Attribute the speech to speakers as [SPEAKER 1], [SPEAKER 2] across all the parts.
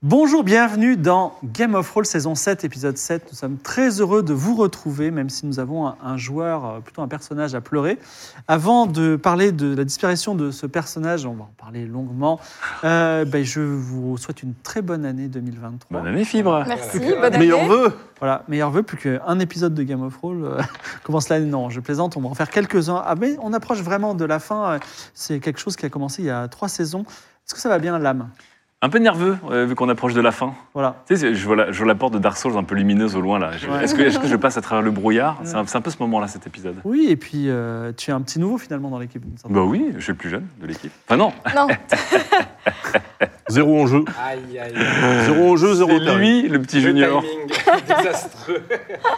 [SPEAKER 1] Bonjour, bienvenue dans Game of Roll saison 7, épisode 7. Nous sommes très heureux de vous retrouver, même si nous avons un, un joueur, euh, plutôt un personnage à pleurer. Avant de parler de la disparition de ce personnage, on va en parler longuement, euh, ben, je vous souhaite une très bonne année 2023.
[SPEAKER 2] Bonne année, Fibre
[SPEAKER 3] Merci, bonne année.
[SPEAKER 2] Meilleur vœu
[SPEAKER 1] Voilà, meilleur vœu, plus qu'un épisode de Game of Roll euh, commence l'année. Non, je plaisante, on va en faire quelques-uns. Ah, mais on approche vraiment de la fin. euh, C'est quelque chose qui a commencé il y a trois saisons. Est-ce que ça va bien, l'âme
[SPEAKER 2] Un peu nerveux, euh, vu qu'on approche de la fin.
[SPEAKER 1] Voilà.
[SPEAKER 2] Tu sais, c'est- je vois, la, je vois la porte de Dark Souls un peu lumineuse au loin, là. Je-
[SPEAKER 1] Ouais.
[SPEAKER 2] Est-ce que, est-ce que je passe à travers le brouillard
[SPEAKER 1] Ouais.
[SPEAKER 2] C'est un, c'est un peu ce moment-là, cet épisode.
[SPEAKER 1] Oui, et puis euh, tu es un petit nouveau finalement dans l'équipe. d'une certaine
[SPEAKER 2] Bah oui, je suis le plus jeune de l'équipe. Enfin non,
[SPEAKER 3] Non,
[SPEAKER 4] Zéro en jeu.
[SPEAKER 5] Aïe, aïe, aïe.
[SPEAKER 4] Zéro en jeu, zéro
[SPEAKER 2] c'est
[SPEAKER 4] au terrain.
[SPEAKER 2] lui, le petit junior.
[SPEAKER 5] Le timing désastreux.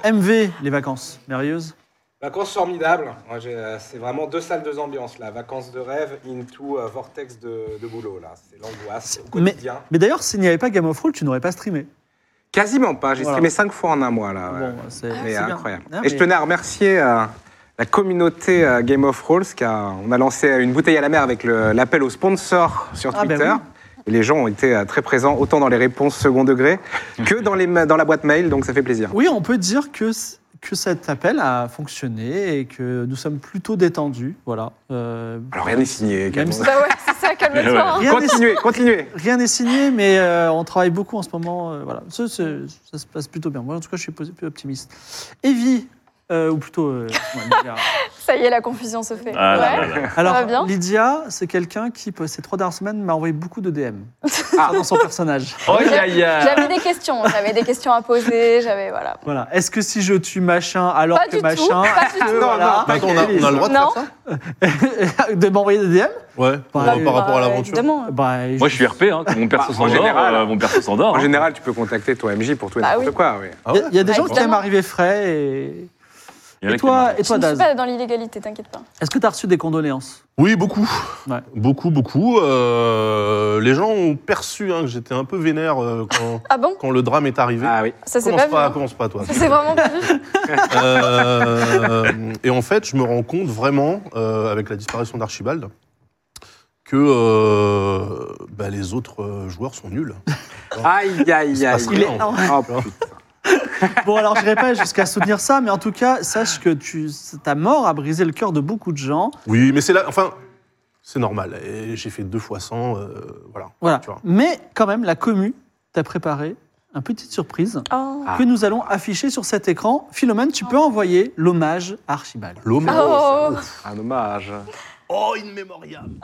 [SPEAKER 1] MV, les vacances merveilleuses.
[SPEAKER 5] Vacances formidables. Moi, j'ai, euh, C'est vraiment deux salles, deux ambiances. Là. Vacances de rêve into euh, vortex de, de boulot. là. C'est l'angoisse au
[SPEAKER 1] Mais-
[SPEAKER 5] quotidien.
[SPEAKER 1] Mais d'ailleurs, s'il n'y avait pas Game of Thrones, tu n'aurais pas streamé.
[SPEAKER 5] Quasiment pas. J'ai
[SPEAKER 1] Voilà.
[SPEAKER 5] streamé cinq fois en un mois. là. ouais.
[SPEAKER 1] Bon, bah, c'est
[SPEAKER 5] Mais
[SPEAKER 1] c'est bien.
[SPEAKER 5] incroyable.
[SPEAKER 1] Ah,
[SPEAKER 5] Et
[SPEAKER 1] mais-
[SPEAKER 5] je tenais à remercier euh, la communauté euh, Game of Rolls. Car on a lancé une bouteille à la mer avec le- l'appel aux sponsors sur
[SPEAKER 1] Ah, ben
[SPEAKER 5] Twitter.
[SPEAKER 1] oui.
[SPEAKER 5] Et les gens ont été euh, très présents, autant dans les réponses second degré que dans, les, ma- dans la boîte mail. Donc ça fait plaisir.
[SPEAKER 1] Oui, on peut dire que, c- que cet appel a fonctionné et que nous sommes plutôt détendus. Voilà. Euh,
[SPEAKER 5] Alors rien n'est signé.
[SPEAKER 1] Même
[SPEAKER 5] calmons.
[SPEAKER 1] si-
[SPEAKER 3] bah ouais, c'est ça, calme-toi. hein.
[SPEAKER 1] Rien n'est-
[SPEAKER 5] Continuez, continuez.
[SPEAKER 1] Rien n'est signé, mais euh, on travaille beaucoup en ce moment. euh, voilà, ça, c'est- ça se passe plutôt bien. Moi, en tout cas, je suis posi- plus optimiste. Evie, euh, ou plutôt euh, ouais, Lydia.
[SPEAKER 3] Ça y est, la confusion se fait.
[SPEAKER 2] Ah là
[SPEAKER 3] ouais.
[SPEAKER 2] là là.
[SPEAKER 1] Alors,
[SPEAKER 3] va bien
[SPEAKER 1] Lydia, c'est quelqu'un qui, ces trois dernières semaines, m'a envoyé beaucoup de DM
[SPEAKER 5] Ah.
[SPEAKER 1] dans son personnage.
[SPEAKER 2] Oh, ya, ya.
[SPEAKER 3] J'avais des questions, j'avais des questions à poser, j'avais voilà.
[SPEAKER 1] Voilà. Est-ce que si je tue machin alors
[SPEAKER 3] Pas
[SPEAKER 1] que
[SPEAKER 3] du tout,
[SPEAKER 1] machin.
[SPEAKER 3] pas du tout.
[SPEAKER 1] euh,
[SPEAKER 5] Non,
[SPEAKER 1] voilà.
[SPEAKER 4] Attends, on a, on a le droit de
[SPEAKER 3] Non.
[SPEAKER 4] faire ça
[SPEAKER 1] de m'envoyer des DM
[SPEAKER 4] Ouais, par-
[SPEAKER 1] Bah,
[SPEAKER 4] par,
[SPEAKER 1] bah,
[SPEAKER 4] rapport à l'aventure.
[SPEAKER 3] Évidemment.
[SPEAKER 1] bah,
[SPEAKER 2] Moi, je suis RP, hein, que mon perso
[SPEAKER 5] Bah, en
[SPEAKER 2] s'endort.
[SPEAKER 5] général.
[SPEAKER 2] euh, mon perso s'endort.
[SPEAKER 5] En
[SPEAKER 2] hein.
[SPEAKER 5] général, tu peux contacter ton MJ pour tout et
[SPEAKER 3] Bah
[SPEAKER 5] n'importe
[SPEAKER 3] oui.
[SPEAKER 5] quoi. Oui.
[SPEAKER 4] Ah
[SPEAKER 1] Il y
[SPEAKER 4] ouais
[SPEAKER 1] a- il y, a des
[SPEAKER 3] Ah,
[SPEAKER 1] gens qui aiment
[SPEAKER 3] évidemment.
[SPEAKER 1] arriver frais. Et,
[SPEAKER 2] Il y en a
[SPEAKER 1] et
[SPEAKER 2] qui aiment
[SPEAKER 1] toi,
[SPEAKER 2] bien.
[SPEAKER 1] et
[SPEAKER 3] Je
[SPEAKER 1] toi
[SPEAKER 3] ne suis
[SPEAKER 1] Daz,
[SPEAKER 3] pas dans l'illégalité, t'inquiète pas.
[SPEAKER 1] est-ce que tu as reçu des condoléances
[SPEAKER 4] Oui, beaucoup.
[SPEAKER 1] Ouais.
[SPEAKER 4] Beaucoup, beaucoup. Euh, les gens ont perçu hein, que j'étais un peu vénère euh, quand,
[SPEAKER 3] Ah bon
[SPEAKER 4] quand le drame est arrivé.
[SPEAKER 5] Ah oui.
[SPEAKER 3] Ça c'est
[SPEAKER 4] commence,
[SPEAKER 3] pas
[SPEAKER 4] pas,
[SPEAKER 3] vu. hein.
[SPEAKER 4] commence pas, toi.
[SPEAKER 3] Ça c'est vraiment pas vu.
[SPEAKER 4] Euh, et en fait, je me rends compte vraiment, euh, avec la disparition d'Archibald, que euh, bah, les autres euh, joueurs sont nuls.
[SPEAKER 5] Aïe, aïe, aïe.
[SPEAKER 4] passe
[SPEAKER 1] Il est-
[SPEAKER 4] rien,
[SPEAKER 1] non.
[SPEAKER 5] Oh, putain.
[SPEAKER 1] Bon, alors je pas jusqu'à soutenir ça, mais en tout cas, sache que tu, ta mort a brisé le cœur de beaucoup de gens.
[SPEAKER 4] Oui, mais c'est là. Enfin, c'est normal. Et J'ai fait deux fois 100. euh, voilà.
[SPEAKER 1] Voilà.
[SPEAKER 4] Tu vois.
[SPEAKER 1] Mais quand même, la commu t'a préparé une petite surprise
[SPEAKER 3] Oh.
[SPEAKER 5] Ah.
[SPEAKER 1] que nous allons afficher sur cet écran. Philomène, tu peux envoyer l'hommage à Archibald.
[SPEAKER 4] L'homme.
[SPEAKER 3] Oh.
[SPEAKER 5] Un hommage.
[SPEAKER 4] Oh, in memoriam.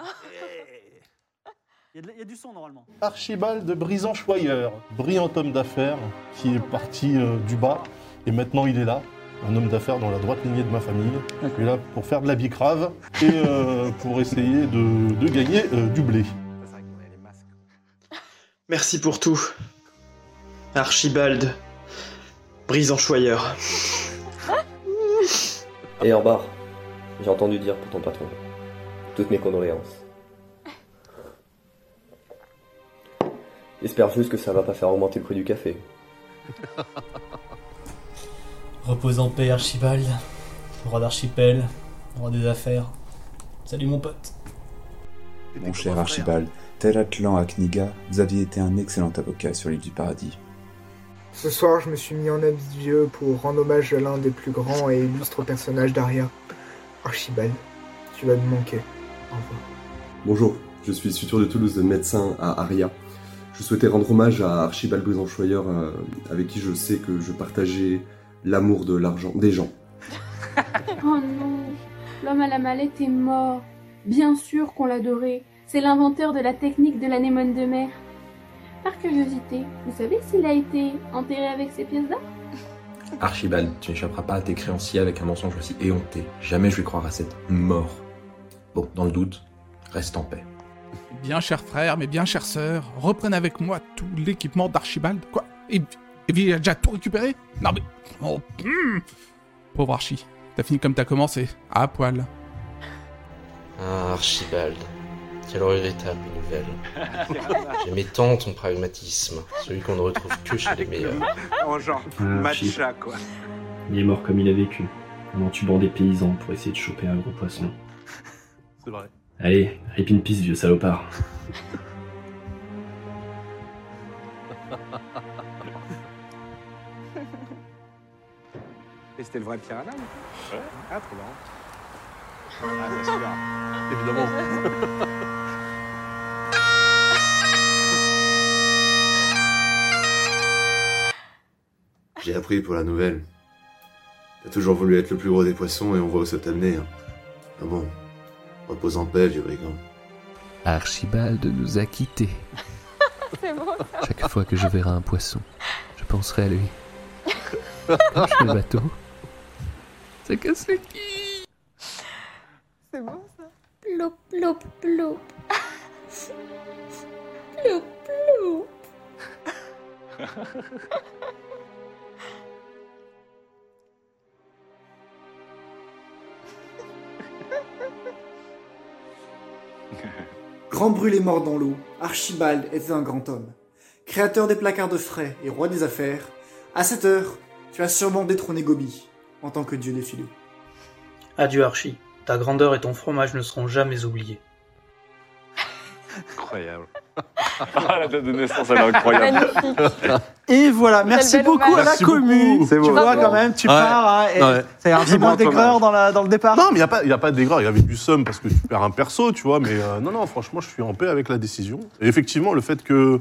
[SPEAKER 1] Il y a de- il y a du son normalement.
[SPEAKER 4] Archibald de Brisan-Choyeur, brillant homme d'affaires qui est parti euh, du bas et maintenant il est là. Un homme d'affaires dans la droite lignée de ma famille.
[SPEAKER 1] D'accord.
[SPEAKER 4] Il est là pour faire de la bicrave et euh, pour essayer de, de gagner euh, du blé.
[SPEAKER 6] Merci pour tout. Archibald. Brisanchoyeur.
[SPEAKER 7] Et en barre, Eh, j'ai entendu dire pour ton patron. Toutes mes condoléances. J'espère juste que ça va pas faire augmenter le prix du café.
[SPEAKER 8] Repose en paix, Archibald, roi d'archipel, roi des affaires. Salut mon pote.
[SPEAKER 9] Mon cher Archibald, tel Atlan à Kniga, vous aviez été un excellent avocat sur l'île du paradis.
[SPEAKER 10] Ce soir, je me suis mis en habit de vieux pour rendre hommage à l'un des plus grands et illustres personnages d'Aria, Archibald. Tu vas me manquer. Au revoir.
[SPEAKER 7] Bonjour, je suis futur de Toulouse, médecin à Aria. Je souhaitais rendre hommage à Archibald Brisanchoyeur, euh, avec qui je sais que je partageais l'amour de l'argent des gens.
[SPEAKER 11] Oh non, l'homme à la mallette est mort. Bien sûr qu'on l'adorait. C'est l'inventeur de la technique de l'anémone de mer. Par curiosité, vous savez s'il a été enterré avec ses pièces d'or
[SPEAKER 7] Archibald, tu n'échapperas pas à tes créanciers avec un mensonge aussi éhonté. Jamais je vais croire à cette mort. Bon, dans le doute, reste en paix.
[SPEAKER 12] Bien chers frères, mes bien chères sœurs, reprenez avec moi tout l'équipement d'Archibald. Quoi Et et puis, il a déjà tout récupéré Non mais... oh, hmm. Pauvre Archie, t'as fini comme t'as commencé, à poil.
[SPEAKER 13] Ah, Archibald, quelle regrettable nouvelle. J'aimais tant ton pragmatisme, celui qu'on ne retrouve que chez les meilleurs.
[SPEAKER 5] En genre,
[SPEAKER 14] Ah,
[SPEAKER 5] matcha quoi.
[SPEAKER 14] Il est mort comme il a vécu, en entubant des paysans pour essayer de choper un gros poisson.
[SPEAKER 4] C'est vrai.
[SPEAKER 14] Allez, rip in peace, vieux salopard.
[SPEAKER 5] Et c'était le vrai Pierre Alain ou pas Ah, trop marrant.
[SPEAKER 4] Ah, bien sûr. Évidemment.
[SPEAKER 15] J'ai appris pour la nouvelle. T'as toujours voulu être le plus gros des poissons et on voit où ça t'a mené. hein. Ah bon Repose en paix, vieux brigand.
[SPEAKER 16] Archibald nous a quittés.
[SPEAKER 3] C'est beau.
[SPEAKER 16] Chaque fois que je verrai un poisson, je penserai à lui. Approche le bateau. C'est que c'est qui
[SPEAKER 3] C'est bon ça.
[SPEAKER 11] Ploup, ploup, ploup. ploup, ploup.
[SPEAKER 17] Grand brûlé mort dans l'eau, Archibald était un grand homme. Créateur des placards de frais et roi des affaires, à cette heure, tu as sûrement détrôné Gobi en tant que dieu des filous.
[SPEAKER 18] Adieu Archie, ta grandeur et ton fromage ne seront jamais oubliés.
[SPEAKER 2] Incroyable. Ah, la date de naissance, elle est incroyable.
[SPEAKER 1] Et voilà, merci
[SPEAKER 2] bel
[SPEAKER 1] beaucoup
[SPEAKER 2] hommage.
[SPEAKER 1] à la
[SPEAKER 2] Merci
[SPEAKER 1] commune.
[SPEAKER 2] beaucoup. C'est
[SPEAKER 1] Tu
[SPEAKER 2] beau.
[SPEAKER 1] vois
[SPEAKER 2] Bravo.
[SPEAKER 1] quand même, tu
[SPEAKER 2] Ouais.
[SPEAKER 1] pars. hein, et
[SPEAKER 4] Ouais.
[SPEAKER 1] C'est un petit
[SPEAKER 4] Vraiment
[SPEAKER 1] moins
[SPEAKER 4] un
[SPEAKER 1] d'aigreur
[SPEAKER 4] hommage.
[SPEAKER 1] dans, la- dans le départ.
[SPEAKER 4] Ah. Non, mais il n'y a pas, y a pas d'aigreur, il y avait du seum parce que tu perds un perso, tu vois. Mais euh, non, non, franchement, je suis en paix avec la décision. Et effectivement, le fait que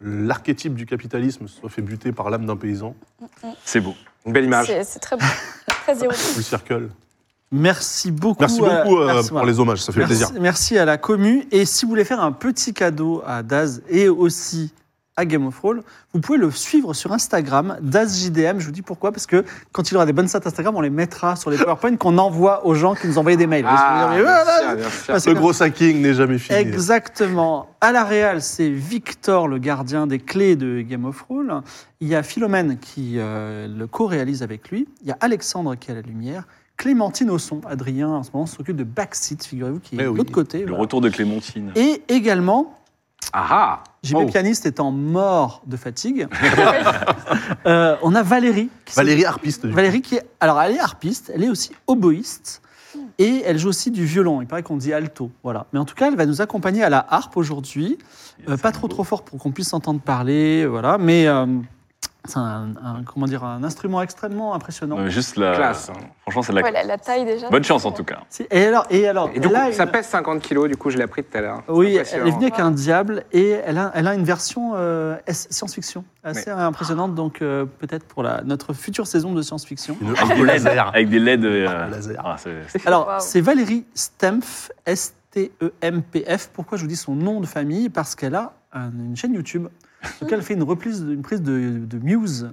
[SPEAKER 4] l'archétype du capitalisme soit fait buter par l'âme d'un paysan,
[SPEAKER 2] C'est beau.
[SPEAKER 5] Une belle
[SPEAKER 3] C'est- C'est très beau. Très ironique.
[SPEAKER 4] full circle.
[SPEAKER 1] Merci beaucoup.
[SPEAKER 4] Merci
[SPEAKER 1] à-
[SPEAKER 4] beaucoup, euh,
[SPEAKER 1] merci,
[SPEAKER 4] pour
[SPEAKER 1] voilà.
[SPEAKER 4] les hommages, ça fait
[SPEAKER 1] Merci-
[SPEAKER 4] plaisir.
[SPEAKER 1] Merci à la commu. Et si vous voulez faire un petit cadeau à Daz et aussi à Game of Roll, vous pouvez le suivre sur Instagram, DazJDM. Je vous dis pourquoi, parce que quand il aura des bonnes stats Instagram, on les mettra sur les PowerPoints qu'on envoie aux gens qui nous envoyaient des
[SPEAKER 5] Ah,
[SPEAKER 1] mails. Parce que vous allez dire, Mais voilà, parce
[SPEAKER 4] Le
[SPEAKER 1] que-
[SPEAKER 4] gros sacking n'est jamais fini.
[SPEAKER 1] Exactement. À la Real, c'est Victor, le gardien des clés de Game of Roll. Il y a Philomène qui euh, le co-réalise avec lui. Il y a Alexandre qui a la lumière. Clémentine au son. Adrien, en ce moment, s'occupe de Backseat, figurez-vous, qui est de l'autre côté.
[SPEAKER 2] Eh Le
[SPEAKER 1] voilà.
[SPEAKER 2] retour de Clémentine.
[SPEAKER 1] Et également,
[SPEAKER 2] Ah
[SPEAKER 1] JB Pianiste étant mort de fatigue, euh, on a Valérie. qui s'est-
[SPEAKER 4] Valérie harpiste, du coup.
[SPEAKER 1] Valérie qui est. Alors, elle est harpiste, elle est aussi oboïste. Et elle joue aussi du violon. Il paraît qu'on dit alto. Voilà. Mais en tout cas, elle va nous accompagner à la harpe aujourd'hui. Euh, pas trop trop fort pour qu'on puisse s'entendre parler. Voilà. Mais euh, c'est un, un- comment dire, un instrument extrêmement impressionnant.
[SPEAKER 2] Non, mais Euh, juste la.
[SPEAKER 5] hein.
[SPEAKER 2] Franchement, c'est de la
[SPEAKER 3] Ouais, la,
[SPEAKER 2] classe.
[SPEAKER 3] la taille déjà.
[SPEAKER 2] Bonne chance en tout cas.
[SPEAKER 1] Si- Et alors, et alors
[SPEAKER 2] Et du
[SPEAKER 1] elle
[SPEAKER 2] coup,
[SPEAKER 1] a
[SPEAKER 2] ça
[SPEAKER 1] une-
[SPEAKER 5] Pèse 50 kilos, du coup, je l'ai appris tout à l'heure.
[SPEAKER 1] Oui,
[SPEAKER 5] C'est
[SPEAKER 1] elle est venue avec
[SPEAKER 5] impressionnant.
[SPEAKER 1] un diable et elle a, elle a une version euh, S- science-fiction assez
[SPEAKER 5] Mais-
[SPEAKER 1] impressionnante, donc euh, peut-être pour la, notre future saison de science-fiction.
[SPEAKER 2] Avec des LED. Avec des LED. euh, ah, c'est- c'est-
[SPEAKER 1] Alors, c'est Valérie Stempf, E S-T-E-M-P-F. Pourquoi je vous dis son nom de famille Parce qu'elle a un- une chaîne YouTube sur laquelle elle fait une, reprise, de- une prise de, de Muse.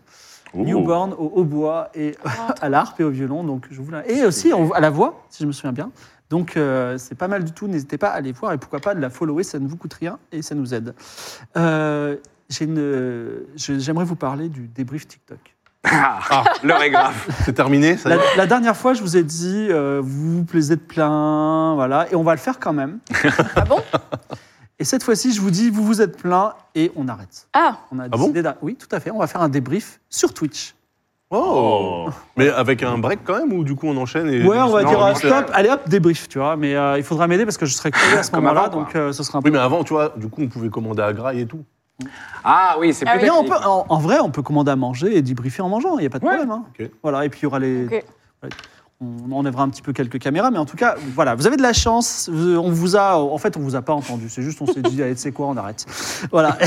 [SPEAKER 2] Oh.
[SPEAKER 1] Newborn au hautbois et à l'harpe et au violon, donc je vous la... et aussi on- à la voix, si je me souviens bien. Donc euh, c'est pas mal du tout. N'hésitez pas à aller voir et pourquoi pas de la follower, ça ne vous coûte rien et ça nous aide. Euh, j'ai une- je- J'aimerais vous parler du débrief TikTok.
[SPEAKER 5] Ah, l'heure est grave.
[SPEAKER 4] C'est terminé, ça y
[SPEAKER 1] La,
[SPEAKER 4] est
[SPEAKER 1] la dernière fois, je vous ai dit, euh, vous vous plaisez de plein, voilà, et on va le faire quand même. ah bon Et cette fois-ci, je vous dis, vous vous êtes plein et on arrête.
[SPEAKER 3] Ah
[SPEAKER 1] On a décidé d'a- Oui, tout à fait. On va faire un débrief sur Twitch.
[SPEAKER 4] Oh. Mais avec un break quand même, ou du coup on enchaîne et.
[SPEAKER 1] Ouais, on va
[SPEAKER 4] Non,
[SPEAKER 1] dire ah,
[SPEAKER 4] on-
[SPEAKER 1] stop, allez hop, débrief, tu vois. Mais euh, il faudra m'aider parce que je serai curieux à ce
[SPEAKER 4] Comme
[SPEAKER 1] moment-là,
[SPEAKER 4] avant, quoi.
[SPEAKER 1] donc euh, ce sera un peu.
[SPEAKER 4] Oui, mais avant, tu vois, du coup on pouvait commander à Grail et tout.
[SPEAKER 5] Ah oui, c'est
[SPEAKER 1] Ah
[SPEAKER 5] plus
[SPEAKER 1] oui. Non, on
[SPEAKER 5] technique.
[SPEAKER 1] peut- en, en vrai, on peut commander à manger et débriefer en mangeant, il n'y a pas de problème. hein. Voilà, et puis il y aura les.
[SPEAKER 3] Ok.
[SPEAKER 1] Ouais. On enlèvera un petit peu quelques caméras, mais en tout cas, voilà, vous avez de la chance. vous- On vous a, en fait, on vous a pas entendu. C'est juste, on s'est dit, allez, tu sais quoi, on arrête. Voilà.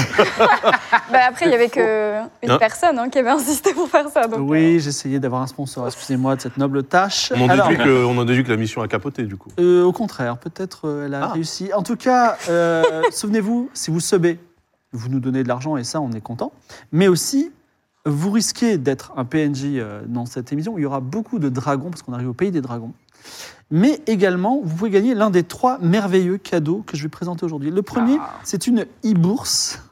[SPEAKER 3] Bah, après, il y avait qu'une
[SPEAKER 1] Hein
[SPEAKER 3] personne hein, qui avait insisté pour faire ça. Donc, euh,
[SPEAKER 1] oui, j'ai essayé d'avoir un sponsor. Excusez-moi de cette noble tâche.
[SPEAKER 4] On en,
[SPEAKER 1] Alors,
[SPEAKER 4] déduit que, on en déduit que la mission a capoté, du coup.
[SPEAKER 1] euh, au contraire, peut-être euh, elle a réussi. En tout cas, euh, souvenez-vous, si vous subez, vous nous donnez de l'argent et ça, on est content. Mais aussi, Vous risquez d'être un PNJ euh, dans cette émission. où Il y aura beaucoup de dragons, parce qu'on arrive au pays des dragons. Mais également, vous pouvez gagner l'un des trois merveilleux cadeaux que je vais présenter aujourd'hui. Le premier, c'est une e-bourse.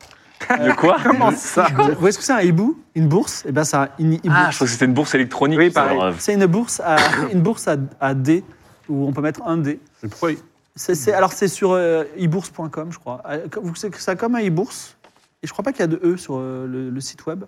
[SPEAKER 2] De quoi
[SPEAKER 1] Comment ça Vous voyez ce que c'est un hibou Une bourse Eh bien, c'est une e-bourse.
[SPEAKER 2] Ah, je crois que c'était une bourse électronique. Oui,
[SPEAKER 1] C'est une bourse à, une bourse à, à dés, où on peut mettre un dé.
[SPEAKER 4] Mais pourquoi il-
[SPEAKER 1] C'est- c'est- alors, c'est sur euh, e-bourse.com, je crois. Euh, Vous savez que ça comme un e-bourse, et je crois pas qu'il y a de E sur euh, le, le site web.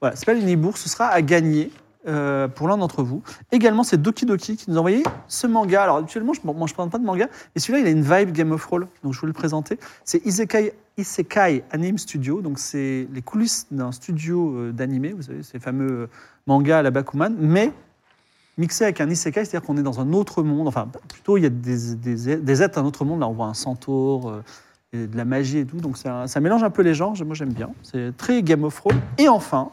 [SPEAKER 1] Voilà, c'est pas une e-bourse, ce sera à gagner euh, pour l'un d'entre vous. Également, c'est Doki Doki qui nous a envoyé ce manga. Alors, actuellement, je ne présente pas de manga, mais celui-là, il a une vibe Game of Roll, donc je vous le présenter. C'est Isekai, Isekai Anime Studio, donc c'est les coulisses d'un studio euh, d'animé, vous savez, ces fameux euh, mangas à la Bakuman, mais mixé avec un isekai, c'est-à-dire qu'on est dans un autre monde. Enfin, plutôt, il y a des, des, des êtres d'un autre monde. Là, on voit un centaure, euh, et de la magie et tout. Donc, c'est un- ça mélange un peu les genres. Moi, j'aime bien. C'est très Game of Thrones. Et enfin,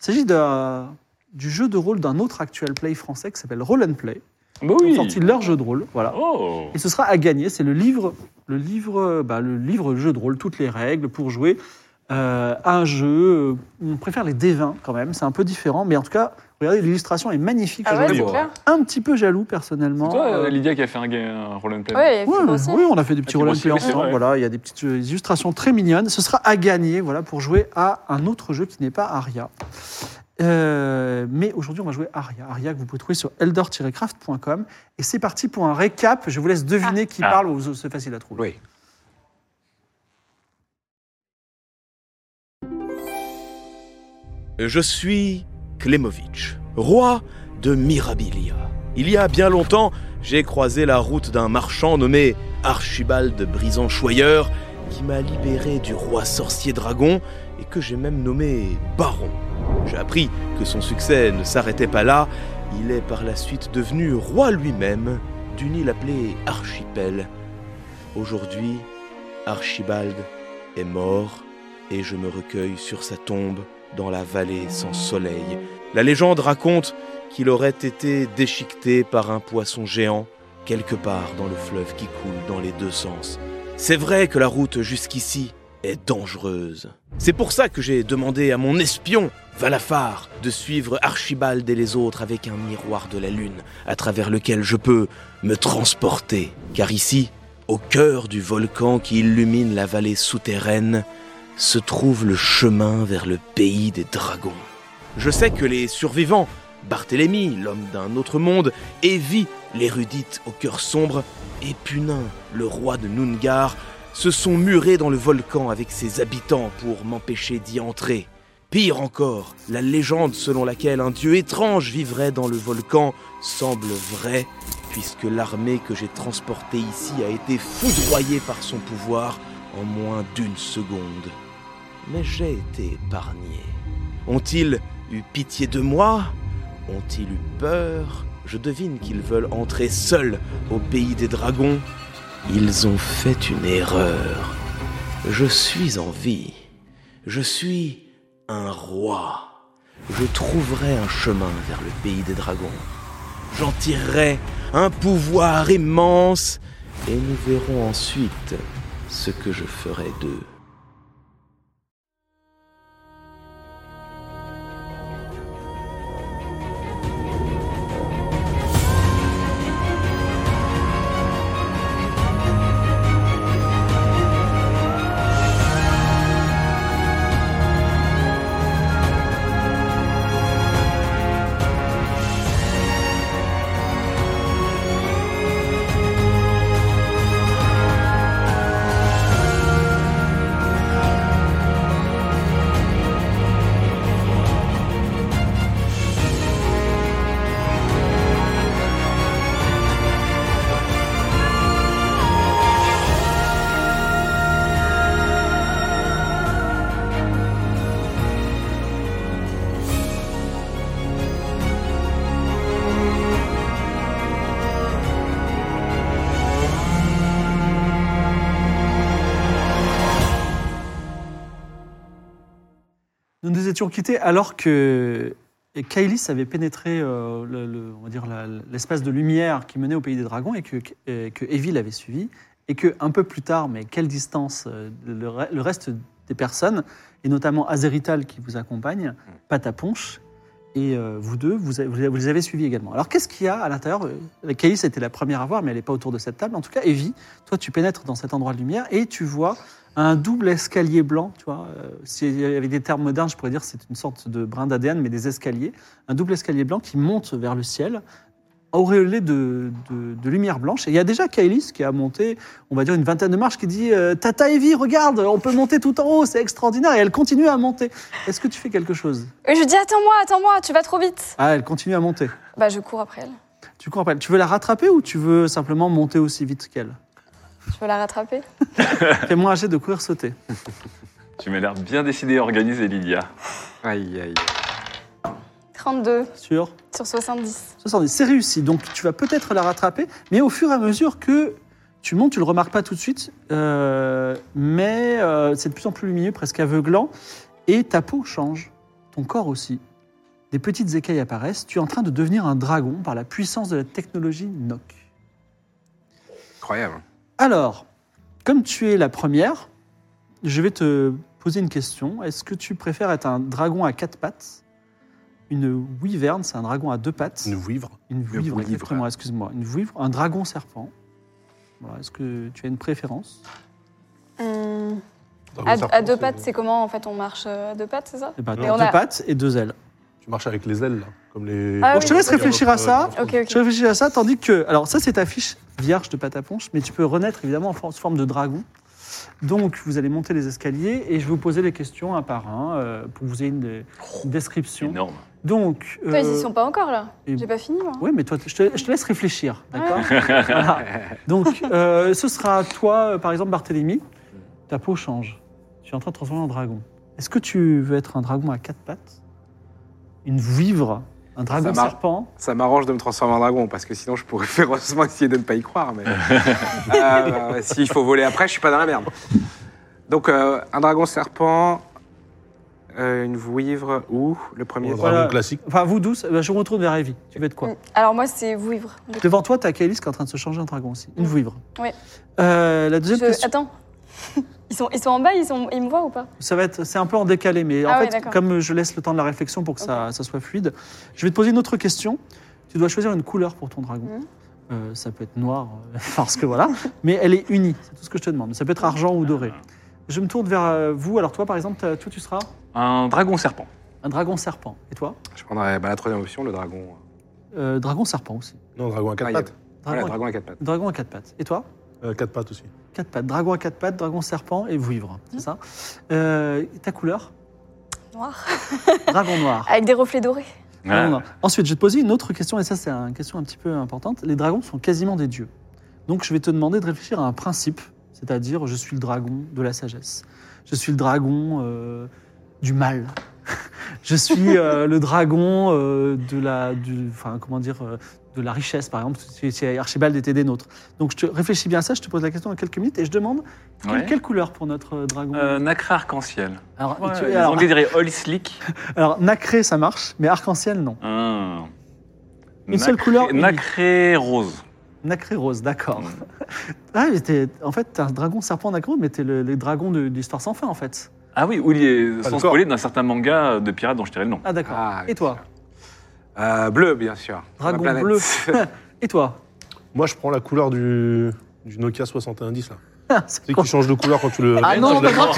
[SPEAKER 1] il s'agit d'un- du jeu de rôle d'un autre actual play français qui s'appelle Roll and Play. Ils ont sorti leur jeu de rôle, voilà. Et ce sera à gagner. C'est le livre, le livre, bah, le livre jeu de rôle, toutes les règles pour jouer euh, à un jeu. On préfère les D20 quand même. C'est un peu différent, mais en tout cas, regardez l'illustration est magnifique.
[SPEAKER 3] Ah
[SPEAKER 1] J'en
[SPEAKER 3] ouais,
[SPEAKER 1] ai
[SPEAKER 3] c'est clair.
[SPEAKER 1] Un petit peu jaloux personnellement.
[SPEAKER 2] Toi,
[SPEAKER 1] Euh,
[SPEAKER 2] euh, Lydia qui a fait un, ga- un roll and play.
[SPEAKER 3] Ouais,
[SPEAKER 1] Ouais,
[SPEAKER 3] Fibrocycle.
[SPEAKER 1] oui, on a fait des petits
[SPEAKER 2] Ah,
[SPEAKER 1] roll and
[SPEAKER 2] Fibrocycle,
[SPEAKER 1] play
[SPEAKER 2] c'est vrai.
[SPEAKER 1] ensemble. Voilà, il y a des petites euh, illustrations très mignonnes. Ce sera à gagner, voilà, pour jouer à un autre jeu qui n'est pas Aria. Euh, mais aujourd'hui, on va jouer Aria. Aria que vous pouvez trouver sur elder-craft.com. Et c'est parti pour un récap. Je vous laisse deviner qui
[SPEAKER 2] Ah.
[SPEAKER 1] parle. vous- C'est facile à trouver.
[SPEAKER 5] Oui.
[SPEAKER 19] Je suis Klemovitch, roi de Mirabilia. Il y a bien longtemps, j'ai croisé la route d'un marchand nommé Archibald Brisant-Choyeur, qui m'a libéré du roi sorcier dragon et que j'ai même nommé baron. J'ai appris que son succès ne s'arrêtait pas là. Il est par la suite devenu roi lui-même d'une île appelée Archipel. Aujourd'hui, Archibald est mort et je me recueille sur sa tombe dans la vallée sans soleil. La légende raconte qu'il aurait été déchiqueté par un poisson géant quelque part dans le fleuve qui coule dans les deux sens. C'est vrai que la route jusqu'ici est dangereuse. C'est pour ça que j'ai demandé à mon espion, Valafar, de suivre Archibald et les autres avec un miroir de la lune, à travers lequel je peux me transporter. Car ici, au cœur du volcan qui illumine la vallée souterraine, se trouve le chemin vers le pays des dragons. Je sais que les survivants, Barthélemy, l'homme d'un autre monde, Evie, l'érudite au cœur sombre, et Punin, le roi de Nungar, se sont murés dans le volcan avec ses habitants pour m'empêcher d'y entrer. Pire encore, la légende selon laquelle un dieu étrange vivrait dans le volcan semble vraie, puisque l'armée que j'ai transportée ici a été foudroyée par son pouvoir en moins d'une seconde. Mais j'ai été épargné. Ont-ils eu pitié de moi Ont-ils eu peur Je devine qu'ils veulent entrer seuls au pays des dragons. Ils ont fait une erreur. Je suis en vie. Je suis un roi. Je trouverai un chemin vers le pays des dragons. J'en tirerai un pouvoir immense et nous verrons ensuite ce que je ferai d'eux.
[SPEAKER 1] Nous nous étions quittés alors que Kailis avait pénétré euh, le- le- on va dire la- l'espace de lumière qui menait au pays des dragons et que, et que Evie l'avait suivi. et que un peu plus tard, mais quelle distance, euh, le, re- le reste des personnes, et notamment Azerital qui vous accompagne, Pataponche, et euh, vous deux, vous, a- vous les- vous les avez suivis également. Alors qu'est-ce qu'il y a à l'intérieur Euh, Caïs était la première à voir, mais elle n'est pas autour de cette table. En tout cas, Evie, toi, tu pénètres dans cet endroit de lumière et tu vois un double escalier blanc, tu vois. euh, s'il y avait des termes modernes, je pourrais dire que c'est une sorte de brin d'ADN, mais des escaliers. Un double escalier blanc qui monte vers le ciel, auréolé de, de- de lumière blanche. Et il y a déjà Kaelis qui a monté, on va dire, une vingtaine de marches, qui dit euh, Tata Evie, regarde, on peut monter tout en haut, c'est extraordinaire. Et elle continue à monter. Est-ce que tu fais quelque chose
[SPEAKER 3] Et je lui dis attends-moi, attends-moi, tu vas trop vite.
[SPEAKER 1] Ah, elle continue à monter.
[SPEAKER 3] Bah je cours après elle.
[SPEAKER 1] Tu comprends pas. Tu veux la rattraper ou tu veux simplement monter aussi vite qu'elle
[SPEAKER 3] Je veux la rattraper.
[SPEAKER 1] Fais-moi un jet de courir sauter.
[SPEAKER 2] Tu m'as l'air bien décidé et organisé, Lydia.
[SPEAKER 1] Aïe, aïe.
[SPEAKER 3] 32
[SPEAKER 1] Sur
[SPEAKER 3] sur 70.
[SPEAKER 1] 70. C'est réussi. Donc tu vas peut-être la rattraper, mais au fur et à mesure que tu montes, tu le remarques pas tout de suite, euh, mais euh, c'est de plus en plus lumineux, presque aveuglant, et ta peau change, ton corps aussi. Des petites écailles apparaissent. Tu es en train de devenir un dragon par la puissance de la technologie Noc.
[SPEAKER 12] Incroyable.
[SPEAKER 1] Alors, comme tu es la première, je vais te poser une question. Est-ce que tu préfères être un dragon à quatre pattes Une wyvern, c'est un dragon à deux pattes. Une
[SPEAKER 4] vouivre
[SPEAKER 1] Une vouivre, exactement, excuse-moi. Une vouivre, un dragon serpent. Voilà, Est-ce que tu as une préférence
[SPEAKER 3] Hum,
[SPEAKER 1] Dragon
[SPEAKER 3] À,
[SPEAKER 1] serpent,
[SPEAKER 3] à deux
[SPEAKER 1] c'est-
[SPEAKER 3] pattes, c'est comment en fait on marche euh, à deux pattes, c'est ça
[SPEAKER 1] Eh ben,
[SPEAKER 3] Et
[SPEAKER 1] deux
[SPEAKER 3] on a-
[SPEAKER 1] pattes et deux ailes.
[SPEAKER 4] Tu marches avec les ailes, là, comme les.
[SPEAKER 3] Ah
[SPEAKER 1] Bon,
[SPEAKER 3] oui.
[SPEAKER 1] je te laisse réfléchir à ça.
[SPEAKER 3] Ok, ok.
[SPEAKER 1] Je réfléchis à ça, tandis que. Alors, ça, c'est ta fiche vierge de pâte à ponche, mais tu peux renaître évidemment en for- sous forme de dragon. Donc, vous allez monter les escaliers et je vais vous poser les questions un par un euh, pour que vous ayez une, une description.
[SPEAKER 2] Énorme.
[SPEAKER 1] Donc.
[SPEAKER 3] Toi, ils
[SPEAKER 1] euh,
[SPEAKER 3] y sont pas encore là.
[SPEAKER 1] et-
[SPEAKER 3] J'ai pas fini moi.
[SPEAKER 1] Oui, mais toi, je te, je te laisse réfléchir, d'accord
[SPEAKER 2] Ouais.
[SPEAKER 1] Voilà. Donc, euh, ce sera toi, euh, par exemple, Barthélemy. Ta peau change. Tu es en train de te transformer en dragon. Est-ce que tu veux être un dragon à quatre pattes Une vivre Un dragon
[SPEAKER 12] marche.
[SPEAKER 1] serpent
[SPEAKER 12] Ça m'arrange de me transformer en dragon parce que sinon je pourrais férocement essayer de ne pas y croire. Mais Ah, bah, ouais, s'il faut voler après, je suis pas dans la merde. Donc euh, un dragon serpent, euh, une vouivre ou le premier
[SPEAKER 1] Voilà. Enfin, vous douce, je me retourne vers Evie. Tu veux être quoi
[SPEAKER 12] Euh,
[SPEAKER 3] Mm. Alors moi c'est vouivre. du coup.
[SPEAKER 1] Devant toi, t'as Kaelis qui est en train de se changer en dragon aussi.
[SPEAKER 12] Mm.
[SPEAKER 1] Une vouivre.
[SPEAKER 3] Oui.
[SPEAKER 1] Euh, la deuxième
[SPEAKER 3] Je-
[SPEAKER 1] question,
[SPEAKER 3] Attends. Ils sont, ils sont en bas, ils, sont, ils me voient ou pas
[SPEAKER 1] ça va être, c'est un peu en décalé, mais
[SPEAKER 3] Ah
[SPEAKER 1] en
[SPEAKER 3] ouais,
[SPEAKER 1] fait,
[SPEAKER 3] d'accord.
[SPEAKER 1] comme je laisse le temps de la réflexion pour que ça, ça soit fluide, je vais te poser une autre question. Tu dois choisir une couleur pour ton dragon.
[SPEAKER 3] Mmh.
[SPEAKER 1] Euh, ça peut être noir, euh, parce que voilà, mais elle est unie, c'est tout ce que je te demande. Ça peut être argent ou doré. Je me tourne vers euh, vous. Alors toi, par exemple, t'as- toi, tu seras
[SPEAKER 12] Un dragon serpent.
[SPEAKER 1] un dragon serpent. Et toi
[SPEAKER 12] Je prendrais bah, la troisième option, le dragon.
[SPEAKER 1] Euh, Dragon serpent aussi.
[SPEAKER 4] Non, dragon à quatre
[SPEAKER 12] Ah, il y a-
[SPEAKER 4] pattes.
[SPEAKER 12] Voilà,
[SPEAKER 1] Dragon à-
[SPEAKER 12] dragon à quatre pattes.
[SPEAKER 1] Dragon à quatre pattes. Et toi
[SPEAKER 4] Euh, quatre pattes aussi.
[SPEAKER 1] Quatre pattes, dragon à quatre pattes, dragon serpent et vouivre,
[SPEAKER 3] Mmh.
[SPEAKER 1] c'est ça Euh, Ta couleur
[SPEAKER 3] Noir.
[SPEAKER 1] Dragon noir.
[SPEAKER 3] Avec des reflets dorés.
[SPEAKER 2] Ah.
[SPEAKER 1] Dragon noir. Ensuite, je vais te poser une autre question, et ça c'est une question un petit peu importante. Les dragons sont quasiment des dieux. Donc je vais te demander de réfléchir à un principe, c'est-à-dire je suis le dragon de la sagesse. Je suis le dragon euh, du mal. je suis euh, le dragon euh, de la, du- enfin comment dire, euh, de la richesse par exemple. Si- si Archibald était des nôtres. Donc je te réfléchis bien à ça. Je te pose la question dans quelques minutes et je demande quelle-
[SPEAKER 2] Ouais.
[SPEAKER 1] quelle couleur pour notre euh, dragon.
[SPEAKER 2] Euh, Nacra arc-en-ciel.
[SPEAKER 1] Alors,
[SPEAKER 2] Ouais,
[SPEAKER 1] tu-
[SPEAKER 2] les
[SPEAKER 1] alors-
[SPEAKER 2] Anglais diraient all slick.
[SPEAKER 1] Alors nacré ça marche, mais arc-en-ciel non.
[SPEAKER 2] Hum.
[SPEAKER 1] Une seule
[SPEAKER 2] Nacré-
[SPEAKER 1] couleur, une-
[SPEAKER 2] Nacré rose.
[SPEAKER 1] Nacré rose, d'accord.
[SPEAKER 4] Mm.
[SPEAKER 1] Ah, mais t'es- en fait, t'es un dragon serpent nacré, mais t'es le, les dragons de, d'Histoire sans fin, en fait.
[SPEAKER 2] Ah oui, ou lié-
[SPEAKER 1] Pas
[SPEAKER 2] sans
[SPEAKER 1] le corps.
[SPEAKER 2] spoiler d'un certain manga de pirate dont je tirais le nom.
[SPEAKER 1] Ah, d'accord. Et toi
[SPEAKER 12] Euh, bleu, bien sûr.
[SPEAKER 1] Dragon
[SPEAKER 12] La planète.
[SPEAKER 1] bleu. Et toi
[SPEAKER 4] Moi, je prends la couleur du, du Nokia 6110, là.
[SPEAKER 1] Ah, C'est
[SPEAKER 4] qui change de couleur quand tu le.
[SPEAKER 1] Ah
[SPEAKER 4] quand
[SPEAKER 1] non,
[SPEAKER 4] tu l'as-
[SPEAKER 1] d'accord.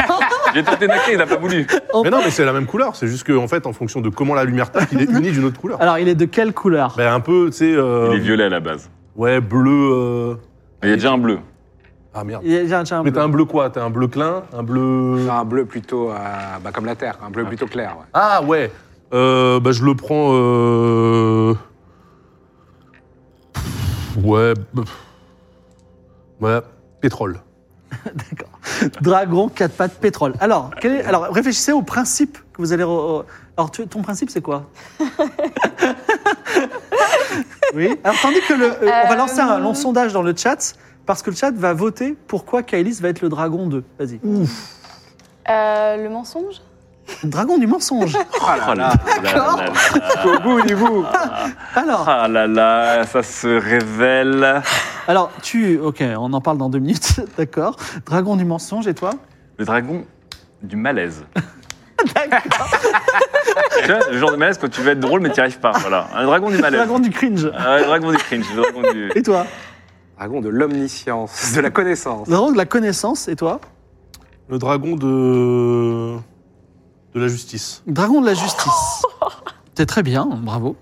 [SPEAKER 2] J'ai tenté Nacré, il n'a pas voulu.
[SPEAKER 4] Mais non, mais c'est la même couleur. C'est juste qu'en en fait, en fonction de comment la lumière tape, il est uni d'une autre couleur.
[SPEAKER 1] Alors, il est de quelle couleur
[SPEAKER 4] ben, Un peu, tu sais. euh,
[SPEAKER 2] Il est violet à la base.
[SPEAKER 4] Ouais, bleu. euh,
[SPEAKER 2] Il y a déjà un bleu.
[SPEAKER 4] Ah merde.
[SPEAKER 1] Il y a déjà un
[SPEAKER 4] Mais t'as un bleu quoi T'as un bleu clin Un bleu.
[SPEAKER 12] Un bleu plutôt. euh, bah, comme la terre, un bleu plutôt clair. ouais.
[SPEAKER 4] Ah ouais euh, bah, Je le prends. Euh... Pff, Ouais. b- Ouais, pétrole.
[SPEAKER 1] Dragon, quatre pattes, pétrole. Alors, quel est- alors réfléchissez au principe que vous allez. re- re- Alors, tu- ton principe, c'est quoi Oui. Alors, tandis que le, euh, on va
[SPEAKER 12] Euh,
[SPEAKER 1] lancer un long
[SPEAKER 12] euh.
[SPEAKER 1] sondage dans le chat, parce que le chat va voter pourquoi Kailis va être le dragon 2. Vas-y.
[SPEAKER 3] Euh, le mensonge
[SPEAKER 1] Dragon du mensonge.
[SPEAKER 2] Ah là là là là.
[SPEAKER 12] Au bout du bout.
[SPEAKER 1] Alors.
[SPEAKER 2] Ah là là, ça se révèle.
[SPEAKER 1] Alors, tu. Ok, on en parle dans deux minutes, d'accord. Dragon du mensonge, et toi
[SPEAKER 2] Le dragon du malaise.
[SPEAKER 1] D'accord.
[SPEAKER 2] tu vois, le genre de malaise quand tu veux être drôle mais tu n'y arrives pas. Voilà. Un dragon du malaise.
[SPEAKER 1] Dragon du cringe.
[SPEAKER 2] Ah, le dragon du cringe. le dragon du...
[SPEAKER 1] Et toi
[SPEAKER 5] Dragon de l'omniscience, de la connaissance.
[SPEAKER 1] Dragon de la connaissance, et toi
[SPEAKER 4] Le dragon de. de la justice.
[SPEAKER 1] Dragon de la justice. T'es très bien, bravo.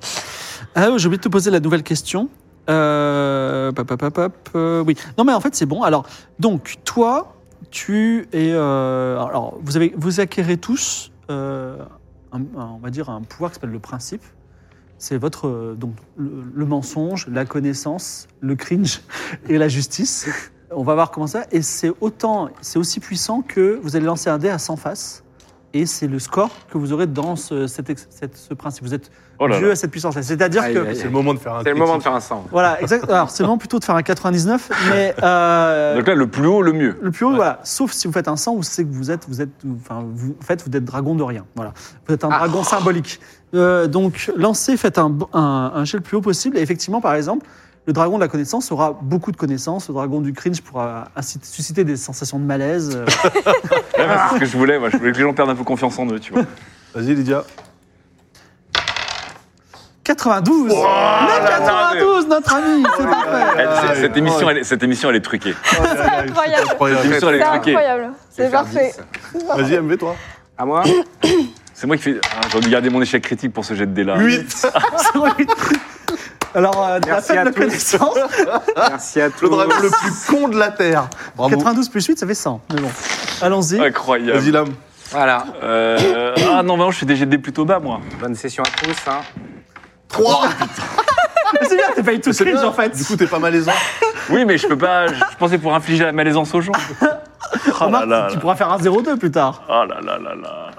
[SPEAKER 1] Ah, j'ai oublié de te poser la nouvelle question. Euh, pop, pop, pop, pop, euh, oui. Non, mais en fait, c'est bon. Alors, donc, toi, tu es. euh, alors, vous, avez, vous acquérez tous, euh, un- un- on va dire, un pouvoir qui s'appelle le principe. C'est votre. euh, donc, le, le mensonge, la connaissance, le cringe et la justice. On va voir comment ça. Et c'est autant. C'est aussi puissant que vous allez lancer un dé à 100 faces. Et c'est le score que vous aurez dans ce, cet ex- cette- ce principe. Vous êtes
[SPEAKER 4] Oh là
[SPEAKER 1] Dieu
[SPEAKER 4] là.
[SPEAKER 1] à cette puissance-là. C'est-à-dire
[SPEAKER 5] Aïe,
[SPEAKER 1] que.
[SPEAKER 5] aïe, aïe.
[SPEAKER 4] C'est le moment de faire un.
[SPEAKER 5] C'est le moment de faire un sang.
[SPEAKER 1] Voilà, exact. Alors, c'est vraiment plutôt de faire un 99, mais euh,
[SPEAKER 2] Donc là, le plus haut, le mieux.
[SPEAKER 1] le plus haut, voilà. Sauf si vous faites un 100, où c'est que vous êtes, vous êtes, enfin, vous en faites, vous êtes dragon de rien. Voilà, vous êtes un dragon symbolique. Euh, donc, lancez, faites un, b- un, un jet le plus haut possible. Et effectivement, par exemple, le dragon de la connaissance aura beaucoup de connaissances. Le dragon du cringe pourra inciter- susciter des sensations de malaise. Euh,
[SPEAKER 4] Ah.
[SPEAKER 2] Ouais, mais c'est ce que je voulais. Moi, je voulais que les gens perdent un peu confiance en eux, tu vois.
[SPEAKER 4] Vas-y, Lydia.
[SPEAKER 1] 92.
[SPEAKER 2] Oh là
[SPEAKER 1] Même
[SPEAKER 2] là,
[SPEAKER 1] 92, notre ami. C'est parfait.
[SPEAKER 2] Elle- c'est-
[SPEAKER 4] Ah,
[SPEAKER 2] cette,
[SPEAKER 4] oui.
[SPEAKER 2] émission, elle, est- cette émission, elle est truquée.
[SPEAKER 3] Incroyable.
[SPEAKER 2] Cette émission, elle est
[SPEAKER 3] C'est
[SPEAKER 2] truquée.
[SPEAKER 3] incroyable. C'est parfait.
[SPEAKER 4] Vas-y, MV, toi.
[SPEAKER 5] À moi
[SPEAKER 2] C'est moi qui fais. Ah, J'aurais dû garder mon échec critique pour ce jet de dé là.
[SPEAKER 4] 8
[SPEAKER 1] Alors, euh, de la
[SPEAKER 5] Merci
[SPEAKER 1] fête
[SPEAKER 5] à
[SPEAKER 1] de
[SPEAKER 5] tous.
[SPEAKER 1] connaissance,
[SPEAKER 5] Merci à tous.
[SPEAKER 4] Le dragon le plus con de la Terre. Bravo.
[SPEAKER 1] 92 plus 8, ça fait 100. Mais bon, allons-y.
[SPEAKER 2] Incroyable.
[SPEAKER 4] Vas-y, l'âme.
[SPEAKER 5] Voilà.
[SPEAKER 2] Euh, ah non, vraiment, je fais des jets de dés plutôt bas, moi.
[SPEAKER 5] Bonne session à tous. Hein.
[SPEAKER 4] 3
[SPEAKER 1] Mais C'est bien, t'es pas du tout
[SPEAKER 4] C'est
[SPEAKER 1] cringe
[SPEAKER 4] bien.
[SPEAKER 1] en fait.
[SPEAKER 4] Du coup, t'es pas malaisant.
[SPEAKER 2] Oui, mais je peux pas. Je, je pensais pour infliger la malaisance aux gens. Oh là
[SPEAKER 1] Remarque,
[SPEAKER 2] là
[SPEAKER 1] tu
[SPEAKER 2] là.
[SPEAKER 1] pourras faire un 0-2 plus tard.
[SPEAKER 2] Oh là là là là.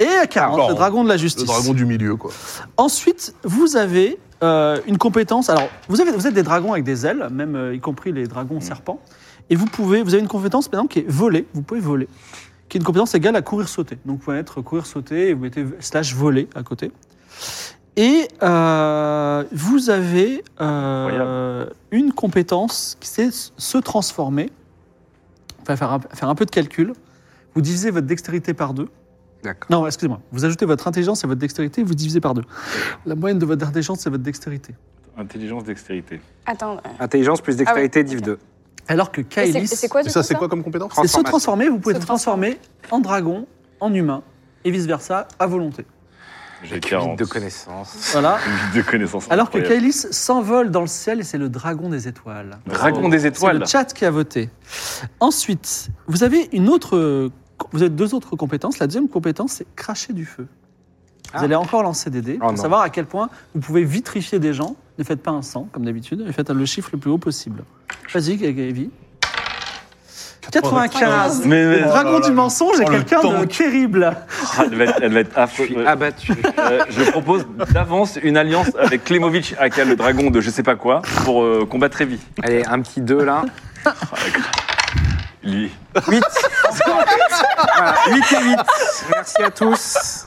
[SPEAKER 1] Et à 40,
[SPEAKER 4] Encore,
[SPEAKER 1] le dragon de la
[SPEAKER 4] Le
[SPEAKER 1] justice.
[SPEAKER 4] dragon du milieu, quoi.
[SPEAKER 1] Ensuite, vous avez euh, une compétence. Alors, vous, avez, vous êtes des dragons avec des ailes, même euh, y compris les dragons serpents. Et vous pouvez, vous avez une compétence maintenant qui est voler. Vous pouvez voler, qui est une compétence égale à courir sauter. Donc, vous pouvez être courir sauter et vous mettez slash voler à côté. Et euh, vous avez euh, une compétence qui c'est se transformer. Enfin, faire un, faire un peu de calcul. Vous divisez votre dextérité par deux.
[SPEAKER 5] D'accord.
[SPEAKER 1] Non, excusez-moi. Vous ajoutez votre intelligence et votre dextérité, vous divisez par deux. La moyenne de votre intelligence et votre dextérité.
[SPEAKER 2] Intelligence, dextérité.
[SPEAKER 3] Attends. euh,
[SPEAKER 5] Intelligence plus
[SPEAKER 1] Ah
[SPEAKER 5] dextérité, div 2.
[SPEAKER 1] Alors que
[SPEAKER 3] Et
[SPEAKER 1] Kaelis,
[SPEAKER 3] c'est- C'est quoi
[SPEAKER 4] Et
[SPEAKER 3] du
[SPEAKER 4] ça,
[SPEAKER 3] coup
[SPEAKER 4] c'est quoi comme compétence
[SPEAKER 1] c'est se
[SPEAKER 5] Transformation.
[SPEAKER 1] transformer. Vous pouvez
[SPEAKER 3] Se
[SPEAKER 1] se transformer en dragon, en humain et vice versa à volonté.
[SPEAKER 2] J'ai
[SPEAKER 5] Vide
[SPEAKER 2] 40.
[SPEAKER 5] de connaissance.
[SPEAKER 1] Voilà.
[SPEAKER 2] Vide de connaissance.
[SPEAKER 1] Alors que
[SPEAKER 2] incroyable.
[SPEAKER 1] Kaelis s'envole dans le ciel et c'est le dragon des étoiles.
[SPEAKER 2] Dragon des
[SPEAKER 1] C'est
[SPEAKER 2] étoiles.
[SPEAKER 1] le chat qui a voté. Ensuite, vous avez une autre, vous avez deux autres compétences. La deuxième compétence, c'est cracher du feu. Vous
[SPEAKER 5] Ah.
[SPEAKER 1] allez encore lancer des
[SPEAKER 4] Oh
[SPEAKER 1] dés pour
[SPEAKER 5] non.
[SPEAKER 1] savoir à quel point vous pouvez vitrifier des gens. Ne faites pas un 100, comme d'habitude, mais faites le chiffre le plus haut possible. Vas-y, Gavi. 95
[SPEAKER 2] Mais, mais-
[SPEAKER 1] Le dragon
[SPEAKER 4] Oh là là.
[SPEAKER 1] du mensonge est
[SPEAKER 4] Oh, le
[SPEAKER 1] quelqu'un de
[SPEAKER 4] tank.
[SPEAKER 1] terrible.
[SPEAKER 2] Ah, elle, va être, elle va être affreuse.
[SPEAKER 5] Je suis abattu.
[SPEAKER 2] Euh, je propose d'avance une alliance avec Klemovic, aka le dragon de je sais pas quoi, pour euh, combattre Evie.
[SPEAKER 5] Allez, un petit 2 là.
[SPEAKER 2] Lui.
[SPEAKER 5] 8 8 et 8 Merci à tous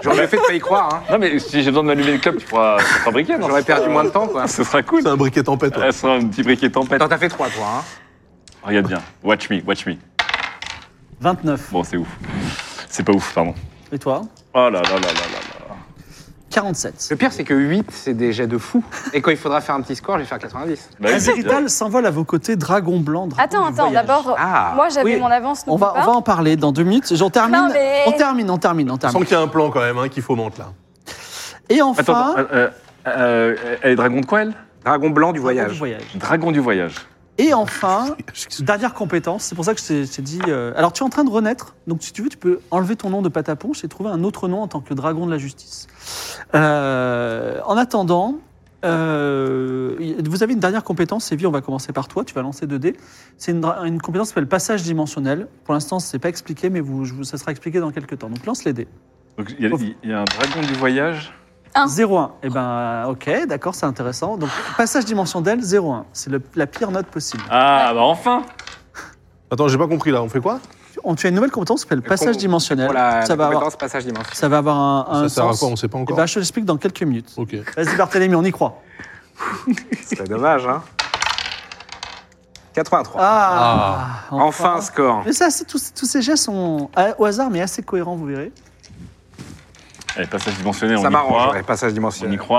[SPEAKER 5] J'aurais mieux fait de pas y croire, hein.
[SPEAKER 2] Non, mais si j'ai besoin de m'allumer le club, tu pourras fabriquer.
[SPEAKER 5] J'aurais perdu moins de temps, quoi.
[SPEAKER 2] Ce sera cool.
[SPEAKER 4] C'est un briquet tempête. ouais.
[SPEAKER 2] Ça sera un petit briquet tempête.
[SPEAKER 5] Attends, t'as fait 3, toi, hein.
[SPEAKER 2] Regarde bien. Watch me, watch me.
[SPEAKER 1] 29.
[SPEAKER 2] Bon, c'est ouf. C'est pas ouf, pardon.
[SPEAKER 1] Et toi
[SPEAKER 2] Oh là là là là là là.
[SPEAKER 1] 47.
[SPEAKER 5] Le pire, c'est que 8, c'est des jets de fou. Et quand il faudra faire un petit score, je vais faire 90.
[SPEAKER 2] Bah,
[SPEAKER 1] Azerital s'envole à vos côtés, dragon blanc, dragon
[SPEAKER 3] Attends,
[SPEAKER 1] du
[SPEAKER 3] attends,
[SPEAKER 1] voyage.
[SPEAKER 3] d'abord,
[SPEAKER 5] Ah.
[SPEAKER 3] moi j'avais
[SPEAKER 1] Oui.
[SPEAKER 3] mon avance,
[SPEAKER 1] On
[SPEAKER 3] n'oublie
[SPEAKER 1] va, on
[SPEAKER 3] pas.
[SPEAKER 1] va en parler dans deux minutes. J'en termine.
[SPEAKER 3] Non, mais-
[SPEAKER 1] On termine, on termine, on
[SPEAKER 4] On sent
[SPEAKER 1] termine.
[SPEAKER 4] qu'il y a un plan quand même hein, qui fomente là.
[SPEAKER 1] Et enfin,
[SPEAKER 2] Attends, attends, euh, euh, euh, elle est dragon de quoi, elle
[SPEAKER 5] Dragon blanc du
[SPEAKER 1] Dragon
[SPEAKER 5] voyage.
[SPEAKER 1] du voyage.
[SPEAKER 2] Dragon du voyage.
[SPEAKER 1] Et enfin, dernière compétence. C'est pour ça que je t'ai- je t'ai dit. euh, Alors, tu es en train de renaître. Donc, si tu veux, tu peux enlever ton nom de Pataponche et trouver un autre nom en tant que dragon de la justice. Euh, en attendant. euh, vous avez une dernière compétence, Evie, on va commencer par toi, tu vas lancer 2 dés. C'est une, dra- une compétence qui s'appelle passage dimensionnel. Pour l'instant, c'est pas expliqué, mais vous, je vous- ça sera expliqué dans quelques temps. Donc lance les dés.
[SPEAKER 2] Donc, il y, a- il y a un dragon du voyage.
[SPEAKER 1] 0-1. Eh ben, ok, d'accord, c'est intéressant. Donc, passage dimensionnel, 0-1. C'est le- la pire note possible.
[SPEAKER 2] Ah, bah enfin
[SPEAKER 4] Attends, j'ai pas compris là, on fait quoi
[SPEAKER 1] On, tu as une nouvelle compétence qui s'appelle
[SPEAKER 5] Le
[SPEAKER 1] passage
[SPEAKER 5] com-
[SPEAKER 1] dimensionnel.
[SPEAKER 5] Pour la,
[SPEAKER 1] ça,
[SPEAKER 5] la
[SPEAKER 1] va avoir,
[SPEAKER 5] compétence passage dimensionnel.
[SPEAKER 1] ça va avoir un, un
[SPEAKER 4] Ça sert à
[SPEAKER 1] sens.
[SPEAKER 4] quoi On sait pas
[SPEAKER 1] Eh
[SPEAKER 4] encore.
[SPEAKER 1] ben, je te l'explique dans quelques minutes.
[SPEAKER 4] Ok.
[SPEAKER 1] Vas-y, Barthélémy, on y croit.
[SPEAKER 5] C'est dommage, hein 83.
[SPEAKER 1] Ah,
[SPEAKER 5] enfin. un score.
[SPEAKER 1] Mais ça, c'est- tous, tous ces gestes sont à- au hasard, mais assez cohérents, vous verrez.
[SPEAKER 2] Allez, Eh, passage dimensionnel,
[SPEAKER 5] Ça
[SPEAKER 2] on y
[SPEAKER 5] m'arrange, euh,
[SPEAKER 2] croit.
[SPEAKER 5] ouais, passage dimensionnel.
[SPEAKER 2] On y croit.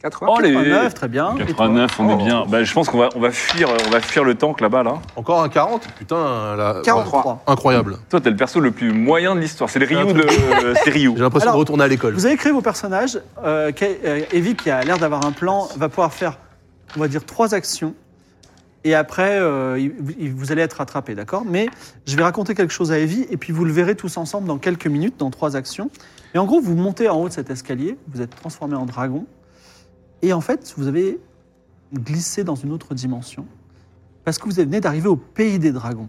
[SPEAKER 5] 80.
[SPEAKER 1] Oh,
[SPEAKER 2] les-
[SPEAKER 1] 89, très bien. Et Oh. toi
[SPEAKER 2] 89, on est bien. Bah, je pense qu'on va, on va, fuir, euh, on va fuir le tank là-bas, là.
[SPEAKER 4] Encore un 40 Putain, là.
[SPEAKER 1] 43.
[SPEAKER 4] Incroyable.
[SPEAKER 2] Toi, t'es le perso le plus moyen de l'histoire. C'est le Ryu de. euh, c'est Ryu.
[SPEAKER 4] J'ai l'impression de
[SPEAKER 1] Alors,
[SPEAKER 4] retourner à l'école.
[SPEAKER 1] Vous avez créé vos personnages. Euh, Ka- euh, Evie, qui a l'air d'avoir un plan, va pouvoir faire, on va dire, trois actions. Et après, euh, il- il- vous allez être attrapé, d'accord Mais je vais raconter quelque chose à Evie, et puis vous le verrez tous ensemble dans quelques minutes, dans trois actions. Et en gros, vous montez en haut de cet escalier, vous êtes transformé en dragon, et en fait, vous avez glissé dans une autre dimension, parce que vous venez d'arriver au pays des dragons.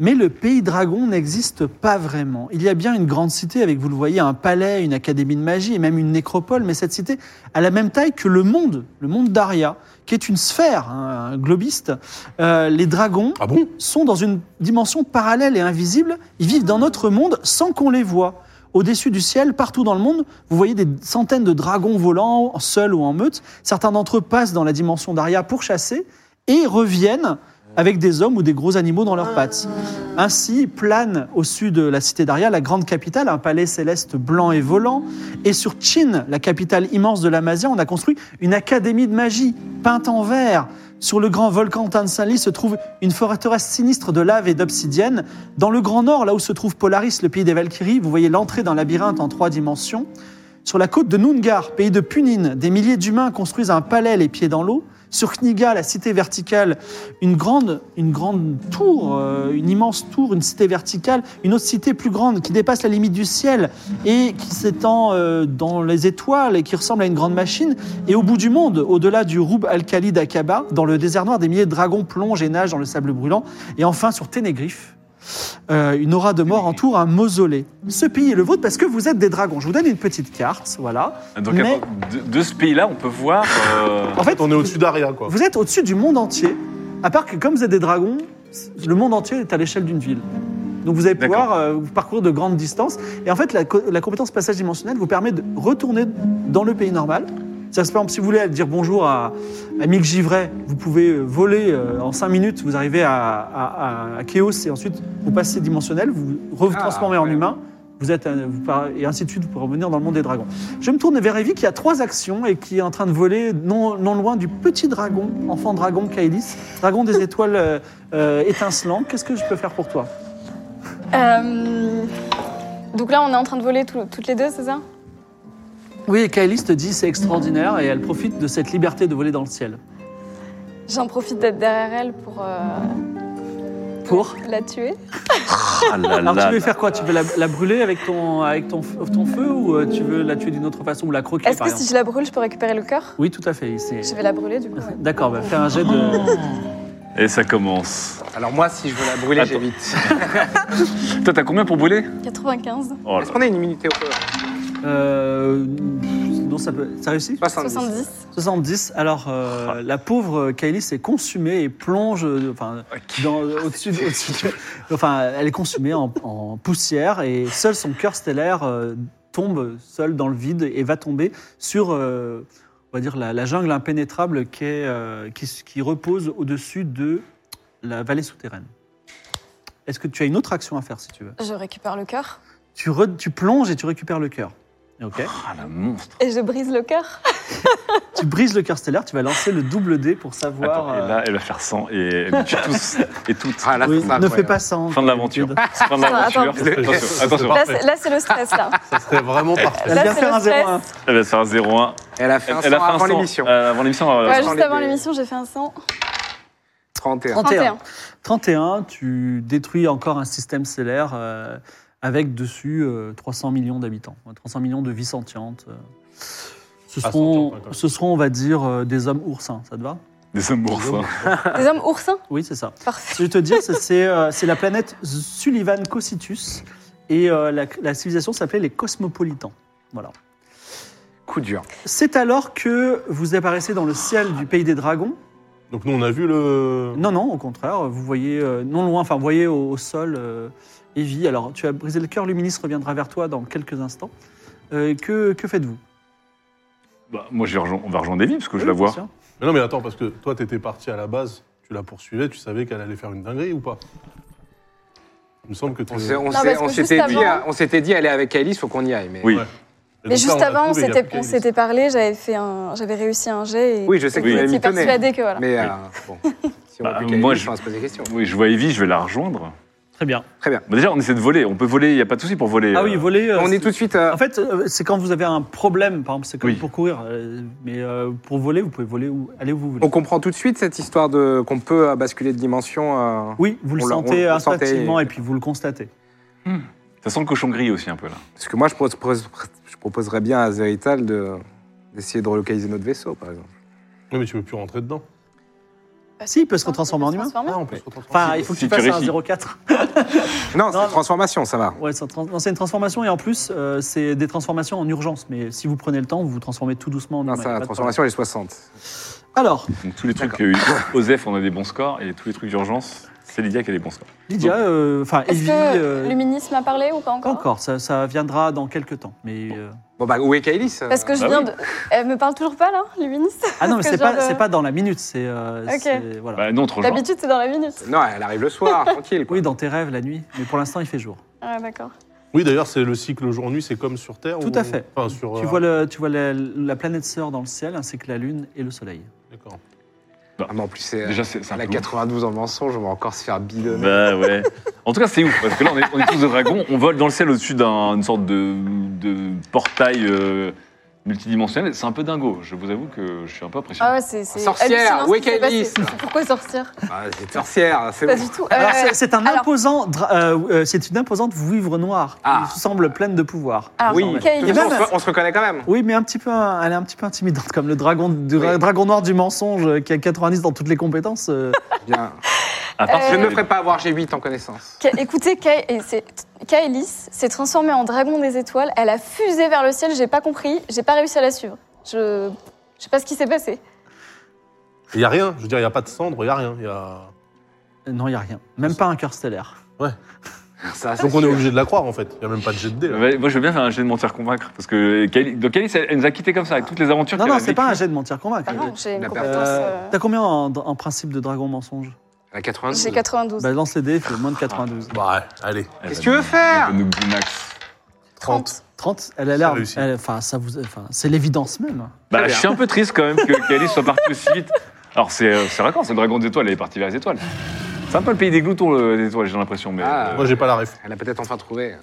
[SPEAKER 1] Mais le pays dragon n'existe pas vraiment. Il y a bien une grande cité avec, vous le voyez, un palais, une académie de magie et même une nécropole, mais cette cité a la même taille que le monde, le monde d'Aria, qui est une sphère, hein, un globiste. Euh, les dragons
[SPEAKER 4] Ah
[SPEAKER 1] sont dans une dimension parallèle et invisible. Ils vivent dans notre monde sans qu'on les voie. Au-dessus du ciel, partout dans le monde, vous voyez des centaines de dragons volants, seuls ou en meute. Certains d'entre eux passent dans la dimension d'Aria pour chasser et reviennent avec des hommes ou des gros animaux dans leurs pattes. Ainsi plane au sud de la cité d'Aria, la grande capitale, un palais céleste blanc et volant. Et sur Chin, la capitale immense de l'Amazia, on a construit une académie de magie peinte en vert. Sur le grand volcan Tansali se trouve une forteresse sinistre de lave et d'obsidienne. Dans le grand nord, là où se trouve Polaris, le pays des Valkyries, vous voyez l'entrée d'un labyrinthe en trois dimensions. Sur la côte de Nungar, pays de Punin, des milliers d'humains construisent un palais les pieds dans l'eau. Sur Kniga, la cité verticale, une grande, une grande tour, euh, une immense tour, une cité verticale, une autre cité plus grande qui dépasse la limite du ciel et qui s'étend euh, dans les étoiles et qui ressemble à une grande machine. Et au bout du monde, au-delà du Roub Al-Khali d'Aqaba, dans le désert noir, des milliers de dragons plongent et nagent dans le sable brûlant. Et enfin, sur Ténégriffe, euh, une aura de mort entoure un mausolée. Ce pays est le vôtre parce que vous êtes des dragons. Je vous donne une petite carte, voilà.
[SPEAKER 2] Donc,
[SPEAKER 1] Mais-
[SPEAKER 2] attends, de, de ce pays-là, on peut voir. euh,
[SPEAKER 1] En fait,
[SPEAKER 4] on est au-dessus d'Aria, quoi.
[SPEAKER 1] Vous êtes au-dessus du monde entier, à part que comme vous êtes des dragons, le monde entier est à l'échelle d'une ville. Donc vous allez pouvoir euh, vous parcourir de grandes distances. Et en fait, la, co- la compétence passage dimensionnel vous permet de retourner dans le pays normal. C'est-à-dire, par exemple, si vous voulez aller dire bonjour à, à Mick Givray, vous pouvez euh, voler euh, en 5 minutes, vous arrivez à, à, à- à Chaos et ensuite vous passez dimensionnel, vous vous transformez en humain, vous êtes, un- vous par- et ainsi de suite, vous pourrez revenir dans le monde des dragons. Je me tourne vers Evie qui a trois actions et qui est en train de voler non, non loin du petit dragon, enfant dragon Kailis, dragon des étoiles euh, euh, étincelant. Qu'est-ce que je peux faire pour toi
[SPEAKER 3] Euh, donc là, on est en train de voler tout- toutes les deux, c'est ça
[SPEAKER 1] Oui, et Kailis te dit c'est extraordinaire et elle profite de cette liberté de voler dans le ciel.
[SPEAKER 3] J'en profite d'être derrière elle pour euh,
[SPEAKER 1] Pour
[SPEAKER 3] la tuer.
[SPEAKER 2] Ah
[SPEAKER 1] Alors tu veux faire quoi Tu veux la, la brûler avec ton, avec ton, f- ton feu ou euh, tu veux la tuer d'une autre façon ou la croquer
[SPEAKER 3] Est-ce
[SPEAKER 1] par
[SPEAKER 3] que
[SPEAKER 1] exemple
[SPEAKER 3] si je la brûle, je peux récupérer le cœur
[SPEAKER 1] Oui, tout à fait. c'est-
[SPEAKER 3] Je vais la brûler du coup. ouais.
[SPEAKER 1] D'accord, bah, fais un jet de...
[SPEAKER 2] Et ça commence.
[SPEAKER 5] Alors, moi, si je veux la brûler,
[SPEAKER 2] Attends.
[SPEAKER 5] j'évite.
[SPEAKER 2] Toi, t'as combien pour brûler
[SPEAKER 3] 95.
[SPEAKER 2] Oh là
[SPEAKER 5] Est-ce qu'on a une immunité au feu
[SPEAKER 3] Oh.
[SPEAKER 1] Euh, non, ça, peut, ça réussit
[SPEAKER 5] 70.
[SPEAKER 1] 70. Alors, euh,
[SPEAKER 2] Ah.
[SPEAKER 1] la pauvre Kylie s'est consumée et plonge euh, enfin,
[SPEAKER 2] Ah,
[SPEAKER 1] dans- euh, au-dessus. de- au-dessus de- enfin, elle est consumée en, en poussière et seul son cœur stellaire euh, tombe seul dans le vide et va tomber sur, euh, on va dire, la, la jungle impénétrable qui, est, euh, qui, s- qui repose au-dessus de la vallée souterraine. Est-ce que tu as une autre action à faire si tu veux
[SPEAKER 3] Je récupère le cœur
[SPEAKER 1] tu, re- tu plonges et tu récupères le cœur. Ok.
[SPEAKER 2] Ah la monstre.
[SPEAKER 3] et je brise le cœur.
[SPEAKER 1] Tu brises le cœur stellaire, tu vas lancer le double dé pour savoir.
[SPEAKER 2] Et
[SPEAKER 5] euh,
[SPEAKER 2] là, elle va faire 100 et elle nous tue tous et toutes. Ah,
[SPEAKER 1] Oui, ne fais pas ça. hein,
[SPEAKER 2] Fin de l'aventure.
[SPEAKER 3] Ah,
[SPEAKER 2] Fin de l'aventure. Attention, attention.
[SPEAKER 3] Là, c'est- là, c'est le stress là.
[SPEAKER 4] Ça serait vraiment
[SPEAKER 3] Elle vient Là, c'est faire le un 0-1.
[SPEAKER 2] Elle va se faire un 0-1.
[SPEAKER 5] Elle a fait un 100 avant l'émission.
[SPEAKER 2] Euh, avant l'émission, elle va-
[SPEAKER 3] Ouais, juste avant l'émission, j'ai fait un 100.
[SPEAKER 5] 31.
[SPEAKER 1] 31. 31, tu détruis encore un système stellaire euh, avec dessus euh, 300 millions d'habitants, Ouais, 300 millions de vies sentientes. euh. Ce
[SPEAKER 4] Ah,
[SPEAKER 1] seront, ce seront, on va dire, euh, des hommes oursins, ça te va
[SPEAKER 2] Des hommes oursins.
[SPEAKER 3] Des hommes oursins
[SPEAKER 1] Oui, c'est ça. Je vais te dire, c'est- c'est euh, c'est la planète Sullivan Cocytus et euh, la, la civilisation s'appelait les Cosmopolitans. Voilà.
[SPEAKER 5] Coup dur.
[SPEAKER 1] C'est alors que vous apparaissez dans le ciel du pays des dragons.
[SPEAKER 4] Donc nous, on a vu le...
[SPEAKER 1] Non, non, au contraire, vous voyez euh, non loin, enfin, vous voyez au, au sol euh, Evie. Alors, tu as brisé le cœur, le ministre reviendra vers toi dans quelques instants. Euh, que que faites-vous
[SPEAKER 2] Bah, moi, je vais rejoindre- on va rejoindre Evie, parce que je la vois.
[SPEAKER 4] Mais non, mais attends, parce que toi, t'étais parti à la base, tu la poursuivais, tu savais qu'elle allait faire une dinguerie ou pas Il me semble que tu.
[SPEAKER 5] On s'est- on s'est- on s'était dit, à- on s'était dit, aller avec Alice, faut qu'on y aille. Mais...
[SPEAKER 2] Oui.
[SPEAKER 3] Mais juste avant, on s'était- on s'était parlé, j'avais fait un, j'avais réussi un jet. Et
[SPEAKER 5] Oui, je sais que
[SPEAKER 2] Oui.
[SPEAKER 5] tu l'avais
[SPEAKER 3] j'étais
[SPEAKER 5] mitonné.
[SPEAKER 3] persuadée que voilà.
[SPEAKER 5] Mais euh,
[SPEAKER 2] Oui.
[SPEAKER 5] bon, si on
[SPEAKER 2] Bah,
[SPEAKER 5] veut plus
[SPEAKER 2] moi,
[SPEAKER 5] qu'Alice,
[SPEAKER 2] je...
[SPEAKER 5] on va se poser des questions.
[SPEAKER 2] Oui, je vois Evie, je vais la rejoindre.
[SPEAKER 1] Très bien.
[SPEAKER 5] Très bien.
[SPEAKER 2] Bah, déjà, on essaie de voler. On peut voler, il n'y a pas de souci pour voler.
[SPEAKER 1] Ah oui,
[SPEAKER 2] euh,
[SPEAKER 1] voler.
[SPEAKER 5] on est
[SPEAKER 1] tout de
[SPEAKER 5] suite.
[SPEAKER 1] En fait, euh, c'est quand vous avez un problème, par exemple, c'est comme pour courir. euh, mais euh, pour voler, vous pouvez voler où, aller où vous voulez.
[SPEAKER 5] On comprend tout de suite cette histoire de qu'on peut euh, basculer de dimension. euh,
[SPEAKER 1] Oui, vous le
[SPEAKER 5] on l'a- on-
[SPEAKER 1] sentez
[SPEAKER 5] on le sentait-
[SPEAKER 1] instinctivement et puis vous le constatez.
[SPEAKER 2] Ça sent le cochon gris aussi, un peu, là.
[SPEAKER 5] Parce que moi, je, propose- je proposerais bien à Zerital de d'essayer de relocaliser notre vaisseau, par exemple.
[SPEAKER 4] Oui, mais tu peux plus rentrer dedans.
[SPEAKER 1] si, il peut se retransformer en humain.
[SPEAKER 4] Ah,
[SPEAKER 1] Enfin, il faut que tu
[SPEAKER 5] Si tu
[SPEAKER 1] passes à un
[SPEAKER 5] réussis.
[SPEAKER 1] 04.
[SPEAKER 5] Non, c'est une transformation, ça va.
[SPEAKER 1] Ouais, c'est un trans- non, c'est une transformation et en plus, euh, c'est des transformations en urgence. Mais si vous prenez le temps, vous vous transformez tout doucement en humain.
[SPEAKER 5] Non,
[SPEAKER 1] y a
[SPEAKER 5] ça,
[SPEAKER 1] pas
[SPEAKER 5] la
[SPEAKER 1] de
[SPEAKER 5] transformation, elle est 60.
[SPEAKER 1] problème. Alors,
[SPEAKER 2] Donc, tous les trucs que Osef, on a des bons scores, et tous les trucs d'urgence, c'est Lydia qui a des bons scores.
[SPEAKER 1] Lydia, euh, enfin,
[SPEAKER 3] Est-ce
[SPEAKER 1] Evie.
[SPEAKER 3] que
[SPEAKER 1] euh,
[SPEAKER 3] Luminis m'a parlé ou pas encore
[SPEAKER 1] Encore, ça, ça viendra dans quelques temps. Mais euh,
[SPEAKER 5] Bon, bah, où est Kailis
[SPEAKER 3] Parce que je viens de. Elle me parle toujours pas là, Luminis
[SPEAKER 1] Ah non, mais
[SPEAKER 3] Parce que
[SPEAKER 1] c'est
[SPEAKER 3] je viens
[SPEAKER 1] pas,
[SPEAKER 3] de-
[SPEAKER 1] c'est pas dans la minute, c'est. euh,
[SPEAKER 3] Ok.
[SPEAKER 1] c'est- voilà.
[SPEAKER 2] Bah, non,
[SPEAKER 3] D'habitude, c'est dans la minute.
[SPEAKER 5] Non, elle arrive le soir, tranquille.
[SPEAKER 1] Oui, dans tes rêves la nuit, mais pour l'instant, il fait jour.
[SPEAKER 3] Ah, d'accord.
[SPEAKER 4] Oui, d'ailleurs, c'est le cycle jour-nuit, c'est comme sur Terre.
[SPEAKER 1] Tout
[SPEAKER 4] ou-
[SPEAKER 1] à fait.
[SPEAKER 4] Enfin, sur.
[SPEAKER 1] Tu
[SPEAKER 4] euh,
[SPEAKER 1] vois, le, tu vois la, la planète sœur dans le ciel, ainsi que la lune et le soleil.
[SPEAKER 4] D'accord.
[SPEAKER 5] Ah, mais en plus, c'est
[SPEAKER 2] Déjà, c'est- c'est un
[SPEAKER 5] elle a
[SPEAKER 2] peu ouf.
[SPEAKER 5] 92 en mensonge, on va encore se faire bidonner.
[SPEAKER 2] Bah ouais. En tout cas, c'est ouf, parce que là, on est, on est tous des dragons, on vole dans le ciel au-dessus d'une sorte de, de portail euh, multidimensionnel. C'est un peu dingo, je vous avoue que je suis un peu impressionné.
[SPEAKER 3] Ah ouais, c'est. c'est
[SPEAKER 5] Sorcière,
[SPEAKER 3] hallucinant ce
[SPEAKER 5] où est
[SPEAKER 3] qui s'est
[SPEAKER 5] Kailis
[SPEAKER 3] passé. Pourquoi sorcière
[SPEAKER 2] Bah.
[SPEAKER 5] Ah, c'est sorcière, c'est
[SPEAKER 3] Pas
[SPEAKER 5] bon.
[SPEAKER 3] du tout.
[SPEAKER 1] Alors,
[SPEAKER 3] Euh,
[SPEAKER 1] c'est- Ah, c'est un imposant, dra- euh, euh, c'est une imposante vouivre noire qui semble pleine de pouvoir.
[SPEAKER 3] Alors,
[SPEAKER 5] Oui,
[SPEAKER 1] Désormais.
[SPEAKER 5] de toute
[SPEAKER 1] Et
[SPEAKER 5] façon, on,
[SPEAKER 1] même-
[SPEAKER 5] se, on se reconnaît quand même.
[SPEAKER 1] oui, mais un petit peu, un- elle est un petit peu intimidante, comme le dragon, du- dragon noir du mensonge euh, qui a 90 dans toutes les compétences. euh.
[SPEAKER 5] Bien.
[SPEAKER 3] part
[SPEAKER 5] Je
[SPEAKER 3] si-
[SPEAKER 5] ne me ferai pas avoir, j'ai 8 en connaissance.
[SPEAKER 3] Ka- Écoutez, Ka- et c'est- Kaelis s'est transformée en dragon des étoiles. Elle a fusé vers le ciel. J'ai pas compris. J'ai pas réussi à la suivre. Je, je sais pas ce qui s'est passé.
[SPEAKER 4] Il n'y a rien, je veux dire, il n'y a pas de cendre, il n'y a rien. il Y a...
[SPEAKER 1] Non, il n'y a rien. Même pas un cœur stellaire.
[SPEAKER 4] Ouais.
[SPEAKER 5] Ça,
[SPEAKER 4] Donc on est obligé de la croire en fait. Il n'y a même pas de jet de
[SPEAKER 5] Euh,
[SPEAKER 4] dés. hein. là.
[SPEAKER 2] Ouais, Moi, je veux bien faire un jet de mentir convaincre, parce que euh, Kali, donc Kali, elle nous a quittés comme ça, avec toutes les aventures
[SPEAKER 1] Non,
[SPEAKER 2] qu'elle
[SPEAKER 1] non,
[SPEAKER 2] a
[SPEAKER 1] c'est pas un jet de mentir convaincre.
[SPEAKER 3] Ah non, j'ai une
[SPEAKER 1] Euh,
[SPEAKER 3] compétence. euh,
[SPEAKER 1] T'as combien en, en principe de dragon mensonge
[SPEAKER 5] À 92.
[SPEAKER 3] J'ai 92.
[SPEAKER 1] Bah, lance les dés, fais
[SPEAKER 2] Ah.
[SPEAKER 1] moins de 92.
[SPEAKER 4] Bah, allez.
[SPEAKER 5] Qu'est-ce que tu veux faire
[SPEAKER 2] Nous, Max.
[SPEAKER 3] 30.
[SPEAKER 1] 30, elle a l'air. elle- Enfin, ça vous. Enfin, c'est l'évidence même.
[SPEAKER 2] Bah, je suis un peu triste quand même que Kali soit parti aussi vite. Alors, c'est euh, c'est raccord, c'est le dragon des étoiles, elle est partie vers les étoiles. C'est un peu le pays des gloutons, le- les étoiles, j'ai l'impression. mais
[SPEAKER 5] Ah.
[SPEAKER 2] euh,
[SPEAKER 4] Moi, j'ai pas la ref.
[SPEAKER 5] Elle a peut-être enfin trouvé.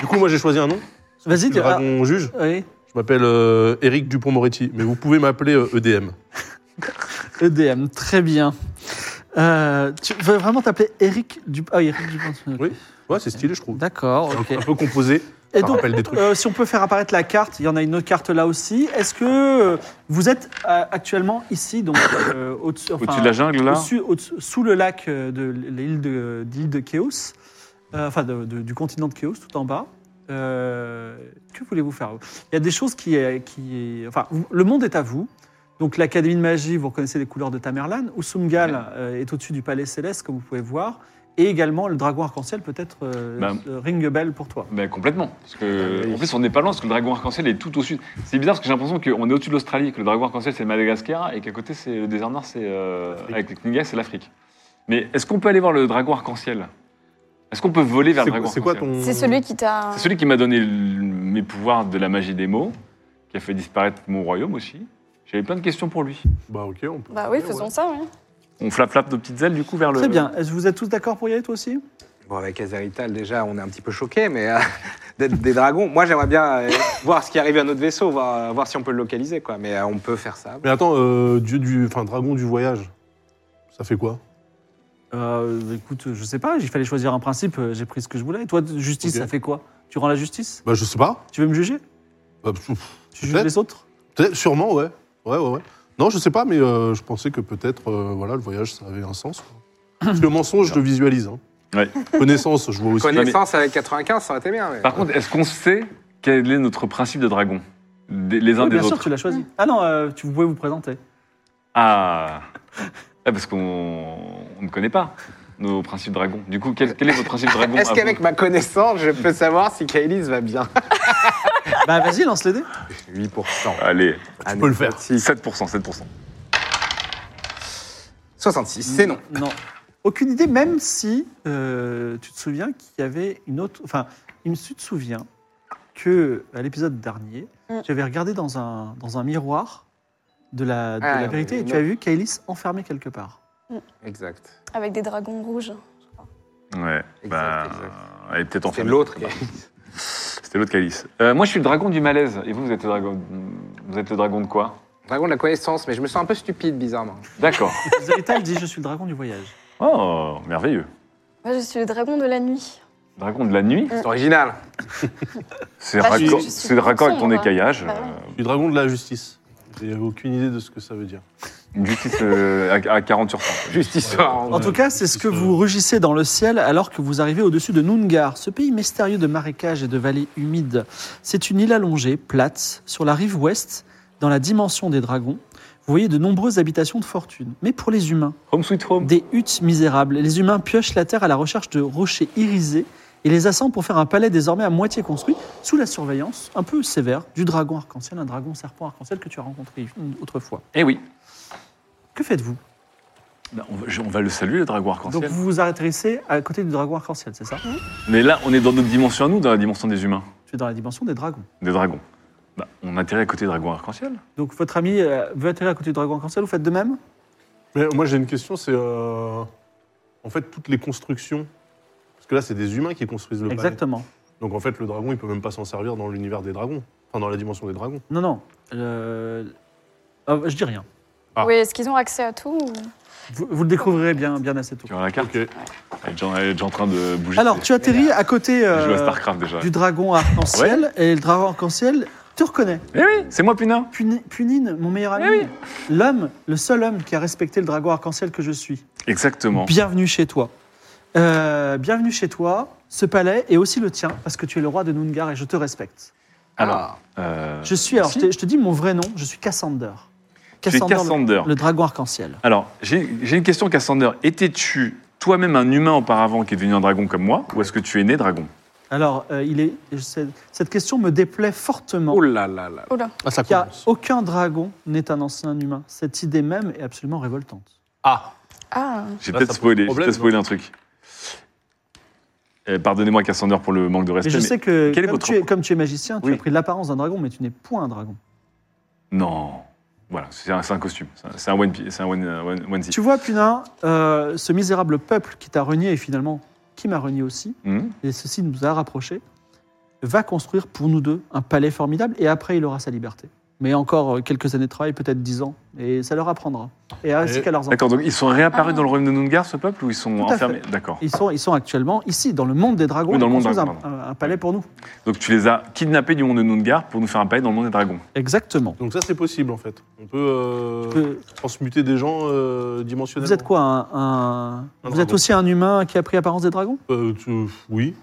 [SPEAKER 4] Du coup, moi, j'ai choisi un nom.
[SPEAKER 1] Vas-y,
[SPEAKER 4] Le
[SPEAKER 1] tu-
[SPEAKER 4] dragon juge.
[SPEAKER 1] Oui.
[SPEAKER 4] Je m'appelle euh, Eric Dupont-Moretti, mais vous pouvez m'appeler euh, EDM.
[SPEAKER 1] EDM, E très bien. Euh, tu veux vraiment t'appeler Eric Dupont Ah, Eric Dupont.
[SPEAKER 4] Oui, ouais, c'est stylé, je trouve.
[SPEAKER 1] D'accord, ok.
[SPEAKER 4] Un peu composé.
[SPEAKER 1] Et
[SPEAKER 4] ça
[SPEAKER 1] donc,
[SPEAKER 4] rappelle des trucs.
[SPEAKER 1] euh, si on peut faire apparaître la carte, il y en a une autre carte là aussi. Est-ce que euh, vous êtes euh, actuellement ici, donc euh, au-dessus
[SPEAKER 2] Au-dessus de la jungle, là
[SPEAKER 1] au-dessus- au-dessous- Sous le lac euh, de l'île de, d'île de Chaos, euh, enfin de- de- du continent de Chaos, tout en bas. Euh, que voulez-vous faire Il y a des choses qui, euh, qui enfin, vous- le monde est à vous. Donc l'Académie de magie, vous reconnaissez les couleurs de Tamerlan. Usumgal euh, est au-dessus du palais céleste, comme vous pouvez voir. Et également le dragon arc-en-ciel peut-être euh,
[SPEAKER 2] Bah,
[SPEAKER 1] euh, ring a bell pour toi.
[SPEAKER 2] Ben complètement. Parce que, En plus, on n'est pas loin, parce que le dragon arc-en-ciel est tout au sud. C'est bizarre, parce que j'ai l'impression qu'on est au-dessus de l'Australie, que le dragon arc-en-ciel, c'est Madagascar, et qu'à côté, c'est le désert noir, c'est. euh, avec les Knigas, c'est l'Afrique. Mais est-ce qu'on peut aller voir le dragon arc-en-ciel Est-ce qu'on peut voler vers le
[SPEAKER 4] C'est-
[SPEAKER 2] dragon
[SPEAKER 4] c'est quoi
[SPEAKER 2] arc-en-ciel
[SPEAKER 3] C'est celui qui t'a.
[SPEAKER 2] C'est celui qui m'a donné l- mes pouvoirs de la magie des mots, qui a fait disparaître mon royaume aussi. J'avais plein de questions pour lui.
[SPEAKER 4] Bah, ok, on peut.
[SPEAKER 3] Bah oui, faisons ça, oui.
[SPEAKER 2] On flappe-flappe nos petites ailes, du coup, vers le.
[SPEAKER 1] Très bien. Est-ce que vous êtes tous d'accord pour y aller, toi aussi
[SPEAKER 5] Bon, avec Azerital, déjà, on est un petit peu choqués, mais euh, d'être des dragons. Moi, j'aimerais bien euh, voir ce qui arrive à notre vaisseau, voir, euh, voir si on peut le localiser, quoi. Mais euh, on peut faire ça.
[SPEAKER 4] Mais attends, euh, dieu du, enfin dragon du voyage, ça fait quoi
[SPEAKER 1] Euh, écoute, je sais pas, il fallait choisir un principe, euh, j'ai pris ce que je voulais. Et toi, justice,
[SPEAKER 4] Ok.
[SPEAKER 1] ça fait quoi Tu rends la justice
[SPEAKER 4] Bah je sais pas.
[SPEAKER 1] Tu veux me juger
[SPEAKER 4] Bah, pff,
[SPEAKER 1] Tu juges
[SPEAKER 4] peut-être.
[SPEAKER 1] les autres
[SPEAKER 4] Peut-être, sûrement, ouais. Ouais, ouais, ouais. Non, je sais pas, mais euh, je pensais que peut-être, euh, voilà, le voyage, ça avait un sens. quoi. Parce que le mensonge, je le visualise. hein.
[SPEAKER 2] Ouais.
[SPEAKER 4] Connaissance, je vois aussi.
[SPEAKER 5] Connaissance avec 95, ça aurait été bien. mais-
[SPEAKER 2] Par contre, est-ce qu'on sait quel est notre principe de dragon Des- Les uns
[SPEAKER 1] Oui,
[SPEAKER 2] des
[SPEAKER 1] Bien sûr,
[SPEAKER 2] autres
[SPEAKER 1] tu l'as choisi. Ah non, euh, tu vous pouvez vous présenter.
[SPEAKER 2] Ah, Ah, parce qu'on on ne connaît pas nos principes dragons. Du coup, quel, quel est votre principe dragon à
[SPEAKER 5] Est-ce
[SPEAKER 2] vous
[SPEAKER 5] qu'avec ma connaissance, je peux savoir si Kailis va bien
[SPEAKER 1] Bah vas-y, lance les dés.
[SPEAKER 5] 8%.
[SPEAKER 2] Ah, Allez,
[SPEAKER 5] tu
[SPEAKER 2] peux le faire. 7%, 7%.
[SPEAKER 5] 66, c'est non.
[SPEAKER 1] Non. Aucune idée, même si euh, tu te souviens qu'il y avait une autre. Enfin, il me tu te souviens que à l'épisode dernier,
[SPEAKER 5] Mm.
[SPEAKER 1] tu avais regardé dans un, dans un miroir de la, de
[SPEAKER 5] Ah,
[SPEAKER 1] la vérité
[SPEAKER 5] oui,
[SPEAKER 1] et tu
[SPEAKER 5] non.
[SPEAKER 1] as vu Kailis enfermée quelque part.
[SPEAKER 5] Exact.
[SPEAKER 3] Avec des dragons rouges.
[SPEAKER 2] Ouais. bah, Elle est peut-être
[SPEAKER 5] C'est
[SPEAKER 2] enfermée.
[SPEAKER 5] l'autre.
[SPEAKER 2] C'était l'autre calice. Euh, moi, je suis le dragon du malaise. Et vous, vous êtes le dragon, vous êtes le dragon de quoi
[SPEAKER 5] Dragon de la connaissance, mais je me sens un peu stupide, bizarrement.
[SPEAKER 2] D'accord.
[SPEAKER 1] Zerita, elle dit Je suis le dragon du voyage.
[SPEAKER 2] Oh, merveilleux.
[SPEAKER 3] Moi, je suis le dragon de la nuit.
[SPEAKER 2] Dragon de la nuit.
[SPEAKER 3] C'est
[SPEAKER 5] original.
[SPEAKER 2] C'est
[SPEAKER 3] Bah, je-
[SPEAKER 2] raccord,
[SPEAKER 3] je suis
[SPEAKER 2] c'est raccord avec
[SPEAKER 3] sombre,
[SPEAKER 2] ton
[SPEAKER 3] hein.
[SPEAKER 2] écaillage.
[SPEAKER 3] Bah,
[SPEAKER 2] euh,
[SPEAKER 4] Du dragon de la justice. Vous n'avez aucune idée de ce que ça veut dire.
[SPEAKER 2] Une justice euh, à, à 40 sur 100.
[SPEAKER 5] Juste
[SPEAKER 2] Ah,
[SPEAKER 5] histoire.
[SPEAKER 1] En tout cas, c'est ce que vous rugissez dans le ciel alors que vous arrivez au-dessus de Noongar, ce pays mystérieux de marécages et de vallées humides. C'est une île allongée, plate, sur la rive ouest, dans la dimension des dragons. Vous voyez de nombreuses habitations de fortune, mais pour les humains.
[SPEAKER 2] Home sweet home.
[SPEAKER 1] Des huttes misérables. Les humains piochent la terre à la recherche de rochers irisés et les assemblent pour faire un palais désormais à moitié construit, sous la surveillance un peu sévère du dragon arc-en-ciel, un dragon serpent arc-en-ciel que tu as rencontré une autre fois.
[SPEAKER 2] Eh oui.
[SPEAKER 1] Que faites-vous
[SPEAKER 2] Bah, on, va, je- on va le saluer, le dragon
[SPEAKER 1] Donc
[SPEAKER 2] arc-en-ciel.
[SPEAKER 1] vous vous arrêterez à côté du dragon arc-en-ciel, c'est ça
[SPEAKER 2] Mais là, on est dans notre dimension à nous, dans la dimension des humains,
[SPEAKER 1] Tu es dans la dimension des dragons.
[SPEAKER 2] des dragons. Bah, on atterrit à côté des dragons arc-en-ciel.
[SPEAKER 1] Donc votre ami euh, veut atterrir à côté du dragon arc-en-ciel, vous faites de même
[SPEAKER 4] Mais moi, j'ai une question, c'est... euh, en fait, toutes les constructions... Parce que là, c'est des humains qui construisent le palais.
[SPEAKER 1] Exactement.
[SPEAKER 4] Donc en fait, le dragon, il peut même pas s'en servir dans l'univers des dragons. Enfin, dans la dimension des dragons.
[SPEAKER 1] Non, non. euh, ah, je dis rien.
[SPEAKER 4] Ah.
[SPEAKER 3] Oui, est-ce qu'ils ont accès à tout ou-
[SPEAKER 1] Vous, vous le découvrirez bien, bien assez tôt.
[SPEAKER 2] Tu vois la carte elle, est déjà, elle est déjà en train de bouger.
[SPEAKER 1] Alors tu atterris à côté
[SPEAKER 2] Je joue à
[SPEAKER 1] euh,
[SPEAKER 2] Starcraft déjà.
[SPEAKER 1] du dragon arc-en-ciel et le dragon arc-en-ciel te reconnaît.
[SPEAKER 2] Eh oui, c'est moi Punin.
[SPEAKER 1] Punine, mon meilleur ami. L'homme, le seul homme qui a respecté le dragon arc-en-ciel que je suis.
[SPEAKER 2] Exactement.
[SPEAKER 1] Bienvenue chez toi. Euh, bienvenue chez toi. Ce palais est aussi le tien parce que tu es le roi de Noongar et je te respecte.
[SPEAKER 2] Alors, euh,
[SPEAKER 1] Je suis, alors je, te, je te dis mon vrai nom, je suis Cassander.
[SPEAKER 2] Tu es Cassander.
[SPEAKER 1] Le, le dragon arc-en-ciel.
[SPEAKER 2] alors j'ai j'ai une question, Cassander. Étais-tu toi-même un humain auparavant qui est devenu un dragon comme moi, ou est-ce que tu es né dragon
[SPEAKER 1] Alors, euh, il est, c'est- cette question me déplaît fortement.
[SPEAKER 5] Oh là là là.
[SPEAKER 1] Car aucun dragon n'est un ancien humain. Cette idée même est absolument révoltante.
[SPEAKER 4] Ah
[SPEAKER 3] Ah
[SPEAKER 2] J'ai
[SPEAKER 1] Là,
[SPEAKER 2] peut-être
[SPEAKER 1] ça pose
[SPEAKER 2] spoilé, j'ai
[SPEAKER 1] problème,
[SPEAKER 2] peut-être spoilé un truc. Euh, Pardonnez-moi, Cassander, pour le manque de
[SPEAKER 1] Mais
[SPEAKER 2] respect.
[SPEAKER 1] je sais que,
[SPEAKER 2] quel est
[SPEAKER 1] comme
[SPEAKER 2] votre
[SPEAKER 1] tu, es, comme tu es magicien, tu as pris l'apparence d'un dragon, mais tu n'es point un dragon.
[SPEAKER 2] Non. Voilà, c'est un, c'est un costume. C'est un- C'est un one piece- c'est un one, euh, one, onesie.
[SPEAKER 1] Tu vois, Punin, euh, ce misérable peuple qui t'a renié et finalement qui m'a renié aussi,
[SPEAKER 2] Mhm.
[SPEAKER 1] et ceci nous a rapprochés, va construire pour nous deux un palais formidable et après il aura sa liberté. Mais encore euh, quelques années de travail, peut-être dix ans, et ça leur apprendra. Et ainsi qu'à leurs enfants.
[SPEAKER 2] D'accord, donc ils sont réapparus dans le royaume de Nungar, ce peuple, ou ils sont
[SPEAKER 1] Tout à fait.
[SPEAKER 2] enfermés D'accord.
[SPEAKER 1] Ils sont, ils sont actuellement ici, dans le monde des dragons.
[SPEAKER 2] Oui, dans
[SPEAKER 1] ils
[SPEAKER 2] le monde des
[SPEAKER 1] construisent
[SPEAKER 2] dragons,
[SPEAKER 1] un, un- un palais pour nous.
[SPEAKER 2] Donc tu les as kidnappés du monde de Nungar pour nous faire un palais dans le monde des dragons.
[SPEAKER 1] Exactement.
[SPEAKER 4] Donc ça, c'est possible, en fait. On peut euh,
[SPEAKER 1] peux-
[SPEAKER 4] transmuter des gens euh, dimensionnellement.
[SPEAKER 1] Vous êtes quoi un, un- Vous êtes
[SPEAKER 4] dragon.
[SPEAKER 1] aussi un humain qui a pris apparence des dragons
[SPEAKER 4] Euh, tu- Oui.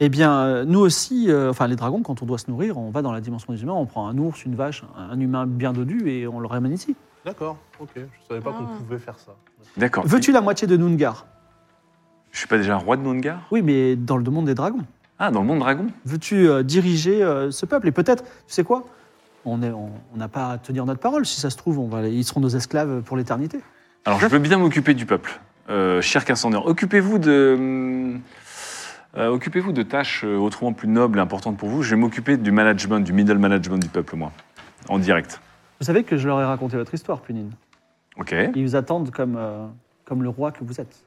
[SPEAKER 1] Eh bien, euh, nous aussi, euh, enfin les dragons, quand on doit se nourrir, on va dans la dimension des humains, on prend un ours, une vache, un un humain bien dodu et on le ramène ici.
[SPEAKER 4] D'accord, ok. Je savais pas qu'on pouvait faire ça.
[SPEAKER 2] D'accord.
[SPEAKER 1] Veux-tu la moitié de Noongar
[SPEAKER 2] Je suis pas déjà un roi de Nungar
[SPEAKER 1] Oui, mais dans le monde des dragons.
[SPEAKER 2] Ah, dans le monde dragon
[SPEAKER 1] Veux-tu euh, diriger euh, ce peuple Et peut-être, tu sais quoi On est- on- on n'a pas à tenir notre parole. Si ça se trouve, on va, ils seront nos esclaves pour l'éternité.
[SPEAKER 2] Alors je veux bien m'occuper du peuple. Euh, cher Cassander, occupez-vous de. hum, euh, occupez-vous de tâches euh, autrement plus nobles et importantes pour vous. Je vais m'occuper du management, du middle management du peuple, moi. En direct.
[SPEAKER 1] Vous savez que je leur ai raconté votre histoire, Punine.
[SPEAKER 2] Ok.
[SPEAKER 1] Ils vous attendent comme, euh, comme le roi que vous êtes.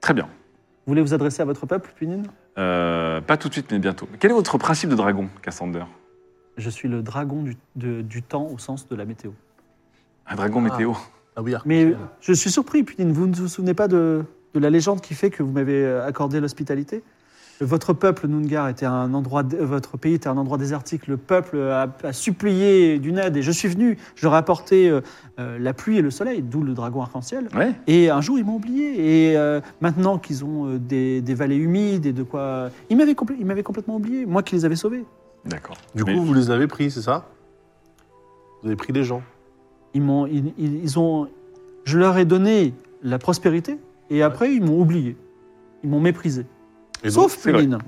[SPEAKER 2] Très bien.
[SPEAKER 1] Vous voulez vous adresser à votre peuple, Punine
[SPEAKER 2] Euh, pas tout de suite, mais bientôt. Quel est votre principe de dragon, Cassander
[SPEAKER 1] Je suis le dragon du, de- du temps au sens de la météo.
[SPEAKER 2] Un dragon météo.
[SPEAKER 4] Ah oui,
[SPEAKER 1] Mais je suis surpris, Punine. Vous ne vous souvenez pas de, de la légende qui fait que vous m'avez euh, accordé l'hospitalité Votre peuple, Noongar, était un endroit, dé- euh, votre pays était un endroit désertique. Le peuple a, a supplié d'une aide et je suis venu. Je leur ai apporté euh, euh, la pluie et le soleil, d'où le dragon arc-en-ciel.
[SPEAKER 2] Ouais.
[SPEAKER 1] Et un jour, ils m'ont oublié. Et euh, maintenant qu'ils ont euh, des, des vallées humides et de quoi. Ils m'avaient compl- ils m'avaient complètement oublié, moi qui les avais sauvés.
[SPEAKER 2] D'accord.
[SPEAKER 4] Du coup, vous les avez pris, c'est ça Vous avez pris des gens.
[SPEAKER 1] Ils m'ont, ils, ils- ils ont, je leur ai donné la prospérité et après ils m'ont oublié, ils m'ont méprisé.
[SPEAKER 4] Et donc,
[SPEAKER 1] Sauf
[SPEAKER 4] c'est vrai.
[SPEAKER 1] Puline.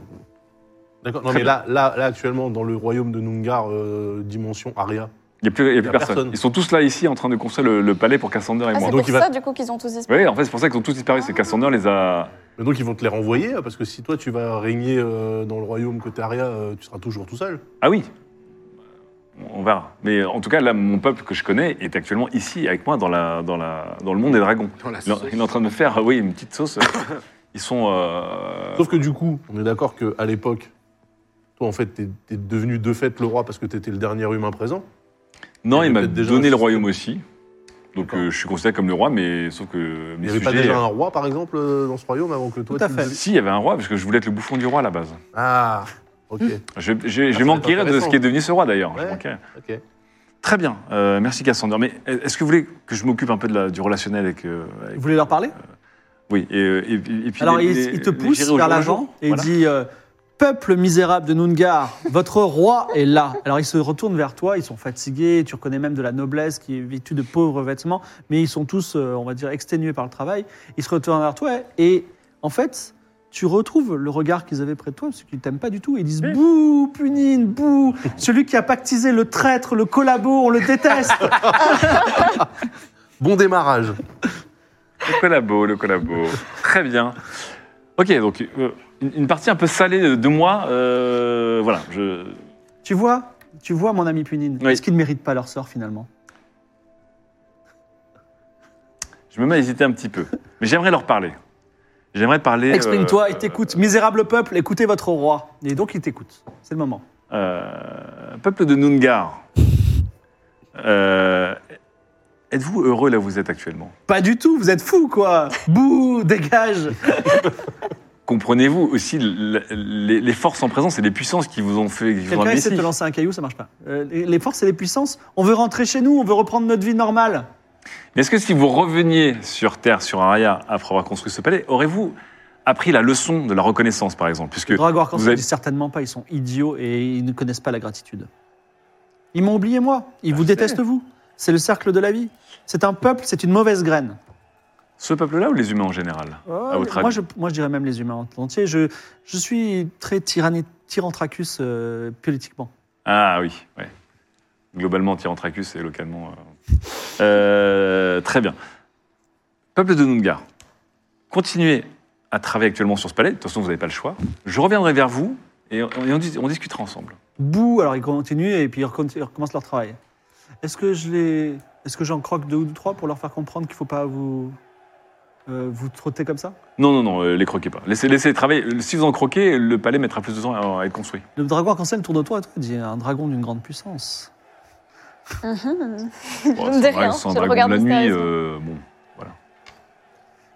[SPEAKER 4] D'accord. Non, mais là, là, là, actuellement, dans le royaume de Nungar, euh, dimension Aria.
[SPEAKER 2] Il n'y a plus, il y a plus
[SPEAKER 4] a
[SPEAKER 2] personne.
[SPEAKER 4] personne.
[SPEAKER 2] Ils sont tous là, ici, en train de construire le, le palais pour Cassander et
[SPEAKER 3] Ah,
[SPEAKER 2] moi.
[SPEAKER 3] c'est pour ça, du coup, qu'ils ont tous disparu.
[SPEAKER 2] Oui, en fait, c'est pour ça qu'ils ont tous disparu. C'est Cassander les a.
[SPEAKER 4] Mais donc ils vont te les renvoyer, hein, parce que si toi tu vas régner euh, dans le royaume côté Aria, euh, tu seras toujours tout seul.
[SPEAKER 2] Ah oui On verra. Mais en tout cas, là, mon peuple que je connais est actuellement ici, avec moi, dans, la, dans, la, dans le monde des dragons.
[SPEAKER 5] Dans la
[SPEAKER 2] il, est en-
[SPEAKER 5] sauce.
[SPEAKER 2] il est en train de me faire, euh, oui, une petite sauce. euh, Ils sont. euh,
[SPEAKER 4] Sauf que du coup, on est d'accord qu'à l'époque, toi en fait, t'es es devenu de fait le roi parce que t'étais le dernier humain présent.
[SPEAKER 2] Non,
[SPEAKER 4] Il y
[SPEAKER 2] il
[SPEAKER 4] avait
[SPEAKER 2] m'a
[SPEAKER 4] peut-être déjà
[SPEAKER 2] donné
[SPEAKER 4] un
[SPEAKER 2] le royaume aussi. Donc euh, je suis considéré comme le roi, mais sauf que.
[SPEAKER 4] Il
[SPEAKER 2] mes
[SPEAKER 4] n'y avait pas
[SPEAKER 2] sujets-
[SPEAKER 4] déjà un roi, par exemple, euh, dans ce royaume avant que toi tu le-
[SPEAKER 2] Si, il y avait un roi, parce que je voulais être le bouffon du roi à la base.
[SPEAKER 4] Ah, ok.
[SPEAKER 2] Je, je,
[SPEAKER 4] Ah,
[SPEAKER 2] je
[SPEAKER 4] ça
[SPEAKER 2] vais
[SPEAKER 4] va
[SPEAKER 2] m'enquérir
[SPEAKER 4] être
[SPEAKER 2] de ce qui est devenu ce roi d'ailleurs. Je
[SPEAKER 4] Ouais,
[SPEAKER 2] m'enquéris.
[SPEAKER 4] ok.
[SPEAKER 2] Très bien, Euh, merci Cassandre. Mais est-ce que vous voulez que je m'occupe un peu de la- du relationnel avec, euh, avec-
[SPEAKER 1] Vous voulez leur parler
[SPEAKER 2] Oui, et, euh, et- et puis.
[SPEAKER 1] Alors,
[SPEAKER 2] les-
[SPEAKER 1] il,
[SPEAKER 2] les-
[SPEAKER 1] il te
[SPEAKER 2] les
[SPEAKER 1] pousse
[SPEAKER 2] gérer au
[SPEAKER 1] vers
[SPEAKER 2] jour le
[SPEAKER 1] l'avant
[SPEAKER 2] jour.
[SPEAKER 1] et
[SPEAKER 2] Voilà.
[SPEAKER 1] il dit euh, Peuple misérable de Nungar, votre roi est là. Alors, ils se retournent vers toi, ils sont fatigués, tu reconnais même de la noblesse qui est vêtue de pauvres vêtements, mais ils sont tous, euh, on va dire, exténués par le travail. Ils se retournent vers toi et, en fait, tu retrouves le regard qu'ils avaient près de toi, parce qu'ils ne t'aiment pas du tout. Ils disent Bouh, Punine, bouh Celui qui a pactisé le traître, le collabo, on le déteste
[SPEAKER 4] Bon démarrage.
[SPEAKER 2] Le collabo, le collabo. Très bien. Ok, donc euh, une, une partie un peu salée de- de moi. euh, voilà, je.
[SPEAKER 1] Tu vois, tu vois, mon ami Punine,
[SPEAKER 2] Oui.
[SPEAKER 1] est-ce qu'ils ne méritent pas leur sort finalement
[SPEAKER 2] Je me mets à hésiter un petit peu. Mais j'aimerais leur parler. J'aimerais parler. euh,
[SPEAKER 1] Exprime-toi, il t'écoute. Misérable peuple, écoutez votre roi. Et donc il t'écoute. C'est le moment.
[SPEAKER 2] euh, peuple de Nungar. Euh, Êtes-vous heureux là où vous êtes actuellement
[SPEAKER 1] Pas du tout, vous êtes fou quoi. Bouh, dégage.
[SPEAKER 2] Comprenez-vous aussi l- les, les forces en présence et les puissances qui vous ont fait. Qui vous ont
[SPEAKER 1] Quelqu'un
[SPEAKER 2] amené
[SPEAKER 1] essaie de te
[SPEAKER 2] ici
[SPEAKER 1] lancer un caillou, ça marche pas. Euh, les les forces et les puissances, on veut rentrer chez nous, on veut reprendre notre vie normale.
[SPEAKER 2] Mais est-ce que si vous reveniez sur Terre, sur Aria, après avoir construit ce palais, aurez-vous appris la leçon de la reconnaissance, par exemple Puisque
[SPEAKER 1] Les Dragons arc
[SPEAKER 2] vous avez-
[SPEAKER 1] certainement pas, ils sont idiots et ils ne connaissent pas la gratitude. Ils m'ont oublié moi,
[SPEAKER 2] Bah,
[SPEAKER 1] ils vous détestent vous. C'est le cercle de la vie. C'est un peuple, c'est une mauvaise graine.
[SPEAKER 2] ce peuple-là ou les humains en général,
[SPEAKER 1] Oh,
[SPEAKER 2] à votre
[SPEAKER 1] moi,
[SPEAKER 2] avis
[SPEAKER 1] je, moi, je dirais même les humains en entier. Je, je suis très tyranni- tyrantracus euh, politiquement.
[SPEAKER 2] Ah oui, ouais. Globalement, Tyrantracus et localement. euh. Euh, très bien. Peuple de Nungar, continuez à travailler actuellement sur ce palais. De toute façon, vous n'avez pas le choix. Je reviendrai vers vous et on, et on dis- on discutera ensemble.
[SPEAKER 1] Bouh Alors ils continuent et puis ils recon- ils recommencent leur travail. Est-ce que je les, est-ce que j'en croque deux ou trois pour leur faire comprendre qu'il faut pas vous euh, vous trotter comme ça
[SPEAKER 2] Non, non, non, euh, les croquez pas. Laissez, laissez travailler. Si vous en croquez, le palais mettra plus de temps à- à être construit.
[SPEAKER 1] Le dragon arc-en-ciel tourne autour et toi dit un dragon d'une grande puissance.
[SPEAKER 2] Bon,
[SPEAKER 3] Mhm. Je ne
[SPEAKER 2] c'est
[SPEAKER 3] dis
[SPEAKER 2] vrai
[SPEAKER 3] rien,
[SPEAKER 2] que c'est un
[SPEAKER 3] je le
[SPEAKER 2] dragon
[SPEAKER 3] regarde
[SPEAKER 2] de la nuit,
[SPEAKER 3] mystérieusement.
[SPEAKER 2] euh, bon, voilà.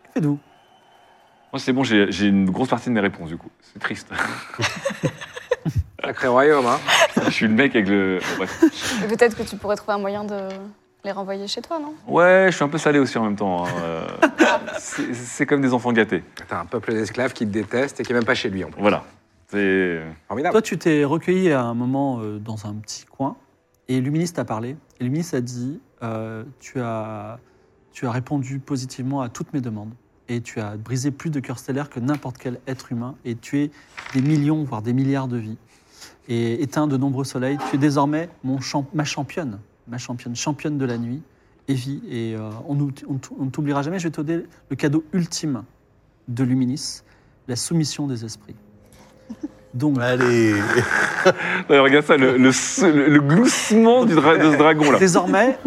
[SPEAKER 1] Que faites-vous
[SPEAKER 2] Moi, c'est bon, j'ai j'ai une grosse partie de mes réponses, du coup. C'est triste.
[SPEAKER 5] Sacré royaume, hein.
[SPEAKER 2] je suis le mec avec le... bref.
[SPEAKER 3] Et Peut-être que tu pourrais trouver un moyen de les renvoyer chez toi, non
[SPEAKER 2] Ouais, je suis un peu salé aussi en même temps. hein. Euh, c'est c'est comme des enfants gâtés.
[SPEAKER 5] T'as un peuple d'esclaves qui te déteste et qui est même pas chez lui en plus.
[SPEAKER 2] Voilà. C'est.
[SPEAKER 5] Formidable.
[SPEAKER 1] Toi, tu t'es recueilli à un moment euh, dans un petit coin et Luminis t'a parlé. Et Luminis a dit euh, tu, as, tu as répondu positivement à toutes mes demandes et tu as brisé plus de cœurs stellaires que n'importe quel être humain et tu es des millions, voire des milliards de vies et éteint de nombreux soleils. Tu es désormais mon champ- ma championne, ma championne, championne de la nuit, Evie. Et euh, on nous- on t- on ne t'oubliera jamais. Je vais te donner le cadeau ultime de Luminis la soumission des esprits. Donc,
[SPEAKER 4] Allez.
[SPEAKER 2] Non, regarde ça, le, le, le- le gloussement du dra- de ce dragon là.
[SPEAKER 1] Désormais,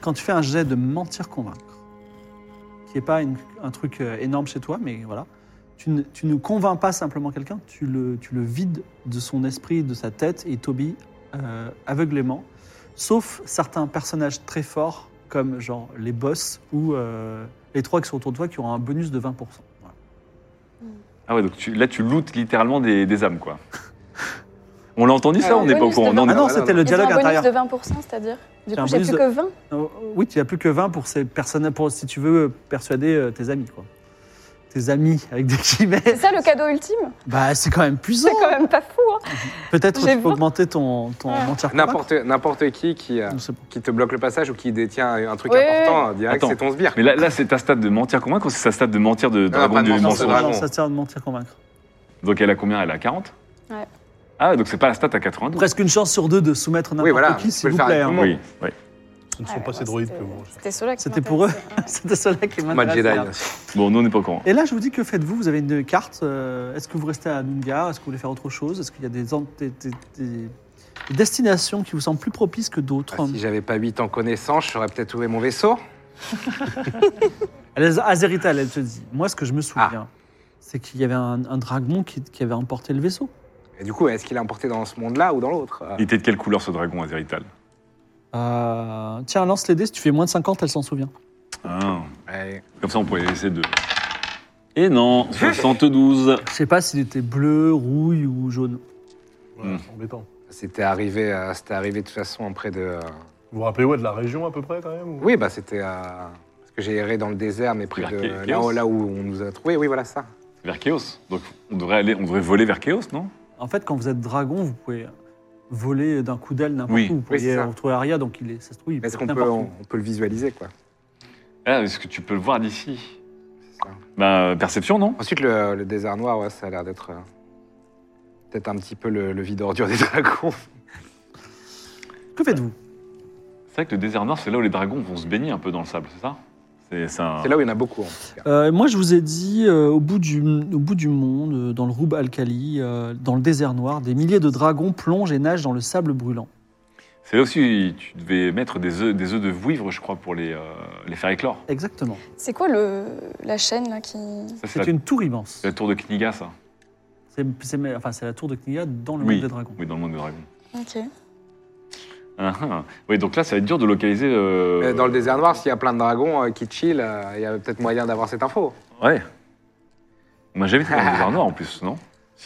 [SPEAKER 1] quand tu fais un jet de mentir convaincre, qui n'est pas une- un truc euh, énorme chez toi, mais voilà, tu ne, tu ne convaincs pas simplement quelqu'un, tu le, tu le vides de son esprit, de sa tête, et il t'obéit euh, aveuglément, sauf certains personnages très forts, comme genre les boss ou euh, les trois qui sont autour de toi, qui auront un bonus de 20%. Voilà.
[SPEAKER 2] Ah ouais, donc tu- là tu lootes littéralement des, des âmes quoi. On l'a entendu ça,
[SPEAKER 3] Euh,
[SPEAKER 2] on n'est pas au
[SPEAKER 3] bonus de
[SPEAKER 2] courant.
[SPEAKER 3] 20%.
[SPEAKER 2] on est-
[SPEAKER 1] Ah non, c'était le
[SPEAKER 3] Ils ont
[SPEAKER 1] dialogue
[SPEAKER 3] un bonus
[SPEAKER 1] intérieur.
[SPEAKER 3] de 20%, c'est-à-dire Du
[SPEAKER 1] C'est un
[SPEAKER 3] coup, j'ai
[SPEAKER 1] bonus de-
[SPEAKER 3] plus que 20
[SPEAKER 1] Non, Oui, tu n'as plus que 20 pour ces personnages, pour, si tu veux euh, persuader euh, tes amis, quoi. Tes amis avec des guillemets.
[SPEAKER 3] C'est ça le cadeau ultime
[SPEAKER 1] Bah, c'est quand même puissant.
[SPEAKER 3] C'est quand même pas fou, hein
[SPEAKER 1] Peut-être
[SPEAKER 3] J'ai
[SPEAKER 1] tu peux
[SPEAKER 3] vu.
[SPEAKER 1] augmenter ton, ton
[SPEAKER 3] Ouais.
[SPEAKER 1] mentir
[SPEAKER 5] N'importe, n'importe qui qui, euh, qui te bloque le passage ou qui détient un truc
[SPEAKER 3] Oui,
[SPEAKER 5] important, direct,
[SPEAKER 2] Attends.
[SPEAKER 5] c'est ton sbire.
[SPEAKER 2] Mais là, là, c'est ta stade de mentir convaincre ou c'est sa stade de mentir de
[SPEAKER 5] Ah, pas
[SPEAKER 2] dragon
[SPEAKER 5] de
[SPEAKER 2] du
[SPEAKER 5] mentir, c'est
[SPEAKER 2] mensonge
[SPEAKER 5] dragon.
[SPEAKER 1] Ça sert de mentir convaincre.
[SPEAKER 2] Donc elle a combien Elle a 40
[SPEAKER 3] Ouais.
[SPEAKER 2] Ah, donc c'est pas la stat à 92.
[SPEAKER 1] Presque une chance sur deux de soumettre n'importe
[SPEAKER 2] Oui, voilà,
[SPEAKER 1] qui,
[SPEAKER 2] vous
[SPEAKER 1] s'il
[SPEAKER 2] pouvez
[SPEAKER 1] vous
[SPEAKER 2] le faire
[SPEAKER 1] plaît. hein.
[SPEAKER 2] avec tout le monde. Oui,
[SPEAKER 4] Ce ne sont pas ces droïdes que vous.
[SPEAKER 3] bah, C'était hein, ceux-là qui
[SPEAKER 1] C'était pour eux. C'était cela qui m'intéressait.
[SPEAKER 2] Bon, nous, on n'est pas au courant.
[SPEAKER 1] Et là, je vous dis que faites-vous Vous avez une carte. euh, Est-ce que vous restez à Nungar Est-ce que vous voulez faire autre chose Est-ce qu'il y a des, en- des- des- des- des destinations qui vous semblent plus propices que d'autres
[SPEAKER 2] Ah,
[SPEAKER 5] Si j'avais pas 8 en connaissance, je saurais peut-être trouvé mon vaisseau.
[SPEAKER 1] Elle est- Azerital, elle te dit. Moi, ce que je
[SPEAKER 2] Ah.
[SPEAKER 1] me souviens, c'est qu'il y avait un, un dragmon qui, qui avait emporté le vaisseau.
[SPEAKER 5] Et du coup, est-ce qu'il est emporté dans ce monde-là ou dans l'autre
[SPEAKER 2] Il était de quelle couleur ce dragon, Azerital
[SPEAKER 1] Euh, tiens, lance les dés. Si tu fais moins de 50, elle s'en souvient.
[SPEAKER 2] Ah. Comme ça, on pourrait laisser deux. Et non, 72.
[SPEAKER 1] Je sais pas s'il était bleu, rouille ou jaune.
[SPEAKER 4] Embêtant.
[SPEAKER 5] C'était arrivé, euh, c'était arrivé de toute façon près de. euh,
[SPEAKER 4] Vous vous rappelez ouais, de la région à peu près quand même ou-
[SPEAKER 5] Oui, bah c'était. euh, Parce que j'ai erré dans le désert, mais près
[SPEAKER 2] Vers
[SPEAKER 5] de.
[SPEAKER 2] Ké-
[SPEAKER 5] Là,
[SPEAKER 2] Kéos
[SPEAKER 5] où- là où on nous a trouvés, oui, voilà ça.
[SPEAKER 2] Vers Chaos. Donc, on devrait, aller, on devrait voler vers Chaos, non
[SPEAKER 1] En fait, quand vous êtes dragon, vous pouvez voler d'un coup d'aile n'importe
[SPEAKER 2] Oui.
[SPEAKER 1] où. Vous
[SPEAKER 2] Oui,
[SPEAKER 1] pourriez
[SPEAKER 2] c'est ça.
[SPEAKER 1] retrouver Aria, donc il est, ça se trouve, il
[SPEAKER 5] Est-ce
[SPEAKER 1] peut
[SPEAKER 5] qu'on
[SPEAKER 1] être
[SPEAKER 5] peut,
[SPEAKER 1] n'importe
[SPEAKER 5] on, on peut le visualiser, quoi
[SPEAKER 2] Ah, est-ce que tu peux le voir d'ici Bah, perception, non
[SPEAKER 5] Ensuite, le, le désert noir, ouais, ça a l'air d'être. euh, Peut-être un petit peu le, le vide ordure des dragons.
[SPEAKER 1] où. Que faites-vous
[SPEAKER 2] C'est vrai que le désert noir, c'est là où les dragons vont se baigner un peu dans le sable, c'est ça C'est c'est un-
[SPEAKER 5] C'est là où il y en a beaucoup. en fait.
[SPEAKER 1] Euh, Moi, je vous ai dit, euh, au, bout du, au bout du monde, euh, dans le Roub Al-Khali, euh, dans le désert noir, des milliers de dragons plongent et nagent dans le sable brûlant.
[SPEAKER 2] C'est là aussi tu devais mettre des œufs, des œufs de vouivre, je crois, pour les, euh, les faire éclore.
[SPEAKER 1] Exactement.
[SPEAKER 3] C'est quoi le, la chaîne là qui.
[SPEAKER 2] Ça,
[SPEAKER 1] C'est
[SPEAKER 2] la,
[SPEAKER 1] une tour immense.
[SPEAKER 2] la tour de Kniga, ça.
[SPEAKER 1] C'est c'est- enfin, c'est la tour de Kniga dans le
[SPEAKER 2] oui.
[SPEAKER 1] monde des dragons.
[SPEAKER 2] Oui, dans le monde des dragons.
[SPEAKER 3] Ok.
[SPEAKER 2] Ah, ah. Oui, donc là, ça va être dur de localiser. euh,
[SPEAKER 5] Mais Dans le désert noir, s'il y a plein de dragons euh, qui chillent, euh, il y avait peut-être moyen d'avoir cette info.
[SPEAKER 2] Ouais. On n'a jamais été dans le désert noir en plus, non